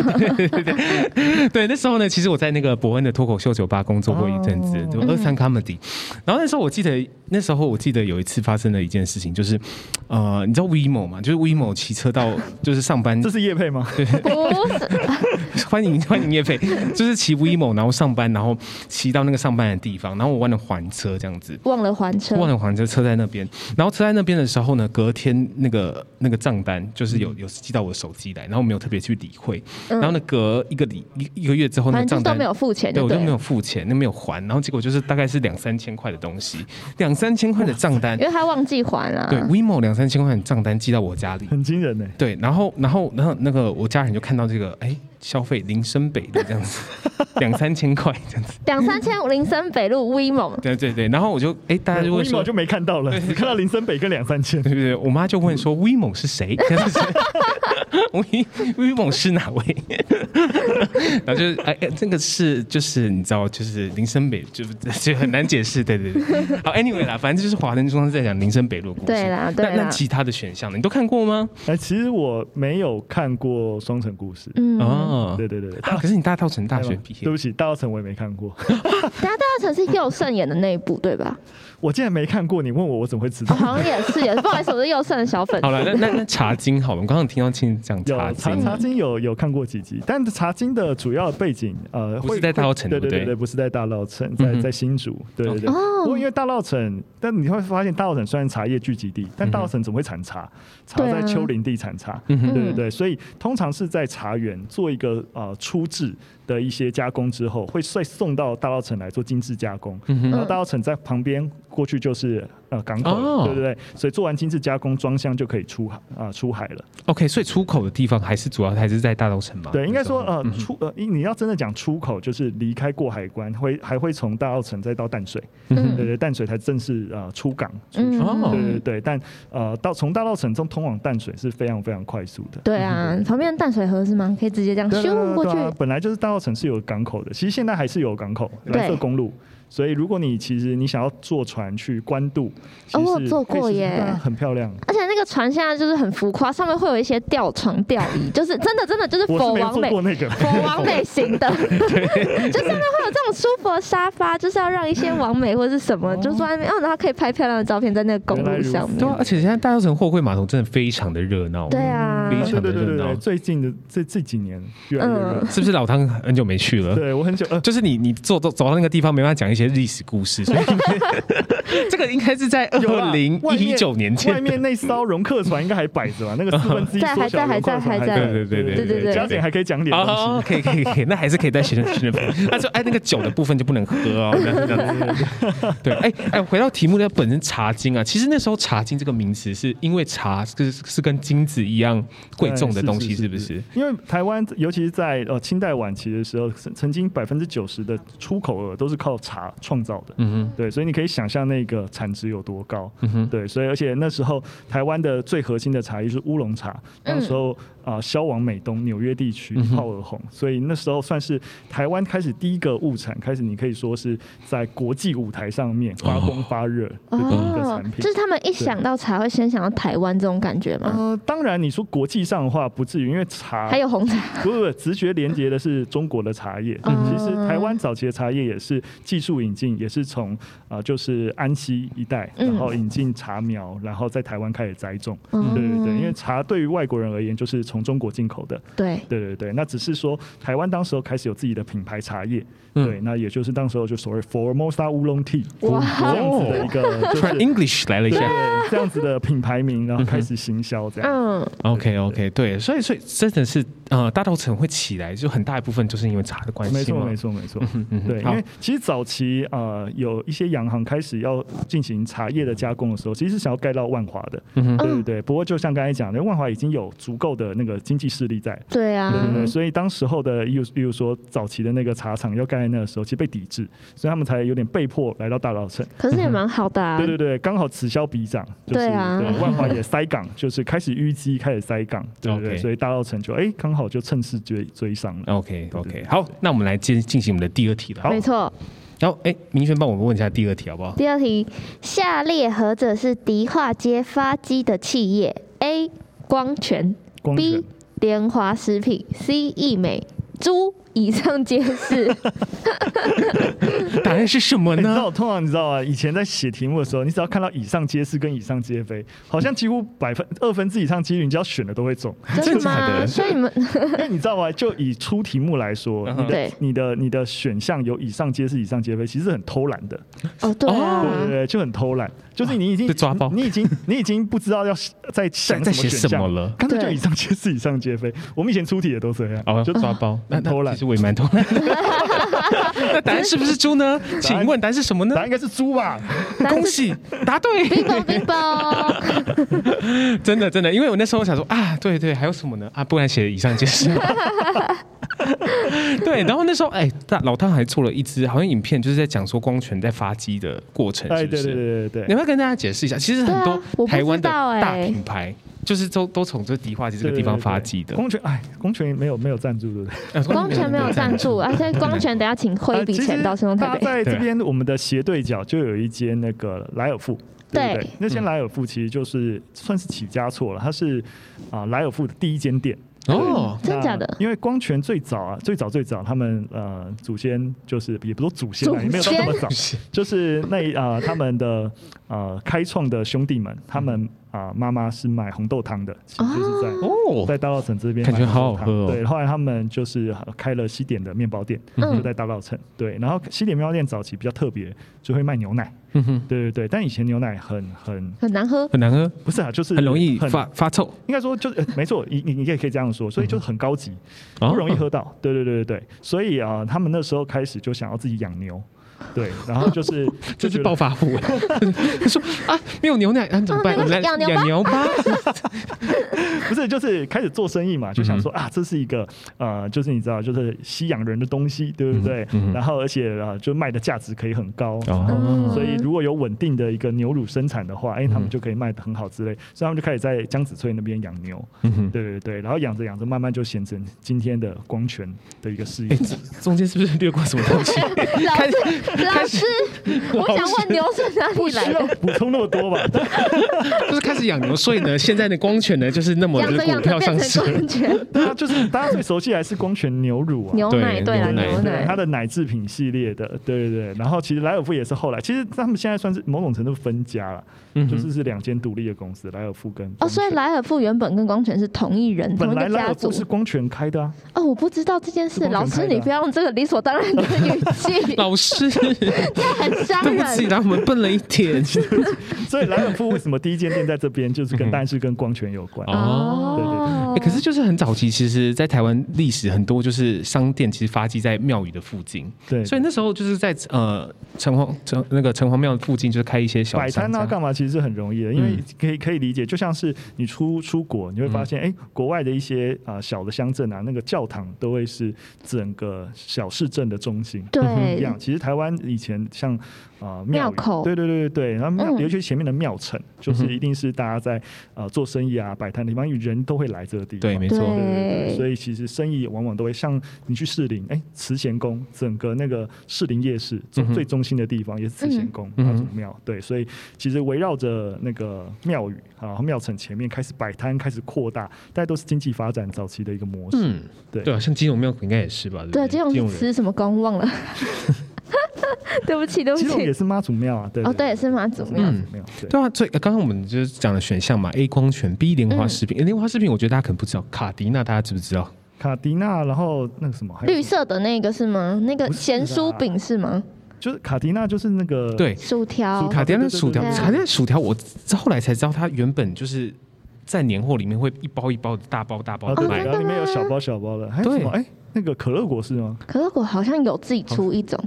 [SPEAKER 5] 对，那时候呢，其实我在那个伯恩的脱口秀酒吧工作过一阵子
[SPEAKER 4] 哦，
[SPEAKER 5] 就二
[SPEAKER 2] 嗯
[SPEAKER 5] 三 comedy。然后那时候我记得，那时候我记得有一次发生了一件事情，就是呃，你知道 WeMo 嘛？就 是 WeMo 骑车到就是上班
[SPEAKER 4] 这，是叶配 吗？
[SPEAKER 2] 不是
[SPEAKER 5] 欢迎欢迎叶飞， 就是骑 WeMo 然后上班，然后骑到那个上班的地方，然后我忘了还车这样子。
[SPEAKER 2] 忘了还车，
[SPEAKER 5] 忘了还车，车在那边。然后车在那边的时候呢，隔天那个那个账单就是有有司机到我的手机来，然后没有特别去理会。
[SPEAKER 2] 嗯
[SPEAKER 5] 然后呢，隔一个礼一一个月之后，那
[SPEAKER 2] 反
[SPEAKER 5] 个
[SPEAKER 2] 正就是
[SPEAKER 5] 账
[SPEAKER 2] 都
[SPEAKER 5] 单
[SPEAKER 2] 没有付钱
[SPEAKER 5] 对，
[SPEAKER 2] 就
[SPEAKER 5] 我
[SPEAKER 2] 对
[SPEAKER 5] 就
[SPEAKER 2] 了，
[SPEAKER 5] 没有付钱，那没有还，然后结果就是大概是两三千块的东西，两三千块的账单
[SPEAKER 2] 因，为他忘记还啊了、
[SPEAKER 5] 对，WeMo 两三千块的账单寄到我家里，
[SPEAKER 2] 嗯
[SPEAKER 4] 很惊人欸呢、
[SPEAKER 5] 对，然后然后然后那个我家人就看到这个，哎，消费林森北的这样子，两三千块这样子，
[SPEAKER 2] 两三千林森北路 WeMo，
[SPEAKER 5] 对对对，然后我就哎，大家就
[SPEAKER 4] 我
[SPEAKER 5] 会
[SPEAKER 4] 一秒
[SPEAKER 5] 说，
[SPEAKER 4] 就
[SPEAKER 5] 对
[SPEAKER 4] 没看到了，只看到林森北跟两三千。
[SPEAKER 5] 对对，我妈就问说
[SPEAKER 2] 嗯
[SPEAKER 5] WeMo 是谁 这样子？We WeMo 是哪位？ 然后就是哎，哎这个是就是你知道，就是林森北就就很难解释，对 对对。好，anyway 啦，反正就是华灯初上是在讲林森北路的故事。
[SPEAKER 2] 对啦对
[SPEAKER 5] 那
[SPEAKER 2] 啦
[SPEAKER 5] 那其他的选项呢？你都看过吗？
[SPEAKER 4] 哎，其实我没有看过《双城故事》。
[SPEAKER 2] 嗯，
[SPEAKER 5] 哦，
[SPEAKER 4] 对对对对，
[SPEAKER 5] 啊，可是你大稻城大学毕
[SPEAKER 4] 对
[SPEAKER 5] 业
[SPEAKER 4] 不，起，大稻城我也没看过，
[SPEAKER 2] 大家大城是佑胜演的那一部对吧？
[SPEAKER 4] 我竟然没看过，你问我我怎么会知
[SPEAKER 2] 哦，
[SPEAKER 4] 道？
[SPEAKER 2] 好像也是，也是，不好意思，我是佑胜的小粉丝
[SPEAKER 5] 好。了，那那那茶经好了，我刚刚听到青讲
[SPEAKER 4] 有
[SPEAKER 5] 茶
[SPEAKER 4] 茶
[SPEAKER 5] 经，
[SPEAKER 4] 茶经有有看过几集，但茶经的主要背景呃，
[SPEAKER 5] 不是
[SPEAKER 4] 会
[SPEAKER 5] 在大稻城
[SPEAKER 4] 对
[SPEAKER 5] 对不
[SPEAKER 4] 对
[SPEAKER 5] 对
[SPEAKER 4] 对，不是在大稻城，
[SPEAKER 5] 嗯
[SPEAKER 4] 在
[SPEAKER 5] 哼
[SPEAKER 4] 在新竹，对对对。
[SPEAKER 2] 哦
[SPEAKER 4] 不过因为大稻城，但你会发现大稻城虽然茶叶聚集地，但大稻城怎么会产茶？茶
[SPEAKER 2] 对啊
[SPEAKER 4] 在丘陵地产茶，
[SPEAKER 5] 嗯嗯哼
[SPEAKER 4] 对对对，所以通常是在茶园做一个呃初制的一些加工之后，会再送到大稻城来做精致加工。
[SPEAKER 5] 嗯哼
[SPEAKER 4] 然后大稻城在旁边过去就是呃港口了，
[SPEAKER 5] 哦
[SPEAKER 4] 对对对，所以做完精致加工装箱就可以出海啊、出海了。
[SPEAKER 5] ，OK，所以出口的地方还是主要还是在大稻城嘛？
[SPEAKER 4] 对，应该说
[SPEAKER 5] 那时候
[SPEAKER 4] 呃出呃，你要真的讲出口，就是离开过海关，会还会从大澳城再到淡水，
[SPEAKER 2] 嗯
[SPEAKER 4] 对对，淡水才正式呃出港出去。
[SPEAKER 5] 哦
[SPEAKER 4] 对对
[SPEAKER 2] 嗯，
[SPEAKER 4] 对，但呃，到从大澳城中通往淡水是非常非常快速的。
[SPEAKER 2] 对啊，旁边的淡水河是吗？可以直接这样
[SPEAKER 4] 对对
[SPEAKER 2] 咻
[SPEAKER 4] 对
[SPEAKER 2] 嗯过
[SPEAKER 4] 对
[SPEAKER 2] 去。
[SPEAKER 4] 啊，本来就是大澳城是有港口的，其实现在还是有港口，
[SPEAKER 2] 对
[SPEAKER 4] 蓝色公路。所以如果你其实你想要坐船去关渡，其
[SPEAKER 2] 哦
[SPEAKER 4] 实
[SPEAKER 2] 我有坐
[SPEAKER 4] 可以
[SPEAKER 2] 过
[SPEAKER 4] 试试
[SPEAKER 2] 耶
[SPEAKER 4] 对啊很漂亮。
[SPEAKER 2] 而且那个船现在就是很浮夸，上面会有一些吊床、吊椅，就是真的真的就是
[SPEAKER 4] 我
[SPEAKER 2] 否
[SPEAKER 4] 是没有
[SPEAKER 2] 王
[SPEAKER 4] 坐
[SPEAKER 2] 美
[SPEAKER 4] 过那个，
[SPEAKER 2] 佛王美型的， 就上面会有这种舒服的沙发，就是要让一些王美或是什么，就坐在那边，哦，然后可以拍漂亮的照片在那个公路上
[SPEAKER 5] 对
[SPEAKER 2] 面
[SPEAKER 5] 啊，。而且现在大稻城货柜码头真的非常的热闹，
[SPEAKER 2] 对，啊，
[SPEAKER 5] 非
[SPEAKER 4] 对
[SPEAKER 5] 常
[SPEAKER 4] 对
[SPEAKER 5] 的
[SPEAKER 4] 对 对
[SPEAKER 5] 热闹
[SPEAKER 4] 对，。最近的这这几年越来越热
[SPEAKER 2] 嗯。
[SPEAKER 5] 是不是老汤很久没去 了？
[SPEAKER 4] 对我很久呃，
[SPEAKER 5] 就是你你走走走到那个地方，没办法讲一些历史故事，所 以 这个应该是在
[SPEAKER 4] 有啦
[SPEAKER 5] 二零
[SPEAKER 4] 外
[SPEAKER 5] 一
[SPEAKER 4] 面
[SPEAKER 5] 九年
[SPEAKER 4] 外
[SPEAKER 5] 前。
[SPEAKER 4] 面那艘容客船应该还摆着吧？那 个四分之一
[SPEAKER 2] 在
[SPEAKER 4] 缩小
[SPEAKER 2] 还
[SPEAKER 4] 容
[SPEAKER 2] 在
[SPEAKER 4] 客
[SPEAKER 2] 还在还
[SPEAKER 4] 船
[SPEAKER 2] 在
[SPEAKER 4] 在，
[SPEAKER 5] 对对对
[SPEAKER 2] 对对对
[SPEAKER 4] 加减还可以讲点东
[SPEAKER 5] 哦，
[SPEAKER 4] 西。
[SPEAKER 5] 可以可以可以，那还是可以再选选 朋友。他说：“哎，那个酒的部分就不能喝哦。这样”这样子对，哎哎，回到题目的本身，茶经啊，其实那时候茶经这个名词是因为茶是是跟金子一样贵重的东西，
[SPEAKER 4] 对
[SPEAKER 5] 是不
[SPEAKER 4] 是
[SPEAKER 5] 是？
[SPEAKER 4] 因为台湾，尤其是在呃清代晚期的时候，曾曾经百分之九十的出口额都是靠茶创造的。
[SPEAKER 5] 嗯
[SPEAKER 4] 对，所以你可以想象那个产值有多高。
[SPEAKER 5] 哼，嗯哼，
[SPEAKER 4] 对，所以而且那时候台湾的最核心的茶叶是乌龙茶，
[SPEAKER 2] 嗯
[SPEAKER 4] 那时候啊、呃销往美东纽约地区
[SPEAKER 5] 嗯哼
[SPEAKER 4] 泡而红，所以那时候算是台湾开始第一个物产，开始你可以说是在国际舞台上面
[SPEAKER 5] 哦
[SPEAKER 4] 发光发热的第一个
[SPEAKER 2] 哦
[SPEAKER 4] 产，品
[SPEAKER 2] 就。是他们一想到茶会先想到台湾这种感觉吗？
[SPEAKER 4] 呃，当然，你说国际上的话不至于，因为茶
[SPEAKER 2] 还有红茶，
[SPEAKER 4] 不不不，直觉连接的是中国的茶叶。
[SPEAKER 2] 嗯
[SPEAKER 4] 其实台湾早期的茶叶也是技术引进，也是从啊、呃就是安溪一带，
[SPEAKER 2] 嗯
[SPEAKER 4] 然后引进茶苗，然后在台湾开始栽种。
[SPEAKER 2] 嗯
[SPEAKER 4] 对对对，因为茶对于外国人而言就是从中国进口的。
[SPEAKER 2] 对，
[SPEAKER 4] 对对对，那只是说台湾当时候开始有自己的品牌茶叶，
[SPEAKER 5] 嗯
[SPEAKER 4] 对，那也就是当时候就所谓 Formosa Oolong Tea
[SPEAKER 2] 哇
[SPEAKER 4] 这样子的一 个就
[SPEAKER 5] 突然
[SPEAKER 4] 是。
[SPEAKER 5] English 来了一
[SPEAKER 4] 对
[SPEAKER 5] 下。
[SPEAKER 4] 这样子的品牌名，然后开始行销这样。
[SPEAKER 2] 嗯，
[SPEAKER 5] OK OK，对，所以所以真的是呃，大稻城会起来，就很大一部分就是因为茶的关
[SPEAKER 4] 没
[SPEAKER 5] 系
[SPEAKER 4] 错，
[SPEAKER 5] 嘛
[SPEAKER 4] 没。错，没错。
[SPEAKER 5] 嗯嗯
[SPEAKER 4] 对，因
[SPEAKER 5] 好
[SPEAKER 4] 为其实早期呃有一些洋行开始要进行茶叶的加工的时候，其实是想要盖到万华的，
[SPEAKER 5] 嗯哼
[SPEAKER 4] 对对对。不过就像刚才讲的，万华已经有足够的那个经济势力在了，
[SPEAKER 2] 对啊
[SPEAKER 5] 嗯
[SPEAKER 4] 对，对对，所以当时候的，例如例如说早期的那个茶厂要盖在那个时候，其实被抵制，所以他们才有点被迫来到大稻城。
[SPEAKER 2] 可是也蛮好的啊
[SPEAKER 4] 对。对对，刚好此消彼长，就是
[SPEAKER 2] 对啊
[SPEAKER 4] 万华也塞港，就是开始淤积，开始塞港，对对
[SPEAKER 5] OK
[SPEAKER 4] 对，所以大稻城就哎刚好就趁势追追上了。
[SPEAKER 5] OK OK，好，那我们来进进行我们的第二题了。
[SPEAKER 2] 没错，
[SPEAKER 5] 然后哎，明轩帮我们问一下第二题好不好？
[SPEAKER 2] 第二题，下列何者是迪化街发迹的企业？A. 光泉
[SPEAKER 4] 光泉
[SPEAKER 2] B 联华食品，C 益美，猪。以上皆是，
[SPEAKER 5] 大答案是什么
[SPEAKER 4] 欸 你知
[SPEAKER 5] 呢？
[SPEAKER 4] 道，通常你知道啊，以前在写题目的时候，你只要看到以上皆是跟以上皆非，好像几乎百分二分之以上几率，你只要选的都会 中。
[SPEAKER 2] 真
[SPEAKER 5] 真
[SPEAKER 2] 的
[SPEAKER 5] 的
[SPEAKER 2] 吗？
[SPEAKER 5] 假的
[SPEAKER 2] 所以你们
[SPEAKER 4] 因为你知道吗？就以出题目来说，
[SPEAKER 5] 嗯
[SPEAKER 4] 你
[SPEAKER 5] 哼
[SPEAKER 4] 的
[SPEAKER 2] 对
[SPEAKER 4] 你的你的选项有以上皆是以上皆非，其实很偷懒的，
[SPEAKER 2] 哦，对啊，
[SPEAKER 4] 对对对，就很偷懒，就是你已经
[SPEAKER 5] 嗯被抓包
[SPEAKER 4] 你已经你已经不知道要再想
[SPEAKER 5] 在
[SPEAKER 4] 什么
[SPEAKER 5] 写
[SPEAKER 4] 选
[SPEAKER 5] 什么
[SPEAKER 4] 项。
[SPEAKER 5] 了？
[SPEAKER 4] 干脆就
[SPEAKER 2] 对
[SPEAKER 4] 以上皆是以上皆非。我们以前出题也都这样，
[SPEAKER 5] 哦，
[SPEAKER 4] 就
[SPEAKER 5] 就抓包，那那
[SPEAKER 4] 偷懒
[SPEAKER 5] 其实我也蛮偷懒。那答案是不是猪呢？请问答案是什么呢
[SPEAKER 4] 答？案应该是猪 吧？
[SPEAKER 5] 恭喜答对，
[SPEAKER 2] 冰雹冰雹，
[SPEAKER 5] 真的真的，因为我那时候想说啊，对对，还有什么呢？啊，不然写以上皆是。 对，然后那时候哎，大老汤还做了一支好像影片，就是在讲说光权在发机的过程，
[SPEAKER 4] 哎，
[SPEAKER 5] 是不
[SPEAKER 4] 对
[SPEAKER 5] 是？
[SPEAKER 4] 对对对
[SPEAKER 5] 你
[SPEAKER 4] 对
[SPEAKER 5] 要不要跟大家解释一下？其实很
[SPEAKER 2] 对啊
[SPEAKER 5] 多
[SPEAKER 2] 我不
[SPEAKER 5] 台湾的
[SPEAKER 2] 知道哎
[SPEAKER 5] 大品牌。就是都都从这迪化街这
[SPEAKER 4] 对，
[SPEAKER 5] 个地方发迹
[SPEAKER 4] 对对对，
[SPEAKER 5] 的
[SPEAKER 4] 公权哎，公权没有没有赞助对不对？
[SPEAKER 5] 呃
[SPEAKER 2] 光权没有赞助，而且光权等下请汇
[SPEAKER 4] 呃
[SPEAKER 2] 一笔钱到新东
[SPEAKER 4] 啊大
[SPEAKER 2] 台
[SPEAKER 4] 家
[SPEAKER 2] 北。
[SPEAKER 4] 在这边，我们的斜对角就有一间那个莱尔富，对不
[SPEAKER 2] 对
[SPEAKER 4] 对？那间莱尔富其实就是算是起家错了，它是啊、莱尔富的第一间店。
[SPEAKER 5] 哦，
[SPEAKER 2] 真的假的
[SPEAKER 4] 那因为光泉最早啊，最早最早，他们呃祖先就是也不是说祖先啊，
[SPEAKER 2] 祖
[SPEAKER 4] 也没有到那么
[SPEAKER 2] 先
[SPEAKER 4] 早， 就是那呃他们的呃开创的兄弟们，他们啊妈妈是卖红豆汤的，其实就是在。
[SPEAKER 5] 哦，
[SPEAKER 4] 在大稻城这边
[SPEAKER 5] 感觉
[SPEAKER 4] 买红豆
[SPEAKER 5] 好好
[SPEAKER 4] 汤
[SPEAKER 5] 喝哦
[SPEAKER 4] 对，后来他们就是开了西点的面包店，
[SPEAKER 2] 嗯
[SPEAKER 4] 就在大稻城。对，然后西点面包店早期比较特别，就会卖牛奶。
[SPEAKER 5] 嗯哼，
[SPEAKER 4] 对对对，但以前牛奶很很
[SPEAKER 2] 很难喝，
[SPEAKER 5] 很难喝，
[SPEAKER 4] 不是啊，就是
[SPEAKER 5] 很容易
[SPEAKER 4] 很
[SPEAKER 5] 发发臭，
[SPEAKER 4] 应该说就是、呃没错，你你你也可以这样说，所以就是很高级，
[SPEAKER 5] 哦
[SPEAKER 4] 不容易喝到。对对对对对，所以啊、他们那时候开始就想要自己养牛，对，然后就是 就觉
[SPEAKER 5] 这是
[SPEAKER 4] 得
[SPEAKER 5] 暴发户。他 说啊，没有牛奶，那怎么办？
[SPEAKER 2] 哦
[SPEAKER 5] 我
[SPEAKER 2] 没
[SPEAKER 5] 们来
[SPEAKER 2] 关系养牛吧
[SPEAKER 5] 养牛吧。
[SPEAKER 4] 不是就是开始做生意嘛，就
[SPEAKER 5] 嗯
[SPEAKER 4] 想说、啊，这是一个呃，就是你知道，就是西洋人的东西，对不对？
[SPEAKER 5] 嗯哼嗯哼哦
[SPEAKER 4] 然后而且啊、呃就卖的价值可以很高。
[SPEAKER 2] 嗯
[SPEAKER 4] 所以如果有稳定的一个牛乳生产的话，哎、他
[SPEAKER 5] 嗯
[SPEAKER 4] 们就可以卖的很好之类，所以他们就开始在江子翠那边养牛，
[SPEAKER 5] 嗯哼，
[SPEAKER 4] 对对对，然后养着养着，慢慢就形成今天的光泉的一个事业
[SPEAKER 5] 哎，。这中间是不是略过什么东西？
[SPEAKER 2] 老
[SPEAKER 5] 开始
[SPEAKER 2] 师，老
[SPEAKER 5] 开
[SPEAKER 2] 师
[SPEAKER 5] 始，
[SPEAKER 2] 我想问牛是哪里来
[SPEAKER 4] 需要
[SPEAKER 2] 的？
[SPEAKER 4] 补充那么多吧？
[SPEAKER 5] 就是开始养牛，所以呢，现在的光权呢，就是那么
[SPEAKER 2] 养
[SPEAKER 5] 的
[SPEAKER 2] 着
[SPEAKER 5] 股
[SPEAKER 2] 养着
[SPEAKER 5] 票
[SPEAKER 2] 变
[SPEAKER 5] 上市
[SPEAKER 2] 成。光权
[SPEAKER 4] 大家就是大家最熟悉还是光泉牛乳啊，
[SPEAKER 2] 牛奶，
[SPEAKER 5] 对
[SPEAKER 2] 对啦，
[SPEAKER 5] 牛奶
[SPEAKER 2] 牛
[SPEAKER 4] 对它
[SPEAKER 2] 奶，
[SPEAKER 4] 的奶制品系列的，对对对。然后其实莱尔富也是后来，其实他们现在算是某种程度分家了，
[SPEAKER 5] 嗯
[SPEAKER 4] 就
[SPEAKER 5] 哼，
[SPEAKER 4] 是是两间独立的公司，莱尔富跟
[SPEAKER 2] 哦，所以
[SPEAKER 4] 莱
[SPEAKER 2] 莱尔富原本跟光权是同一人，同
[SPEAKER 4] 本
[SPEAKER 2] 一
[SPEAKER 4] 来
[SPEAKER 2] 个
[SPEAKER 4] 莱
[SPEAKER 2] 家
[SPEAKER 4] 尔富
[SPEAKER 2] 族
[SPEAKER 4] 是。光泉开的啊，
[SPEAKER 2] 哦，我不知道这件事，
[SPEAKER 4] 是光
[SPEAKER 2] 老
[SPEAKER 4] 泉
[SPEAKER 2] 师
[SPEAKER 4] 开的
[SPEAKER 2] 你不要用这个理所当然的语气
[SPEAKER 5] 老师，对
[SPEAKER 2] 很伤
[SPEAKER 5] 不起，
[SPEAKER 2] 人。
[SPEAKER 5] 让我们笨了一点。
[SPEAKER 4] 所以莱尔富为什么第一间店在这边，就是跟
[SPEAKER 5] 嗯哼
[SPEAKER 4] 当然是跟光泉有关。
[SPEAKER 5] 哦
[SPEAKER 2] 哦
[SPEAKER 5] 欸可是就是很早期，其实，在台湾历史很多就是商店其实发迹在庙宇的附近，
[SPEAKER 4] 对，
[SPEAKER 5] 所以那时候就是在呃城隍城那个城隍庙附近，就是开一些小
[SPEAKER 4] 摆
[SPEAKER 5] 商
[SPEAKER 4] 摊啊，
[SPEAKER 5] 家
[SPEAKER 4] 干嘛其实是很容易的，因为
[SPEAKER 5] 嗯
[SPEAKER 4] 可以可以理解，就像是你出出国，你会发现，哎、国外的一些啊、呃小的乡镇啊，那个教堂都会是整个小市镇的中心。一
[SPEAKER 2] 对
[SPEAKER 4] 样，其实台湾以前像啊
[SPEAKER 2] 庙
[SPEAKER 4] 宇
[SPEAKER 2] 口
[SPEAKER 4] 对对对对对，然后庙，
[SPEAKER 2] 嗯
[SPEAKER 4] 尤其是前面的庙城，
[SPEAKER 5] 嗯
[SPEAKER 4] 就是一定是大家在呃做生意啊、摆摊的地方，因为人都会来这个地方。
[SPEAKER 5] 对，没
[SPEAKER 2] 对
[SPEAKER 5] 错，
[SPEAKER 4] 对对
[SPEAKER 5] 嗯
[SPEAKER 4] 对，所以其实生意往往都会像你去士林，哎，慈贤宫整个那个士林夜市
[SPEAKER 5] 嗯
[SPEAKER 4] 中
[SPEAKER 5] 哼
[SPEAKER 4] 最中心的地方也是慈贤宫
[SPEAKER 5] 嗯
[SPEAKER 4] 妈祖庙，对，所以其实围绕着那个庙宇啊庙城前面开始摆摊，开始扩大，大家都是经济发展早期的一个模式。
[SPEAKER 5] 嗯，
[SPEAKER 4] 对
[SPEAKER 5] 对啊，像金融庙口应该也是吧？对不
[SPEAKER 2] 对，
[SPEAKER 5] 对，
[SPEAKER 2] 金融
[SPEAKER 5] 人
[SPEAKER 2] 是吃什么工忘 了？对不起，对不
[SPEAKER 4] 基隆也
[SPEAKER 2] 起。
[SPEAKER 4] 是妈祖庙啊，对
[SPEAKER 2] 哦，对，是妈祖庙
[SPEAKER 4] 妈
[SPEAKER 5] 嗯。
[SPEAKER 4] 祖庙，对。
[SPEAKER 5] 对啊，所以呃刚刚我们就是讲了选项嘛，A 光泉，B 莲
[SPEAKER 2] 嗯
[SPEAKER 5] 花饰品。诶莲花饰品，我觉得大家可能不知道，卡迪娜大家知不知道？
[SPEAKER 4] 卡迪娜，然后那个什么，还有
[SPEAKER 2] 绿
[SPEAKER 4] 什
[SPEAKER 2] 色的那个是吗？那个
[SPEAKER 4] 不是
[SPEAKER 2] 咸酥饼是吗？
[SPEAKER 4] 么就是卡迪娜，就是那个
[SPEAKER 5] 对，
[SPEAKER 2] 薯条
[SPEAKER 4] 薯
[SPEAKER 5] 卡迪娜
[SPEAKER 4] 对对
[SPEAKER 5] 的
[SPEAKER 4] 对
[SPEAKER 5] 薯条
[SPEAKER 2] 哦对，对
[SPEAKER 5] 卡迪娜的薯条，我后来才知道它原本就是在年货里面会一包一包的大包大包
[SPEAKER 4] 啊
[SPEAKER 5] 的
[SPEAKER 4] 对，
[SPEAKER 2] 哦
[SPEAKER 5] 卖
[SPEAKER 2] 真
[SPEAKER 4] 然
[SPEAKER 2] 的
[SPEAKER 4] 后里面有小包小包的，还有
[SPEAKER 5] 对
[SPEAKER 4] 什么？哎，那个可乐果是 吗？
[SPEAKER 2] 可乐果好像有自己出一种，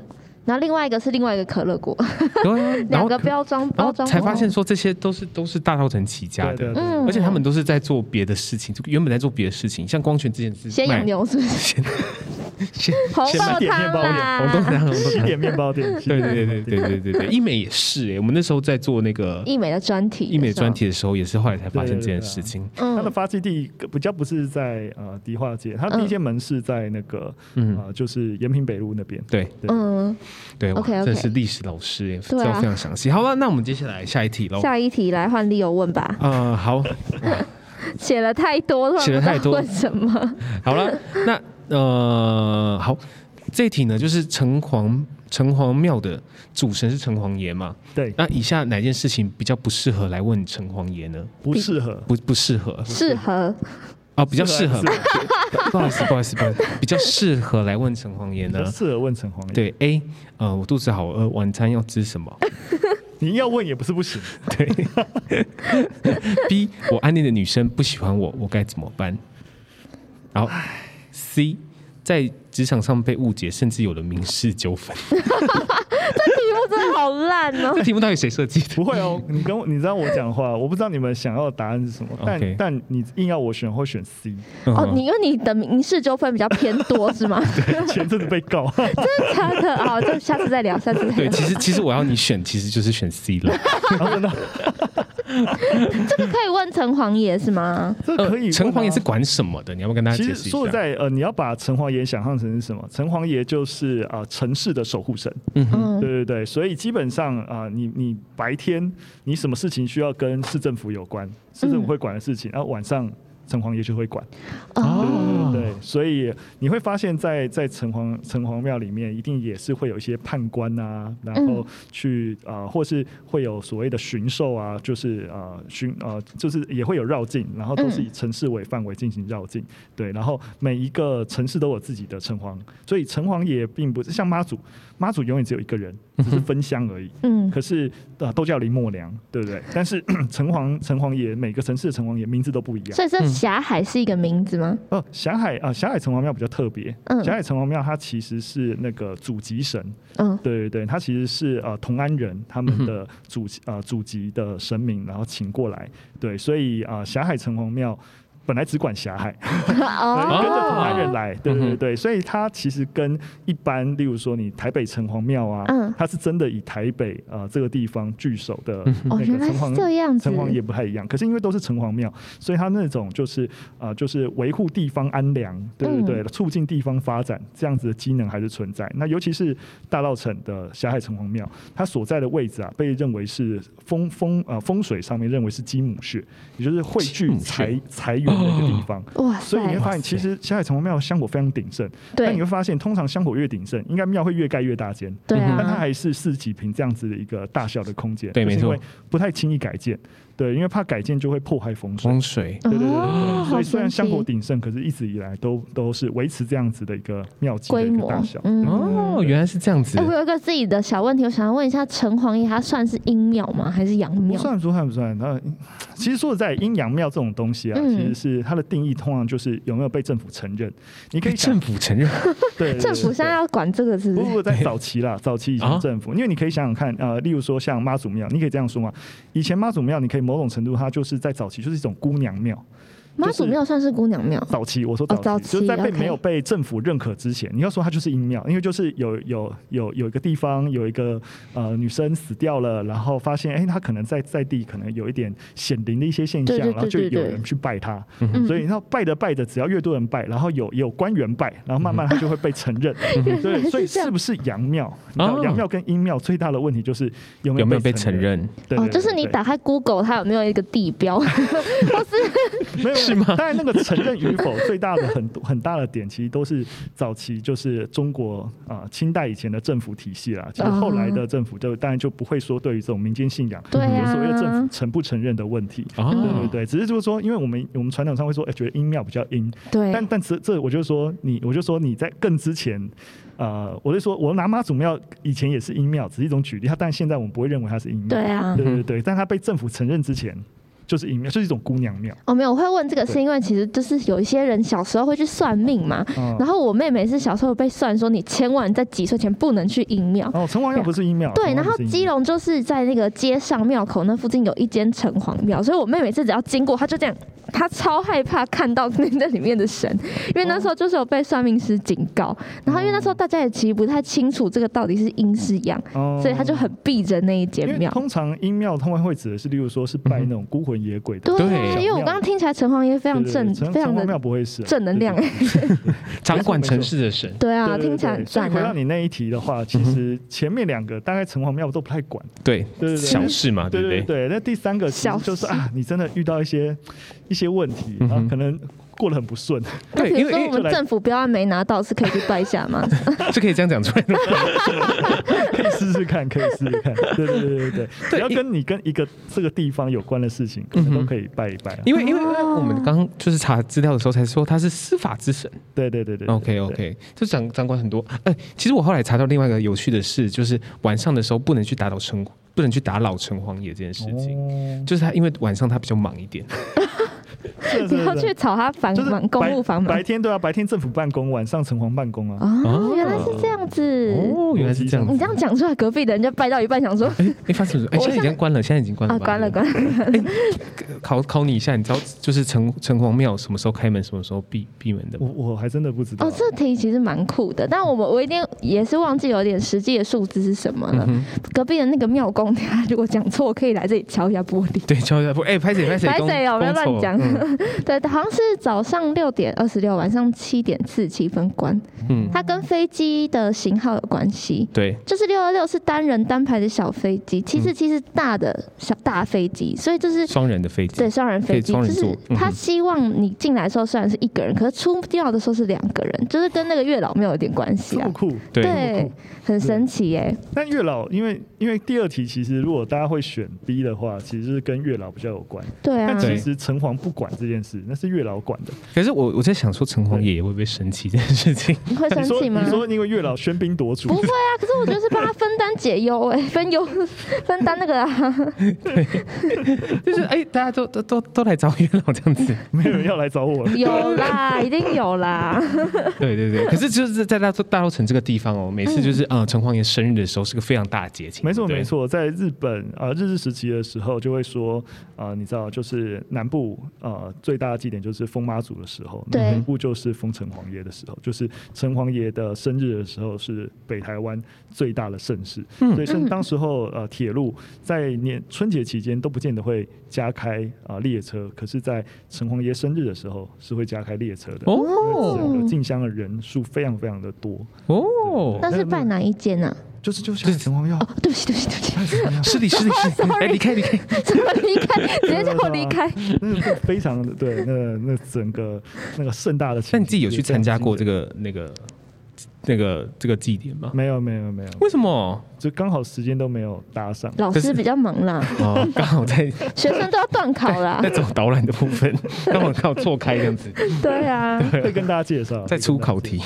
[SPEAKER 2] 然后另外一个是另外一个可乐果，
[SPEAKER 5] 对啊，然
[SPEAKER 2] 两
[SPEAKER 5] 后
[SPEAKER 2] 个标装
[SPEAKER 5] 然
[SPEAKER 2] 包
[SPEAKER 5] 后
[SPEAKER 2] 装。哦
[SPEAKER 5] 才发现说这些都是都是大稻城起家
[SPEAKER 4] 对对
[SPEAKER 5] 的，
[SPEAKER 4] 对
[SPEAKER 2] 嗯
[SPEAKER 5] 而且他们都是在做别的事情，就原本在做别的事情，像光泉之前是
[SPEAKER 2] 先
[SPEAKER 5] 卖
[SPEAKER 2] 养牛是不是？
[SPEAKER 5] 先先
[SPEAKER 2] 红
[SPEAKER 5] 先
[SPEAKER 2] 豆
[SPEAKER 5] 卖
[SPEAKER 2] 汤
[SPEAKER 5] 红豆
[SPEAKER 2] 啦，
[SPEAKER 5] 汤，红豆
[SPEAKER 4] 西
[SPEAKER 5] 汤。
[SPEAKER 4] 点面包店，西
[SPEAKER 5] 嗯对
[SPEAKER 4] 点
[SPEAKER 5] 对
[SPEAKER 4] 面包
[SPEAKER 5] 对
[SPEAKER 4] 店
[SPEAKER 5] 对对对对，医美也是哎、我们那时候在做那个
[SPEAKER 2] 医美的专题，
[SPEAKER 5] 医美专。题的时候，也是后来才发现这件事情。
[SPEAKER 4] 啊它的
[SPEAKER 2] 嗯，
[SPEAKER 4] 发迹地比较不是在呃迪化街，它第一间门市在那个、
[SPEAKER 5] 嗯
[SPEAKER 4] 呃就是延平北路那边。
[SPEAKER 5] 对
[SPEAKER 4] 对
[SPEAKER 2] 嗯，
[SPEAKER 5] 对，我
[SPEAKER 2] OK，OK
[SPEAKER 5] 真的是历史老师耶，知
[SPEAKER 2] 对啊
[SPEAKER 5] 道非常详细。好了，那我们接下来下一题喽。
[SPEAKER 2] 下一题来换 Leo 问吧，
[SPEAKER 5] 呃，好，
[SPEAKER 2] 写了太多了，
[SPEAKER 5] 写了太多
[SPEAKER 2] 不知道问什么？
[SPEAKER 5] 好了，那呃，好，这一题呢，就是城隍城隍庙的主神是城隍爷嘛？
[SPEAKER 4] 对，
[SPEAKER 5] 那以下哪件事情比较不适合来问城隍爷呢？
[SPEAKER 4] 不适合。
[SPEAKER 5] 不不适合
[SPEAKER 2] 适合
[SPEAKER 5] 啊，比较适合
[SPEAKER 4] 不。
[SPEAKER 5] 不好意思，不好意思，不好意思，比较适合来问城隍爷
[SPEAKER 4] 比较
[SPEAKER 5] 呢？
[SPEAKER 4] 适合问城隍爷。，
[SPEAKER 5] 对，A，呃，我肚子好饿，晚餐要吃什么
[SPEAKER 4] 你要问也不是不行。
[SPEAKER 5] ？B，我暗恋的女生不喜欢我，我该怎么办？然后 C，在职场上被误解，甚至有了民事纠纷。
[SPEAKER 2] 题目真的好烂哦
[SPEAKER 5] 这。题目到底谁设计的？
[SPEAKER 4] 不会 哦，你跟我，你知道我讲话，我不知道你们想要的答案是什么，但
[SPEAKER 5] OK
[SPEAKER 4] 但你硬要我选，我会选 C。
[SPEAKER 2] 哦，
[SPEAKER 5] 嗯
[SPEAKER 2] 你因为你的民事纠纷比较偏多是吗？
[SPEAKER 4] 前阵子被 告，
[SPEAKER 2] 真的假的？哦，就下次再聊，下次再
[SPEAKER 5] 对，
[SPEAKER 2] 聊。
[SPEAKER 5] 其实其实我要你选，其实就是选 C 了。
[SPEAKER 2] 这个可以问城隍爷是吗？
[SPEAKER 4] 这
[SPEAKER 5] 呃
[SPEAKER 4] 可以问啊。
[SPEAKER 5] 城隍爷是管什么的？你要不要跟大家
[SPEAKER 4] 其
[SPEAKER 5] 解
[SPEAKER 4] 实
[SPEAKER 5] 释一
[SPEAKER 4] 说实
[SPEAKER 5] 下？
[SPEAKER 4] 在，呃，你要把城隍爷想象成是什么？城隍爷就是啊、呃城市的守护神，对
[SPEAKER 2] 嗯，
[SPEAKER 4] 对对，所以基本上啊、呃你你白天你什么事情需要跟市政府有关，市政府会管的事情，然后、晚上城隍爷就会管，
[SPEAKER 5] 哦
[SPEAKER 4] 对，所以你会发现在在城隍城隍庙里面，一定也是会有一些判官啊，然后去啊、呃或是会有所谓的巡狩啊，就是啊巡啊，就是也会有绕境，然后都是以城市为范围进行绕境。对，然后每一个城市都有自己的城隍，所以城隍也并不是像妈祖，妈祖永远只有一个人，只是分香而已。
[SPEAKER 2] 嗯，
[SPEAKER 4] 可是啊，都叫林默娘，对不对？但是 城隍城隍爷每个城市的城隍爷名字都不一样。
[SPEAKER 2] 所以这霞海是一个名字吗？
[SPEAKER 4] 哦，霞海啊、呃霞海城隍庙比较特别。
[SPEAKER 2] 嗯
[SPEAKER 4] 霞海城隍庙它其实是那个祖籍神，
[SPEAKER 2] 嗯，
[SPEAKER 4] 对对对，它其实是呃同安人他们的祖籍呃祖籍的神明，然后请过来。对，所以啊、呃霞海城隍庙本来只管霞海，对跟着同安人
[SPEAKER 2] 哦，
[SPEAKER 4] 来，对对
[SPEAKER 5] 嗯
[SPEAKER 4] 对
[SPEAKER 5] 哼
[SPEAKER 4] 对，所以它其实跟一般，例如说你台北城隍庙啊，
[SPEAKER 2] 嗯
[SPEAKER 4] 它是真的以台北呃这个地方据守的
[SPEAKER 5] 嗯
[SPEAKER 4] 那
[SPEAKER 2] 哦，
[SPEAKER 4] 个
[SPEAKER 2] 原来
[SPEAKER 4] 城
[SPEAKER 2] 是
[SPEAKER 4] 隍
[SPEAKER 2] 这样子
[SPEAKER 4] 城。隍也不太一样，可是因为都是城隍庙，所以它那种就是呃，就是维护地方安良，对
[SPEAKER 2] 嗯
[SPEAKER 4] 对对，促进地方发展这样子的机能还是存在。那尤其是大稻城的霞海城隍庙，它所在的位置啊，被认为是风风呃风水上面认为是金母穴，也就是汇
[SPEAKER 5] 金
[SPEAKER 4] 聚
[SPEAKER 5] 母穴
[SPEAKER 4] 财财源的一个地方。
[SPEAKER 2] 哇
[SPEAKER 4] 所以你会
[SPEAKER 2] 塞，
[SPEAKER 4] 发现，其实霞海城隍庙香火非常鼎盛。但
[SPEAKER 2] 啊
[SPEAKER 4] 你
[SPEAKER 2] 对
[SPEAKER 4] 会发现，通常香火越鼎盛，应该庙会越盖越大间。
[SPEAKER 2] 对
[SPEAKER 5] 嗯
[SPEAKER 4] 但它
[SPEAKER 2] 啊，
[SPEAKER 4] 还是四几平这样子的一个大小的空间，
[SPEAKER 5] 对
[SPEAKER 4] 就是
[SPEAKER 5] 没错
[SPEAKER 4] 因为不太轻易改建，对，因为怕改建就会破坏风水。
[SPEAKER 5] 风水
[SPEAKER 4] 对对对对
[SPEAKER 2] 哦
[SPEAKER 4] 对，所
[SPEAKER 2] 好
[SPEAKER 4] 以虽然
[SPEAKER 2] 神
[SPEAKER 4] 香火
[SPEAKER 2] 奇
[SPEAKER 4] 鼎盛，可是一直以来都都是维持这样子的一个庙集的
[SPEAKER 2] 规
[SPEAKER 4] 一个
[SPEAKER 2] 模
[SPEAKER 4] 大小，。
[SPEAKER 2] 嗯，
[SPEAKER 5] 哦，原来是这样子
[SPEAKER 4] 嗯
[SPEAKER 2] 哎，。我有一个自己的小问题，我想要问一下，城隍爷他算是阴庙吗？还是阳
[SPEAKER 4] 不
[SPEAKER 2] 庙？
[SPEAKER 4] 算不算不算，那嗯其实说实在，阴阳庙这种东西啊，
[SPEAKER 2] 嗯
[SPEAKER 4] 其实是它的定义通常就是有没有被政府承认。你可以想
[SPEAKER 5] 政府承认，
[SPEAKER 4] 对对对
[SPEAKER 2] 政府现在要管这个是不
[SPEAKER 4] 不
[SPEAKER 2] 是？
[SPEAKER 4] 过在早期 啦，早期以
[SPEAKER 5] 啊
[SPEAKER 4] 前政府，因为你可以想想看，呃，例如说像妈祖庙，你可以这样说嘛，以前妈祖庙，你可以某种程度它就是在早期就是一种姑娘庙，
[SPEAKER 2] 妈祖庙算是姑娘庙，
[SPEAKER 4] 早期我说早期，
[SPEAKER 2] 哦早期
[SPEAKER 4] 就是在被
[SPEAKER 2] OK
[SPEAKER 4] 没有被政府认可之前，你要说它就是阴庙，因为就是有有有有一个地方有一个呃女生死掉了，然后发现哎、她可能在在地可能有一点显灵的一些现象，
[SPEAKER 2] 对对
[SPEAKER 4] 然后
[SPEAKER 2] 对
[SPEAKER 4] 就
[SPEAKER 2] 对
[SPEAKER 4] 有
[SPEAKER 2] 对
[SPEAKER 4] 人去拜她，
[SPEAKER 2] 嗯
[SPEAKER 4] 所以你知道拜着拜着，只要越多人拜，然后有有官员拜，然后慢慢他就会被承认。
[SPEAKER 2] 原来
[SPEAKER 4] 对，
[SPEAKER 2] 是
[SPEAKER 4] 所以
[SPEAKER 2] 这样
[SPEAKER 4] 是不是阳庙？你知道
[SPEAKER 5] 哦
[SPEAKER 4] 阳庙跟阴庙最大的问题就是有没
[SPEAKER 5] 有没有被
[SPEAKER 4] 承
[SPEAKER 5] 承？认？
[SPEAKER 4] 对
[SPEAKER 2] 哦，
[SPEAKER 4] 对
[SPEAKER 2] 就是
[SPEAKER 4] 对
[SPEAKER 2] 你
[SPEAKER 4] 对
[SPEAKER 2] 打开 Google，它有没有一个地 标？
[SPEAKER 4] 没有是吗？当然，那个承认与否最大的很 多很大的点，其实都是早期就是中国啊、呃清代以前的政府体系
[SPEAKER 2] 嗯
[SPEAKER 4] 啦。其实后来的政府就当然就不会说对于这种民间信仰
[SPEAKER 2] 对
[SPEAKER 4] 有
[SPEAKER 2] 啊
[SPEAKER 4] 所谓的政府承不承认的问题。对对
[SPEAKER 5] 哦，
[SPEAKER 4] 对，只是就是说，因为我们我们传统上会说，哎、觉得阴庙比较阴，
[SPEAKER 2] 对，
[SPEAKER 4] 但但这这，我就说你，我就说你在更之前，呃，我就说我拿妈祖庙以前也是阴庙，只是一种举例。它但现在我们不会认为它是阴庙，
[SPEAKER 2] 对啊
[SPEAKER 4] 对对对，但它被政府承认之前就是阴庙，就是一种姑娘庙。
[SPEAKER 2] 哦，没有，我会问这个是因为其实就是有一些人小时候会去算命嘛，
[SPEAKER 4] 嗯
[SPEAKER 2] 然后我妹妹是小时候被算说你千万在几岁前不能去阴庙。
[SPEAKER 4] 哦，城隍庙不是阴庙，
[SPEAKER 2] 对，
[SPEAKER 4] 城隍
[SPEAKER 2] 然后
[SPEAKER 4] 庙不是阴
[SPEAKER 2] 基
[SPEAKER 4] 庙
[SPEAKER 2] 隆就是在那个街上庙口那附近有一间城隍庙，所以我妹每次只要经过，她就这样，她超害怕看到那那里面的神，因为那时候就是有被算命师警告，然后因为那时候大家也其实不太清楚这个到底是阴是阳，
[SPEAKER 4] 哦
[SPEAKER 2] 所以她就很避着那一
[SPEAKER 4] 因
[SPEAKER 2] 间
[SPEAKER 4] 为
[SPEAKER 2] 庙。
[SPEAKER 4] 通常阴庙通常会指的是，例如说是拜那种孤魂野鬼的，
[SPEAKER 2] 对，啊
[SPEAKER 5] 对
[SPEAKER 2] 因为我刚刚听起来城隍爷非
[SPEAKER 4] 非
[SPEAKER 2] 常正，非常
[SPEAKER 4] 城隍庙
[SPEAKER 2] 的
[SPEAKER 4] 不会是啊
[SPEAKER 2] 正能量。
[SPEAKER 4] 对对
[SPEAKER 5] 掌管城市的神，
[SPEAKER 2] 对啊，
[SPEAKER 4] 对对
[SPEAKER 2] 听起来
[SPEAKER 4] 对
[SPEAKER 2] 很
[SPEAKER 4] 所以
[SPEAKER 2] 赞
[SPEAKER 4] 回到
[SPEAKER 2] 啊。
[SPEAKER 4] 你那一题的话，其实前面两个大概城隍庙都不太管，
[SPEAKER 5] 对
[SPEAKER 4] 对对对
[SPEAKER 5] 小事嘛，啊对
[SPEAKER 4] 对
[SPEAKER 5] 不
[SPEAKER 4] 对
[SPEAKER 5] 对？
[SPEAKER 4] 对，那第三个其实就
[SPEAKER 2] 小事
[SPEAKER 4] 是啊，你真的遇到一些一些问题，
[SPEAKER 5] 嗯
[SPEAKER 4] 然
[SPEAKER 5] 哼
[SPEAKER 4] 后可能过得很 不顺。
[SPEAKER 5] 对
[SPEAKER 4] 哎
[SPEAKER 2] 比如
[SPEAKER 5] 因为
[SPEAKER 2] 说
[SPEAKER 5] 因
[SPEAKER 2] 我
[SPEAKER 5] 为
[SPEAKER 2] 们政府标案没拿到，是可以去拜一下 吗？
[SPEAKER 5] 是可以这样讲出来的吗。
[SPEAKER 4] 可以试试看，可以试试看。对对对对对，只要跟你跟一个这个地方有关的事情，
[SPEAKER 2] 嗯
[SPEAKER 4] 可能都可以拜一拜啊。
[SPEAKER 5] 因为因为因为我们刚就是查资料的时候才说他是司法之神。
[SPEAKER 4] 对对对对对
[SPEAKER 5] OK
[SPEAKER 4] 对
[SPEAKER 5] OK，就掌掌管很多。哎、其实我后来查到另外一个有趣的事，就是晚上的时候不能去打扰城，不能去打扰城隍爷这件事情。
[SPEAKER 4] 哦
[SPEAKER 5] 就是他因为晚上他比较忙一点，
[SPEAKER 4] 是的
[SPEAKER 2] 你
[SPEAKER 4] 是
[SPEAKER 2] 要
[SPEAKER 4] 的
[SPEAKER 2] 去吵他房
[SPEAKER 4] 就是
[SPEAKER 2] 门、公
[SPEAKER 4] 白
[SPEAKER 2] 务房
[SPEAKER 4] 白
[SPEAKER 2] 门
[SPEAKER 4] 天对啊，白天政府办公，晚上城隍办公啊。
[SPEAKER 2] 哦，原来是这样子。
[SPEAKER 5] 哦，原来是这 样子。
[SPEAKER 2] 你这样讲出来，隔壁的人就拜到一半，想 说
[SPEAKER 5] 哎、你发现什么？哎、
[SPEAKER 2] 我
[SPEAKER 5] 现在已经关了，现在已经关了
[SPEAKER 2] 啊，
[SPEAKER 5] 吧
[SPEAKER 2] 关了关了，
[SPEAKER 5] 考考你一下，你知道就是城城隍庙什么时候开门，什么时候闭闭门的
[SPEAKER 4] 我
[SPEAKER 5] 吗？
[SPEAKER 4] 我还真的不知道啊
[SPEAKER 2] 哦，这题其实蛮酷的，但我们我一定也是忘记有点实际的数字是什么了。
[SPEAKER 5] 嗯
[SPEAKER 2] 隔壁的那个庙公，他如果讲错，我可以来这里敲一下玻璃。
[SPEAKER 5] 对，敲一下不，哎、拍谁拍谁，
[SPEAKER 2] 拍
[SPEAKER 5] 公
[SPEAKER 2] 谁哦？不要
[SPEAKER 5] 公
[SPEAKER 2] 乱
[SPEAKER 5] 丑
[SPEAKER 2] 讲
[SPEAKER 5] 嗯。
[SPEAKER 2] 对，好像是早上六点二十六，晚上七点四十七分关。
[SPEAKER 5] 嗯
[SPEAKER 2] 它跟飞机的型号有关系，
[SPEAKER 5] 对，
[SPEAKER 2] 就是六二六是单人单排的小飞机，七
[SPEAKER 5] 嗯
[SPEAKER 2] 四七是大的小大飞机，所以就是
[SPEAKER 5] 双人的飞机
[SPEAKER 2] 对，双人飞机，
[SPEAKER 5] 可以双
[SPEAKER 2] 就
[SPEAKER 5] 人
[SPEAKER 2] 是
[SPEAKER 5] 坐
[SPEAKER 2] 他
[SPEAKER 5] 嗯
[SPEAKER 2] 希望你进来的时候虽然是一个人，可是出掉的时候是两个人，就是跟那个月老庙有点关系
[SPEAKER 4] 这
[SPEAKER 2] 啊
[SPEAKER 4] 么。酷。
[SPEAKER 5] 对
[SPEAKER 2] 对，很神奇耶、
[SPEAKER 4] 但月老，因为因为第二题其实如果大家会选 B 的话，其实是跟月老比较有关。
[SPEAKER 2] 对啊
[SPEAKER 4] 但，
[SPEAKER 5] 对
[SPEAKER 4] 其实城隍不管这件事，那是月老管的。
[SPEAKER 5] 可是我我在想说，城隍爷会不会生气这件 事情？
[SPEAKER 2] 你会生
[SPEAKER 4] 你说
[SPEAKER 2] 气吗
[SPEAKER 4] 你？说因为月老喧宾夺主
[SPEAKER 2] 不，会啊，可是我觉得是帮他分担解忧哎、分忧分担那个啊，
[SPEAKER 5] 就是哎、大家都都都都来找月老这 样子。
[SPEAKER 4] 没有人要来找我了。
[SPEAKER 2] 有啦，一定有啦。
[SPEAKER 5] 对对对，可是就是在大大稻城这个地方哦，每次就是嗯、呃城隍爷生日的时候是个非常大的节庆。
[SPEAKER 4] 没错
[SPEAKER 5] 对不对
[SPEAKER 4] 没，错，在日本啊、呃日治时期的时候，就会说啊、呃你知道就是南部呃最大的祭典就是风妈祖的时候，那
[SPEAKER 2] 对
[SPEAKER 4] 北部就是封城隍爷的时候，就是城隍爷的生日的时候是北台湾最大的盛事，
[SPEAKER 5] 嗯
[SPEAKER 4] 所以甚当时候呃铁路在年春节期间都不见得会加开啊、呃列车，可是在城隍爷生日的时候是会加开列车的，
[SPEAKER 5] 哦
[SPEAKER 4] 因为整
[SPEAKER 2] 哦
[SPEAKER 4] 个进香的人数非常非常的多，
[SPEAKER 5] 哦，
[SPEAKER 2] 那是拜哪一间呢、
[SPEAKER 4] 就是就像城隍庙。
[SPEAKER 2] 啊？哦，对不起，对不起，对不起，
[SPEAKER 5] 是 的，是的，是的，哎，离开离开，
[SPEAKER 2] 怎么离开？直接叫我离开。
[SPEAKER 4] 那个非常的对，那那整个那个盛大的情景。
[SPEAKER 5] 那你自己有去参加过这
[SPEAKER 4] 个？
[SPEAKER 5] 个那个那个这个祭典吗？
[SPEAKER 4] 没有没有没有，
[SPEAKER 5] 为什么？
[SPEAKER 4] 就刚好时间都没有搭上。
[SPEAKER 2] 老
[SPEAKER 5] 可是
[SPEAKER 2] 师比较忙啦，
[SPEAKER 5] 哦， 刚好在
[SPEAKER 2] 学生都要断考 啦
[SPEAKER 5] 在。走导览的部 分，刚好刚好错开这样子。
[SPEAKER 2] 对啊，
[SPEAKER 4] 会跟大家介 绍，
[SPEAKER 5] 再出考题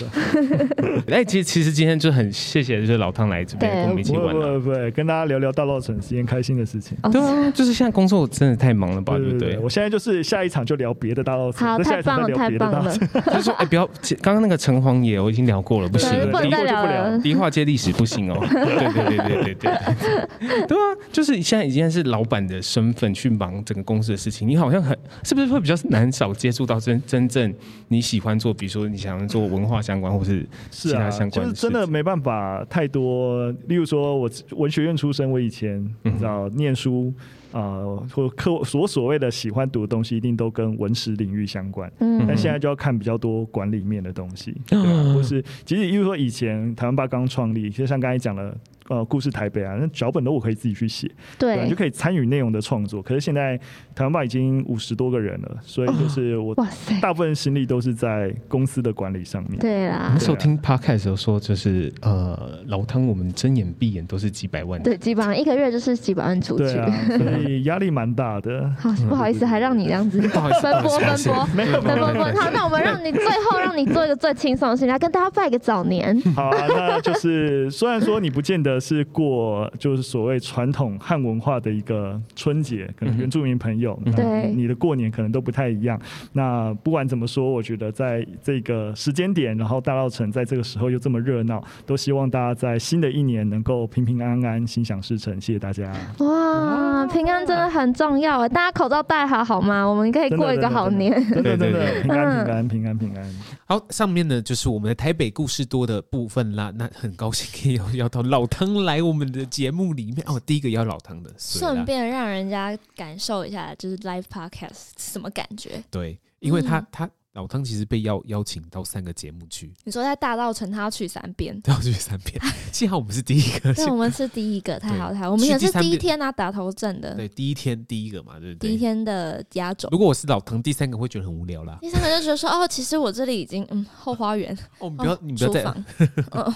[SPEAKER 5] 哎，其实其实今天就很谢谢，就是老汤来这边
[SPEAKER 2] 对
[SPEAKER 5] 跟我们
[SPEAKER 4] 会
[SPEAKER 5] 一起
[SPEAKER 4] 不会
[SPEAKER 5] 玩
[SPEAKER 4] 不
[SPEAKER 5] 了。
[SPEAKER 4] 会不会，跟大家聊聊大稻城是一件开心的事情。
[SPEAKER 2] 哦
[SPEAKER 5] 对啊，就是现在工作真的太忙了吧，对不啊对？
[SPEAKER 4] 我现在就是下一场就聊别的大稻城，
[SPEAKER 2] 好，
[SPEAKER 4] 再下
[SPEAKER 2] 太
[SPEAKER 4] 一场
[SPEAKER 2] 棒了，
[SPEAKER 4] 再聊
[SPEAKER 2] 太
[SPEAKER 4] 别的
[SPEAKER 2] 棒
[SPEAKER 4] 大稻
[SPEAKER 2] 了
[SPEAKER 4] 城。，
[SPEAKER 5] 他说：“哎、不要，刚刚那个城隍爷我已经聊过了，不行
[SPEAKER 2] 对，
[SPEAKER 4] 对
[SPEAKER 2] 不能
[SPEAKER 5] 迪
[SPEAKER 2] 再
[SPEAKER 4] 过就
[SPEAKER 2] 聊
[SPEAKER 4] 不聊
[SPEAKER 2] 了。
[SPEAKER 5] 迪化街历史不 行哦。”对对对对对对对，对啊，就是你现在已经是老板的身份去忙整个公司的事情，你好像很是不是会比较难少接触到真真正你喜欢做，比如说你想要做文化相关或是其
[SPEAKER 4] 是
[SPEAKER 5] 他
[SPEAKER 4] 啊，
[SPEAKER 5] 相
[SPEAKER 4] 就
[SPEAKER 5] 关
[SPEAKER 4] 是
[SPEAKER 5] 的事情，
[SPEAKER 4] 真的没办法太多。例如说，我文学院出身，我以前
[SPEAKER 5] 嗯
[SPEAKER 4] 你知道念书啊、呃或课所所谓的喜欢读的东西，一定都跟文史领域相关。
[SPEAKER 2] 嗯
[SPEAKER 4] 但现在就要看比较多管理面的东 西，对吧？或是其实，例如说以前台湾吧刚创立，就像刚才讲了。呃，故事台北啊，那脚本都我可以自己去写，吧你就
[SPEAKER 2] 对，
[SPEAKER 4] 可以参与内容的创作。可是现在台湾吧已经五十多个人了，所以就是我
[SPEAKER 2] 哇塞，
[SPEAKER 4] 大部分心力都是在公司的管理上面。
[SPEAKER 2] 对
[SPEAKER 5] 那
[SPEAKER 2] 啦，
[SPEAKER 5] 时候听 podcast 的时候说，就是呃，老汤我们睁眼闭眼都是几百万的，
[SPEAKER 2] 对，基本上一个月就是几百万出
[SPEAKER 4] 对
[SPEAKER 2] 去。
[SPEAKER 4] 啊，所以压力蛮大的。
[SPEAKER 2] 好，不好意思，还让你这样子 分
[SPEAKER 5] 嗯不好意思不
[SPEAKER 2] 拨
[SPEAKER 5] 好意
[SPEAKER 2] 分
[SPEAKER 5] 思嗯
[SPEAKER 2] 拨。
[SPEAKER 4] 没有，没
[SPEAKER 2] 分
[SPEAKER 4] 有
[SPEAKER 2] 拨
[SPEAKER 4] 没有
[SPEAKER 2] 分，好，那我们让你最后让你做一个最轻松的事情，来跟大家拜个早 年。
[SPEAKER 4] 好啊，那就是虽然说你不见得是过就是所谓传统汉文化的一个春节，可能原住民朋友，那
[SPEAKER 2] 嗯对
[SPEAKER 4] 你的过年可能都不太一样。那不管怎么说，我觉得在这个时间点，然后大稻城在这个时候又这么热闹，都希望大家在新的一年能够平平安安、心想事成。谢谢大家，
[SPEAKER 2] 哇，平安真的很重要啊！大家口罩戴好好吗？我们可以
[SPEAKER 4] 真的
[SPEAKER 2] 哎过一个好年。，嗯
[SPEAKER 4] 真的真的真
[SPEAKER 5] 对
[SPEAKER 4] 的
[SPEAKER 5] 对
[SPEAKER 4] 平安平安平安平安。
[SPEAKER 1] 好，上面呢就是我们的台北故事多的部分啦。那很高兴可以邀邀到老汤来我们的节目里面哦。第一个邀老汤的，所以啦
[SPEAKER 6] 顺便让人家感受一下，就是 live podcast 是什么感觉？
[SPEAKER 2] 嗯
[SPEAKER 1] 对，因为他、他老汤其实被邀邀请到三个节目去，
[SPEAKER 2] 你说在大道城，他要去三 遍，
[SPEAKER 1] 都要去三遍。幸好我们是第一个，
[SPEAKER 2] 对，啊我们是第一个，太好了太好了，我们
[SPEAKER 1] 去
[SPEAKER 2] 也
[SPEAKER 1] 第
[SPEAKER 2] 是
[SPEAKER 1] 三
[SPEAKER 2] 第一
[SPEAKER 1] 遍
[SPEAKER 2] 天拿打头阵的，
[SPEAKER 1] 对第一天第一个嘛，对不对？
[SPEAKER 2] 第一天的压轴。
[SPEAKER 1] 如果我是老汤，第三个会觉得很无聊啦。
[SPEAKER 2] 第三个就觉得说，哦，其实我这里已经嗯后花园，
[SPEAKER 1] 哦，你
[SPEAKER 2] 哦
[SPEAKER 1] 不要，你不要
[SPEAKER 2] 厨
[SPEAKER 1] 再
[SPEAKER 2] 房，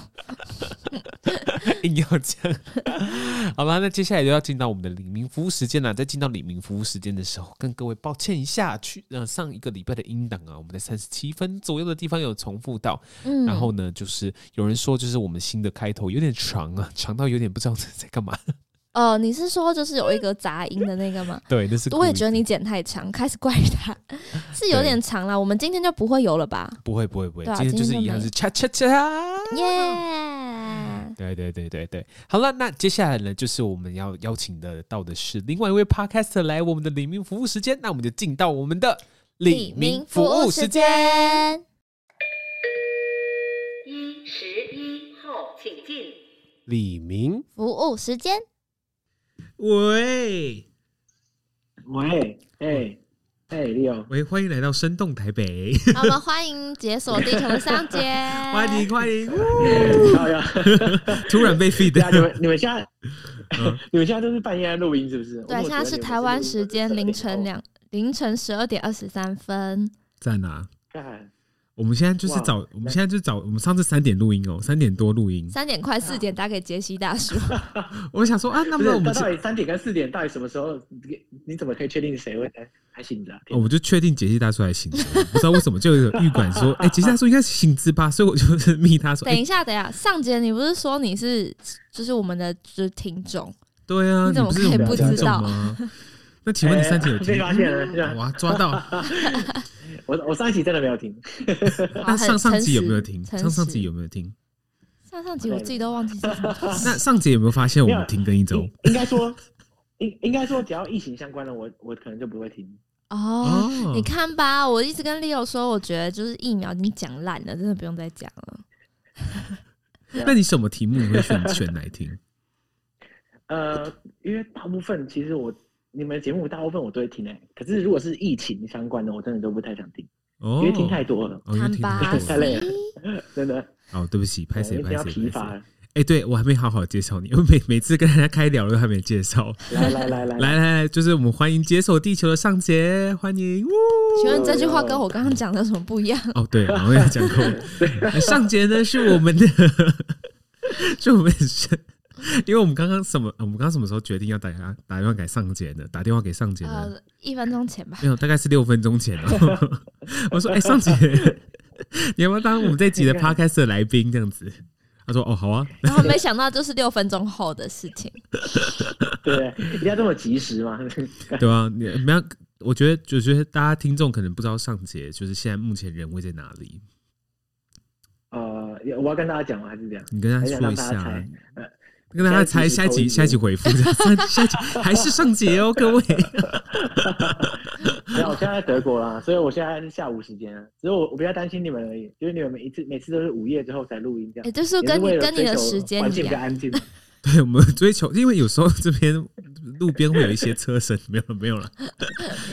[SPEAKER 1] 硬要这样。 好啦，那接下来就要进到我们的李明服务时间啦。在进到李明服务时间的时候，跟各位抱歉一下，去呃上一个礼拜的音档啊，我们在三十七分左右的地方有重复到。
[SPEAKER 2] 嗯，
[SPEAKER 1] 然后呢，就是有人说，就是我们新的开头有点长啊，长到有点不知道在在干嘛。
[SPEAKER 2] 呃，你是说就是有一个杂音的那个吗？
[SPEAKER 1] 对， 那是
[SPEAKER 2] 我也
[SPEAKER 1] 故意
[SPEAKER 2] 觉得你剪太长，开始怪他，是有点长啦。我们今天就不会有了吧？
[SPEAKER 1] 不会不会不会，
[SPEAKER 2] 对啊
[SPEAKER 1] 今天就是
[SPEAKER 2] 今天就
[SPEAKER 1] 一样
[SPEAKER 2] 没
[SPEAKER 1] 是恰恰恰。
[SPEAKER 2] 耶、
[SPEAKER 1] 对对对对对，好了，那接下来呢，就是我们要邀请的到的是另外一位 podcaster 来我们的李明服务时间，那我们就进到我们的
[SPEAKER 2] 李明服务时。间，
[SPEAKER 3] 一十一后请进。
[SPEAKER 5] 李明，
[SPEAKER 2] 服务时间，
[SPEAKER 1] 喂
[SPEAKER 7] 喂，哎，哎，六，
[SPEAKER 1] 喂，欢迎来到生动台北，
[SPEAKER 2] 好我们欢迎解锁地球的上街，
[SPEAKER 1] 欢迎欢 迎！呜
[SPEAKER 7] 好呀，
[SPEAKER 1] 突然被 feed
[SPEAKER 7] 对啊，你们你们现在
[SPEAKER 1] 嗯，
[SPEAKER 7] 你们现在都是半夜在录音是不是？
[SPEAKER 2] 对，现在是台湾时间凌
[SPEAKER 7] 哦
[SPEAKER 2] 晨。两凌晨十二点二十三分。
[SPEAKER 1] 在哪？
[SPEAKER 7] 看，
[SPEAKER 1] 我们现在就是早，
[SPEAKER 7] 哇
[SPEAKER 1] 我们现在就早，我们上次三点录音哦，三点多录音。
[SPEAKER 2] 三点快四点打给杰西大叔，
[SPEAKER 1] 我想说啊，那
[SPEAKER 7] 不
[SPEAKER 1] 么
[SPEAKER 7] 是
[SPEAKER 1] 我，
[SPEAKER 7] 那
[SPEAKER 1] 们
[SPEAKER 7] 到
[SPEAKER 1] 是，
[SPEAKER 7] 底三点跟四点到底什么时候？你你怎么可以确定谁会还还醒着啊？
[SPEAKER 1] 哦我们就确定杰西大叔还醒着，我不知道为什么就有一种预感 说，哎，杰西大叔应该是醒着吧，所以我就是密他说，
[SPEAKER 2] 等
[SPEAKER 1] 哎
[SPEAKER 2] 一，下，等一下，上杰，你不是说你是就是我们的就是听众？
[SPEAKER 1] 对啊，
[SPEAKER 2] 你怎么
[SPEAKER 1] 不是我
[SPEAKER 7] 可以
[SPEAKER 1] 们
[SPEAKER 7] 不
[SPEAKER 1] 听
[SPEAKER 7] 知
[SPEAKER 1] 众
[SPEAKER 2] 道
[SPEAKER 1] 吗？那请问你三点有
[SPEAKER 7] 哎 被
[SPEAKER 1] 听？
[SPEAKER 7] 发现 了是吧？
[SPEAKER 1] 哇，抓到！
[SPEAKER 7] 我我上一集真的没 有听，
[SPEAKER 2] 好
[SPEAKER 1] 那
[SPEAKER 2] 啊很
[SPEAKER 1] 上上
[SPEAKER 2] 诚
[SPEAKER 1] 集有没有
[SPEAKER 2] 实
[SPEAKER 1] 听？
[SPEAKER 2] 诚
[SPEAKER 1] 上上
[SPEAKER 2] 实
[SPEAKER 1] 集有没有听？
[SPEAKER 2] 上上集我自己都忘记是什么。
[SPEAKER 1] 那上集有没有发现我
[SPEAKER 7] 没
[SPEAKER 1] 们
[SPEAKER 7] 有
[SPEAKER 1] 停更一周
[SPEAKER 7] 应？应该说。 应应该说，只要疫情相关的，我我可能就不会听。
[SPEAKER 2] 哦， 你看吧，我一直跟 Leo 说，我觉得就是疫苗已经讲烂了，真的不用再讲了。
[SPEAKER 1] 那你什么题目你会选选来听？
[SPEAKER 7] 呃，因为大部分其实我你们的节目大部分我都会听哎、可是如果是疫情相关的，我真的都不太想听，
[SPEAKER 1] 哦，
[SPEAKER 7] 因为听太多了，
[SPEAKER 1] 哦，因为
[SPEAKER 2] 看
[SPEAKER 1] 听
[SPEAKER 2] 吧
[SPEAKER 1] 太
[SPEAKER 7] 太
[SPEAKER 1] 多了。
[SPEAKER 7] 累了，真的。
[SPEAKER 1] 哦，对不起，拍谁
[SPEAKER 7] 我已经
[SPEAKER 1] 拍
[SPEAKER 7] 要疲
[SPEAKER 1] 谁
[SPEAKER 7] 乏
[SPEAKER 1] 拍谁。
[SPEAKER 7] 了。
[SPEAKER 1] 哎，对我还没好好介绍你，我每每次跟大家开聊都还没介绍。
[SPEAKER 7] 来来来来
[SPEAKER 1] 来来来，就是我们欢迎解锁地球的上节，欢迎！呜
[SPEAKER 2] 请问这句话跟我刚刚讲的有什么不一样？
[SPEAKER 1] 哦，对，我也讲过，那上节呢是我们的， 是我们是，因为我们刚刚什么，我们刚刚什么时候决定要打给他打电话给上节呢？打电话给上节呢？
[SPEAKER 2] 呃，一分钟前吧。
[SPEAKER 1] 没有，大概是六分钟前哦。 我说：“哎、上姐，你要不要当我们这集的 podcast 的来宾这样子？”他说：“哦，好啊。
[SPEAKER 2] 然后没想到就是六分钟后的事 情。
[SPEAKER 7] 对，一定要这么及时吗？
[SPEAKER 1] 对”对啊，你没有？我觉得，我觉得大家听众可能不知道上节就是现在目前人会在哪里，
[SPEAKER 7] 呃，我要跟大家讲吗？还是 这样？
[SPEAKER 1] 你跟他
[SPEAKER 7] 还是想
[SPEAKER 1] 说
[SPEAKER 7] 让
[SPEAKER 1] 一
[SPEAKER 7] 大家
[SPEAKER 1] 下啊
[SPEAKER 7] 猜。。呃
[SPEAKER 1] 跟大家猜下
[SPEAKER 7] 下
[SPEAKER 1] 一
[SPEAKER 7] 一集
[SPEAKER 1] 集，
[SPEAKER 7] 是
[SPEAKER 1] 下一集回复， 这样下下一集还是上节哦，各位。
[SPEAKER 7] 没有，我现在在德国啦，所以我现在是下午时间啊。只是我我比较担心你们而已，就是你们每一次每次都是午夜之后才录音这
[SPEAKER 2] 也
[SPEAKER 7] 样。
[SPEAKER 2] 哎就是跟
[SPEAKER 7] 也
[SPEAKER 2] 你
[SPEAKER 7] 是为了
[SPEAKER 2] 跟你的
[SPEAKER 7] 追求
[SPEAKER 2] 时间
[SPEAKER 7] 环
[SPEAKER 2] 一
[SPEAKER 7] 境比较
[SPEAKER 2] 样，
[SPEAKER 7] 安静。
[SPEAKER 1] 对我们追求，因为有时候这边路边会有一些车声，没有了，没有了。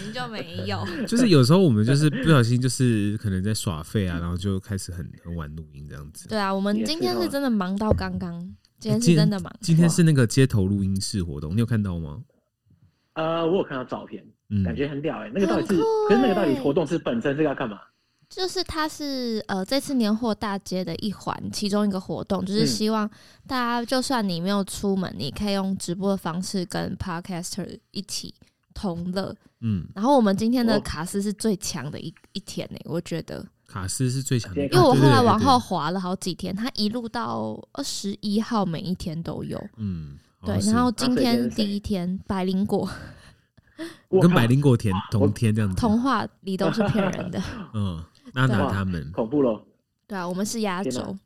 [SPEAKER 2] 你就没有。
[SPEAKER 1] 就是有时候我们就是不小心，就是可能在耍废啊，然后就开始很很晚录音这样子。
[SPEAKER 2] 对啊，我们
[SPEAKER 7] 也
[SPEAKER 2] 今
[SPEAKER 7] 是
[SPEAKER 2] 天是
[SPEAKER 7] 哦
[SPEAKER 2] 真的忙到刚刚，今天
[SPEAKER 1] 哎今
[SPEAKER 2] 是真的忙。
[SPEAKER 1] 今天是那个街头录音室活动，你有看到吗？
[SPEAKER 7] 呃，我有看到照片，
[SPEAKER 1] 嗯，
[SPEAKER 7] 感觉很屌哎、那个到底是
[SPEAKER 2] 很酷，
[SPEAKER 7] 可是那个到底
[SPEAKER 2] 欸
[SPEAKER 7] 活动是本身是要干嘛？
[SPEAKER 2] 就是它是呃这次年货大街的一环，其中一个活动，就是
[SPEAKER 7] 嗯
[SPEAKER 2] 希望大家就算你没有出门，你可以用直播的方式跟 podcaster 一起同乐。
[SPEAKER 1] 嗯，
[SPEAKER 2] 然后我们今天的
[SPEAKER 7] 哦
[SPEAKER 2] 卡斯是最强的一一天呢、我觉得，
[SPEAKER 1] 卡斯是最强的，
[SPEAKER 7] 因
[SPEAKER 2] 因为我
[SPEAKER 1] 啊对
[SPEAKER 2] 后来往，后
[SPEAKER 1] 对对对
[SPEAKER 2] 滑了好几天，它一路到二十一号每一天都有。
[SPEAKER 1] 嗯，好
[SPEAKER 2] 对
[SPEAKER 1] 像，是
[SPEAKER 2] 然后今
[SPEAKER 7] 那所以今
[SPEAKER 2] 天
[SPEAKER 7] 天是谁
[SPEAKER 2] 第一天百灵果
[SPEAKER 7] 我
[SPEAKER 1] 跟
[SPEAKER 7] 靠
[SPEAKER 1] 百灵果田同天这样子，
[SPEAKER 2] 童话里都是骗人的，
[SPEAKER 1] 嗯，娜娜
[SPEAKER 7] 哇
[SPEAKER 1] 他们
[SPEAKER 7] 恐怖咯。
[SPEAKER 2] 对啊，我们是压
[SPEAKER 7] 天哪
[SPEAKER 2] 轴，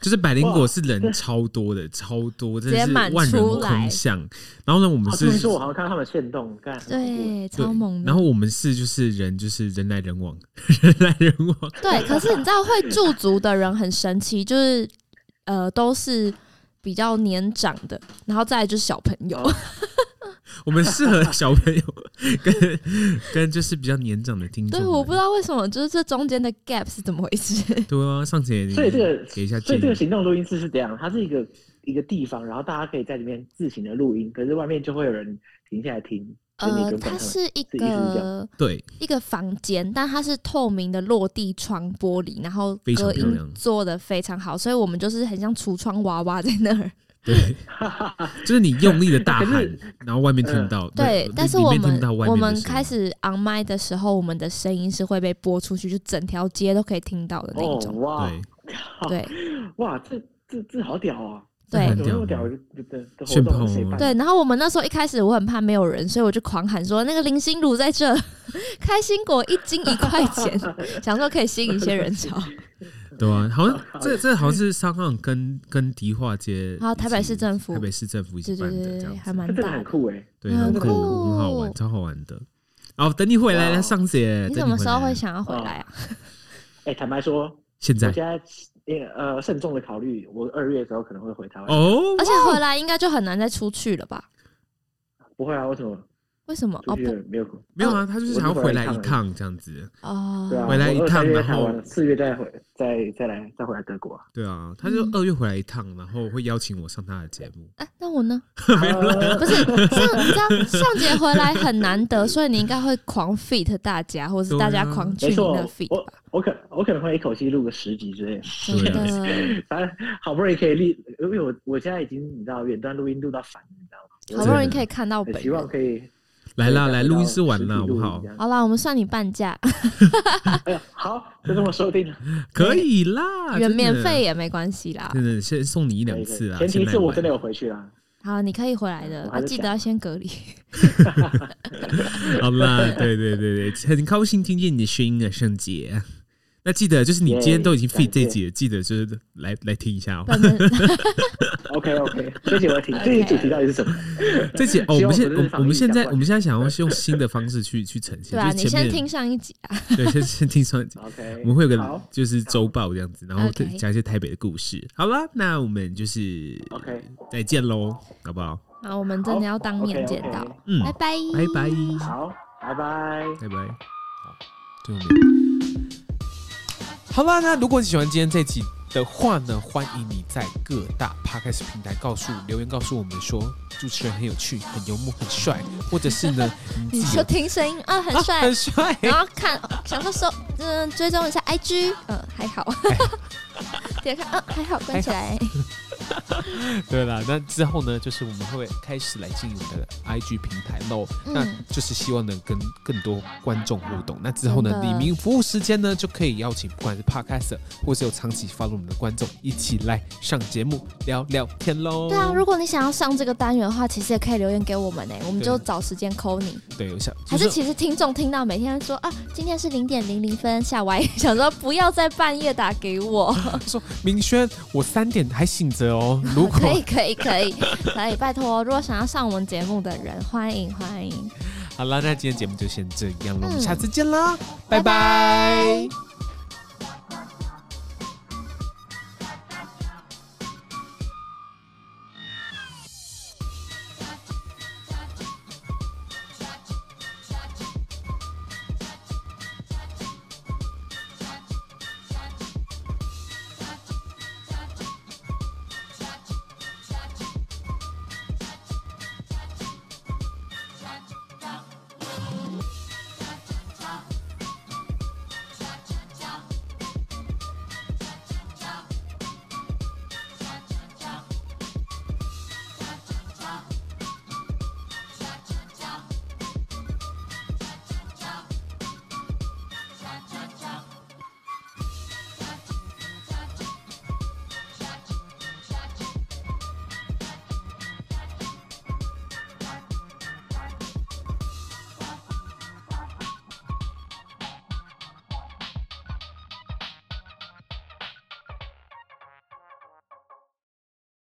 [SPEAKER 1] 就是百灵果是人超多的，超多，真的
[SPEAKER 2] 直
[SPEAKER 1] 是
[SPEAKER 2] 接满
[SPEAKER 1] 万人
[SPEAKER 2] 出来
[SPEAKER 1] 空巷。然后呢，我们
[SPEAKER 7] 哦，
[SPEAKER 1] 是
[SPEAKER 7] 听说我好像看到他们现动，看
[SPEAKER 2] 对，
[SPEAKER 1] 对
[SPEAKER 2] 超猛的
[SPEAKER 1] 然。后我们是就是人就是人来人往， 人来人往，
[SPEAKER 2] 对，可是你知道会驻足的人很神奇，就是呃都是比较年长的，然后再来就是小朋友，
[SPEAKER 7] 哦
[SPEAKER 1] 我们适合小朋友跟 跟就是比较年长的听众
[SPEAKER 2] 对，
[SPEAKER 1] 们。
[SPEAKER 2] 我不知道为什么，就是这中间的 gap 是怎么回事。
[SPEAKER 1] 对啊，上节
[SPEAKER 7] 所以这个，
[SPEAKER 1] 给一下
[SPEAKER 7] 所
[SPEAKER 1] 建
[SPEAKER 7] 以这个
[SPEAKER 1] 议。
[SPEAKER 7] 行动录音室是这样，它是一个一个地方，然后大家可以在里面自行的录音，可是外面就会有人停下来听。跟你
[SPEAKER 2] 呃，
[SPEAKER 7] 跟
[SPEAKER 2] 它
[SPEAKER 7] 观众
[SPEAKER 2] 是一
[SPEAKER 7] 是意思是这
[SPEAKER 2] 个
[SPEAKER 1] 对，
[SPEAKER 2] 一个房间，但它是透明的落地窗玻璃，然后
[SPEAKER 1] 非常
[SPEAKER 2] 隔
[SPEAKER 1] 漂亮
[SPEAKER 2] 音做的非常好，所以我们就是很像橱窗娃娃在那儿。
[SPEAKER 1] 对，就是你用力的大
[SPEAKER 7] 可
[SPEAKER 1] 喊
[SPEAKER 7] 是，
[SPEAKER 1] 然后外面听不到。
[SPEAKER 2] 对，但是
[SPEAKER 1] 里
[SPEAKER 2] 我
[SPEAKER 1] 面听不
[SPEAKER 2] 们
[SPEAKER 1] 到外面的
[SPEAKER 2] 我们
[SPEAKER 1] 声音
[SPEAKER 2] 开始 on 麦的时候，我们的声音是会被播出去，就整条街都可以听到的那
[SPEAKER 7] 哦
[SPEAKER 2] 一种。
[SPEAKER 7] 哇，
[SPEAKER 1] 对
[SPEAKER 7] 靠
[SPEAKER 2] 对
[SPEAKER 7] 哇，这这这好屌啊！
[SPEAKER 2] 对
[SPEAKER 1] 很
[SPEAKER 7] 怎么那么
[SPEAKER 1] 屌
[SPEAKER 7] 屌
[SPEAKER 1] 啊
[SPEAKER 7] 的的的活
[SPEAKER 1] 炫
[SPEAKER 7] 动
[SPEAKER 1] 炮
[SPEAKER 7] 是谁
[SPEAKER 1] 哦
[SPEAKER 7] 办的？
[SPEAKER 2] 对，然后我们那时候一开始我很怕没有人，所以我就狂喊说：“那个林心如在这， 开心果一斤一块 钱，想说可以吸引一些人潮。
[SPEAKER 1] 对啊，好像这这好像是商行跟跟迪化街以及，
[SPEAKER 2] 还有啊台北市政府
[SPEAKER 1] 台北市政府”一
[SPEAKER 2] 对
[SPEAKER 1] 起
[SPEAKER 2] 对
[SPEAKER 1] 办
[SPEAKER 2] 对
[SPEAKER 1] 的这
[SPEAKER 2] 对，
[SPEAKER 1] 样
[SPEAKER 2] 还
[SPEAKER 1] 子，
[SPEAKER 2] 蛮
[SPEAKER 7] 这真的
[SPEAKER 2] 大
[SPEAKER 7] 很
[SPEAKER 2] 的。
[SPEAKER 7] 酷哎！
[SPEAKER 1] 对，
[SPEAKER 2] 很
[SPEAKER 1] 很酷，
[SPEAKER 2] 酷
[SPEAKER 1] 很好玩，超好玩的。好，等你回来
[SPEAKER 7] 哇哦
[SPEAKER 1] 来上姐，
[SPEAKER 2] 你
[SPEAKER 1] 等
[SPEAKER 2] 怎么时候
[SPEAKER 1] 回来
[SPEAKER 2] 会？想要
[SPEAKER 7] 嗯
[SPEAKER 2] 回来啊？
[SPEAKER 7] 哎，坦白说，我
[SPEAKER 1] 现在
[SPEAKER 7] 现在呃慎重的考虑，我二月的时候可能会回台湾。
[SPEAKER 1] 哦
[SPEAKER 2] 而，且回来应该就很难再出去了吧？
[SPEAKER 7] 不会啊，为什么？
[SPEAKER 2] 为什么？
[SPEAKER 7] 出
[SPEAKER 2] 哦
[SPEAKER 7] 去
[SPEAKER 2] 不
[SPEAKER 7] 了没有？
[SPEAKER 1] 没有啊，他就是
[SPEAKER 7] 哦我
[SPEAKER 1] 想要
[SPEAKER 7] 就
[SPEAKER 1] 回
[SPEAKER 7] 回
[SPEAKER 1] 来
[SPEAKER 7] 来
[SPEAKER 1] 一
[SPEAKER 7] 一
[SPEAKER 1] 趟这样子。
[SPEAKER 2] 哦，
[SPEAKER 7] 对啊，
[SPEAKER 1] 回来一
[SPEAKER 7] 我二
[SPEAKER 1] 趟
[SPEAKER 7] 三月
[SPEAKER 1] 然
[SPEAKER 7] 台
[SPEAKER 1] 后
[SPEAKER 7] 湾四月再回，再再来再回来德 国啊。
[SPEAKER 1] 对啊，他就
[SPEAKER 2] 嗯
[SPEAKER 1] 二月回来一趟，然后会邀请我上他的节目。
[SPEAKER 2] 哎，那我呢？
[SPEAKER 7] 没有
[SPEAKER 2] 不是上，你知道上节回来很难得，所以你应该会狂 fit 大家，或是大家
[SPEAKER 1] 啊
[SPEAKER 2] 狂去
[SPEAKER 7] 没
[SPEAKER 2] 你
[SPEAKER 7] 错
[SPEAKER 2] 的 fit
[SPEAKER 7] 我
[SPEAKER 2] 吧？
[SPEAKER 7] 我可我可能会一口气录个十集之类的，
[SPEAKER 2] 真
[SPEAKER 1] 对啊
[SPEAKER 2] 的，
[SPEAKER 7] 反正好不容易可以录，因为我我现在已经你知道远端录音录到烦了，你知道
[SPEAKER 2] 好
[SPEAKER 7] 吗？
[SPEAKER 2] 不哦容易可以看到
[SPEAKER 7] 很
[SPEAKER 2] 本
[SPEAKER 7] 希望
[SPEAKER 2] 人。
[SPEAKER 7] 可以
[SPEAKER 1] 来啦，来录音室玩啦，
[SPEAKER 7] 了，
[SPEAKER 1] 好不好？
[SPEAKER 2] 好啦，我们算你半价，
[SPEAKER 7] 哎呀， 好，就这么收定了。
[SPEAKER 1] 可以啦，
[SPEAKER 2] 免
[SPEAKER 1] 真的
[SPEAKER 2] 免费，也没关系啦。
[SPEAKER 1] 真的先送你一两次啦。
[SPEAKER 7] 前提
[SPEAKER 1] 先来
[SPEAKER 7] 是我
[SPEAKER 1] 玩
[SPEAKER 7] 真的有回去啦。
[SPEAKER 2] 好，你可以回来的，
[SPEAKER 7] 我
[SPEAKER 2] 啊
[SPEAKER 7] 还是
[SPEAKER 2] 记得要先隔离。
[SPEAKER 1] 好啦，对对对对，很高兴听见你的声音啊，圣杰。那记得就是你今天都已经
[SPEAKER 7] Yeah，感
[SPEAKER 1] fit
[SPEAKER 7] 谢
[SPEAKER 1] 这一集了，记得就是来来听一下哦。
[SPEAKER 2] 本人
[SPEAKER 7] OK OK，谢谢我听。这一主题到底是 什么？
[SPEAKER 1] 这集哦，我
[SPEAKER 7] 希望
[SPEAKER 1] 们现
[SPEAKER 7] 不是
[SPEAKER 1] 我们
[SPEAKER 7] 防疫
[SPEAKER 1] 我们现在
[SPEAKER 7] 相关
[SPEAKER 1] 我们现在想要是用新的方式去去呈现，
[SPEAKER 2] 对啊，
[SPEAKER 1] 就
[SPEAKER 2] 你
[SPEAKER 1] 是前
[SPEAKER 2] 先
[SPEAKER 1] 面
[SPEAKER 2] 听上一集啊。
[SPEAKER 1] 对， 先先听上一集。
[SPEAKER 7] OK，
[SPEAKER 1] 我们会有个
[SPEAKER 7] 好
[SPEAKER 1] 就是周报这样子，然后
[SPEAKER 2] OK
[SPEAKER 1] 讲一些台北的故事。好了，那我们就是
[SPEAKER 7] OK
[SPEAKER 1] 再见喽，好不好？
[SPEAKER 2] 好，我们真的要当面见到，
[SPEAKER 7] OK，OK
[SPEAKER 1] 嗯，
[SPEAKER 2] 拜拜，
[SPEAKER 1] 拜拜，
[SPEAKER 7] 好，拜拜。
[SPEAKER 1] 拜拜。好，最后面。好啦，那如果你喜欢今天这集的话呢，欢迎你在各大 podcast 平台告诉留言告诉我们说主持人很有趣、很幽默、很帅，或者是呢
[SPEAKER 2] 你
[SPEAKER 1] 你自己
[SPEAKER 2] 就
[SPEAKER 1] 有
[SPEAKER 2] 听声音啊，很
[SPEAKER 1] 啊
[SPEAKER 2] 帅
[SPEAKER 1] 很，帅，
[SPEAKER 2] 然后看想说收嗯追踪一下 IG，嗯还好，点开嗯还好关起来。
[SPEAKER 1] 对啦，那之后呢，就是我们会开始来经营我们的 IG 平台喽。
[SPEAKER 2] 嗯
[SPEAKER 1] 那就是希望能跟更多观众互动。那之后呢，
[SPEAKER 2] 真的
[SPEAKER 1] 李明服务时间呢，就可以邀请不管是 Podcaster 或是有长期 follow 我们的观众一起来上节目聊聊天喽。
[SPEAKER 2] 对啊，如果你想要上这个单元的话，其实也可以留言给我们呢、欸我们
[SPEAKER 1] 对
[SPEAKER 2] 就找时间扣你。
[SPEAKER 1] 对，有想
[SPEAKER 2] 还是其实听众听到每天说啊，今天是零点零零分下歪， 想说不要在半夜打给我，
[SPEAKER 1] 他啊说明轩，我三点还醒着哦。如
[SPEAKER 2] 可
[SPEAKER 1] 果
[SPEAKER 2] 以可以可以可以，拜托，如果想要上我们节目的人，欢迎欢迎，
[SPEAKER 1] 好啦，那今天节目就先这样了，我们
[SPEAKER 2] 嗯
[SPEAKER 1] 下次见啦，拜拜
[SPEAKER 2] 拜拜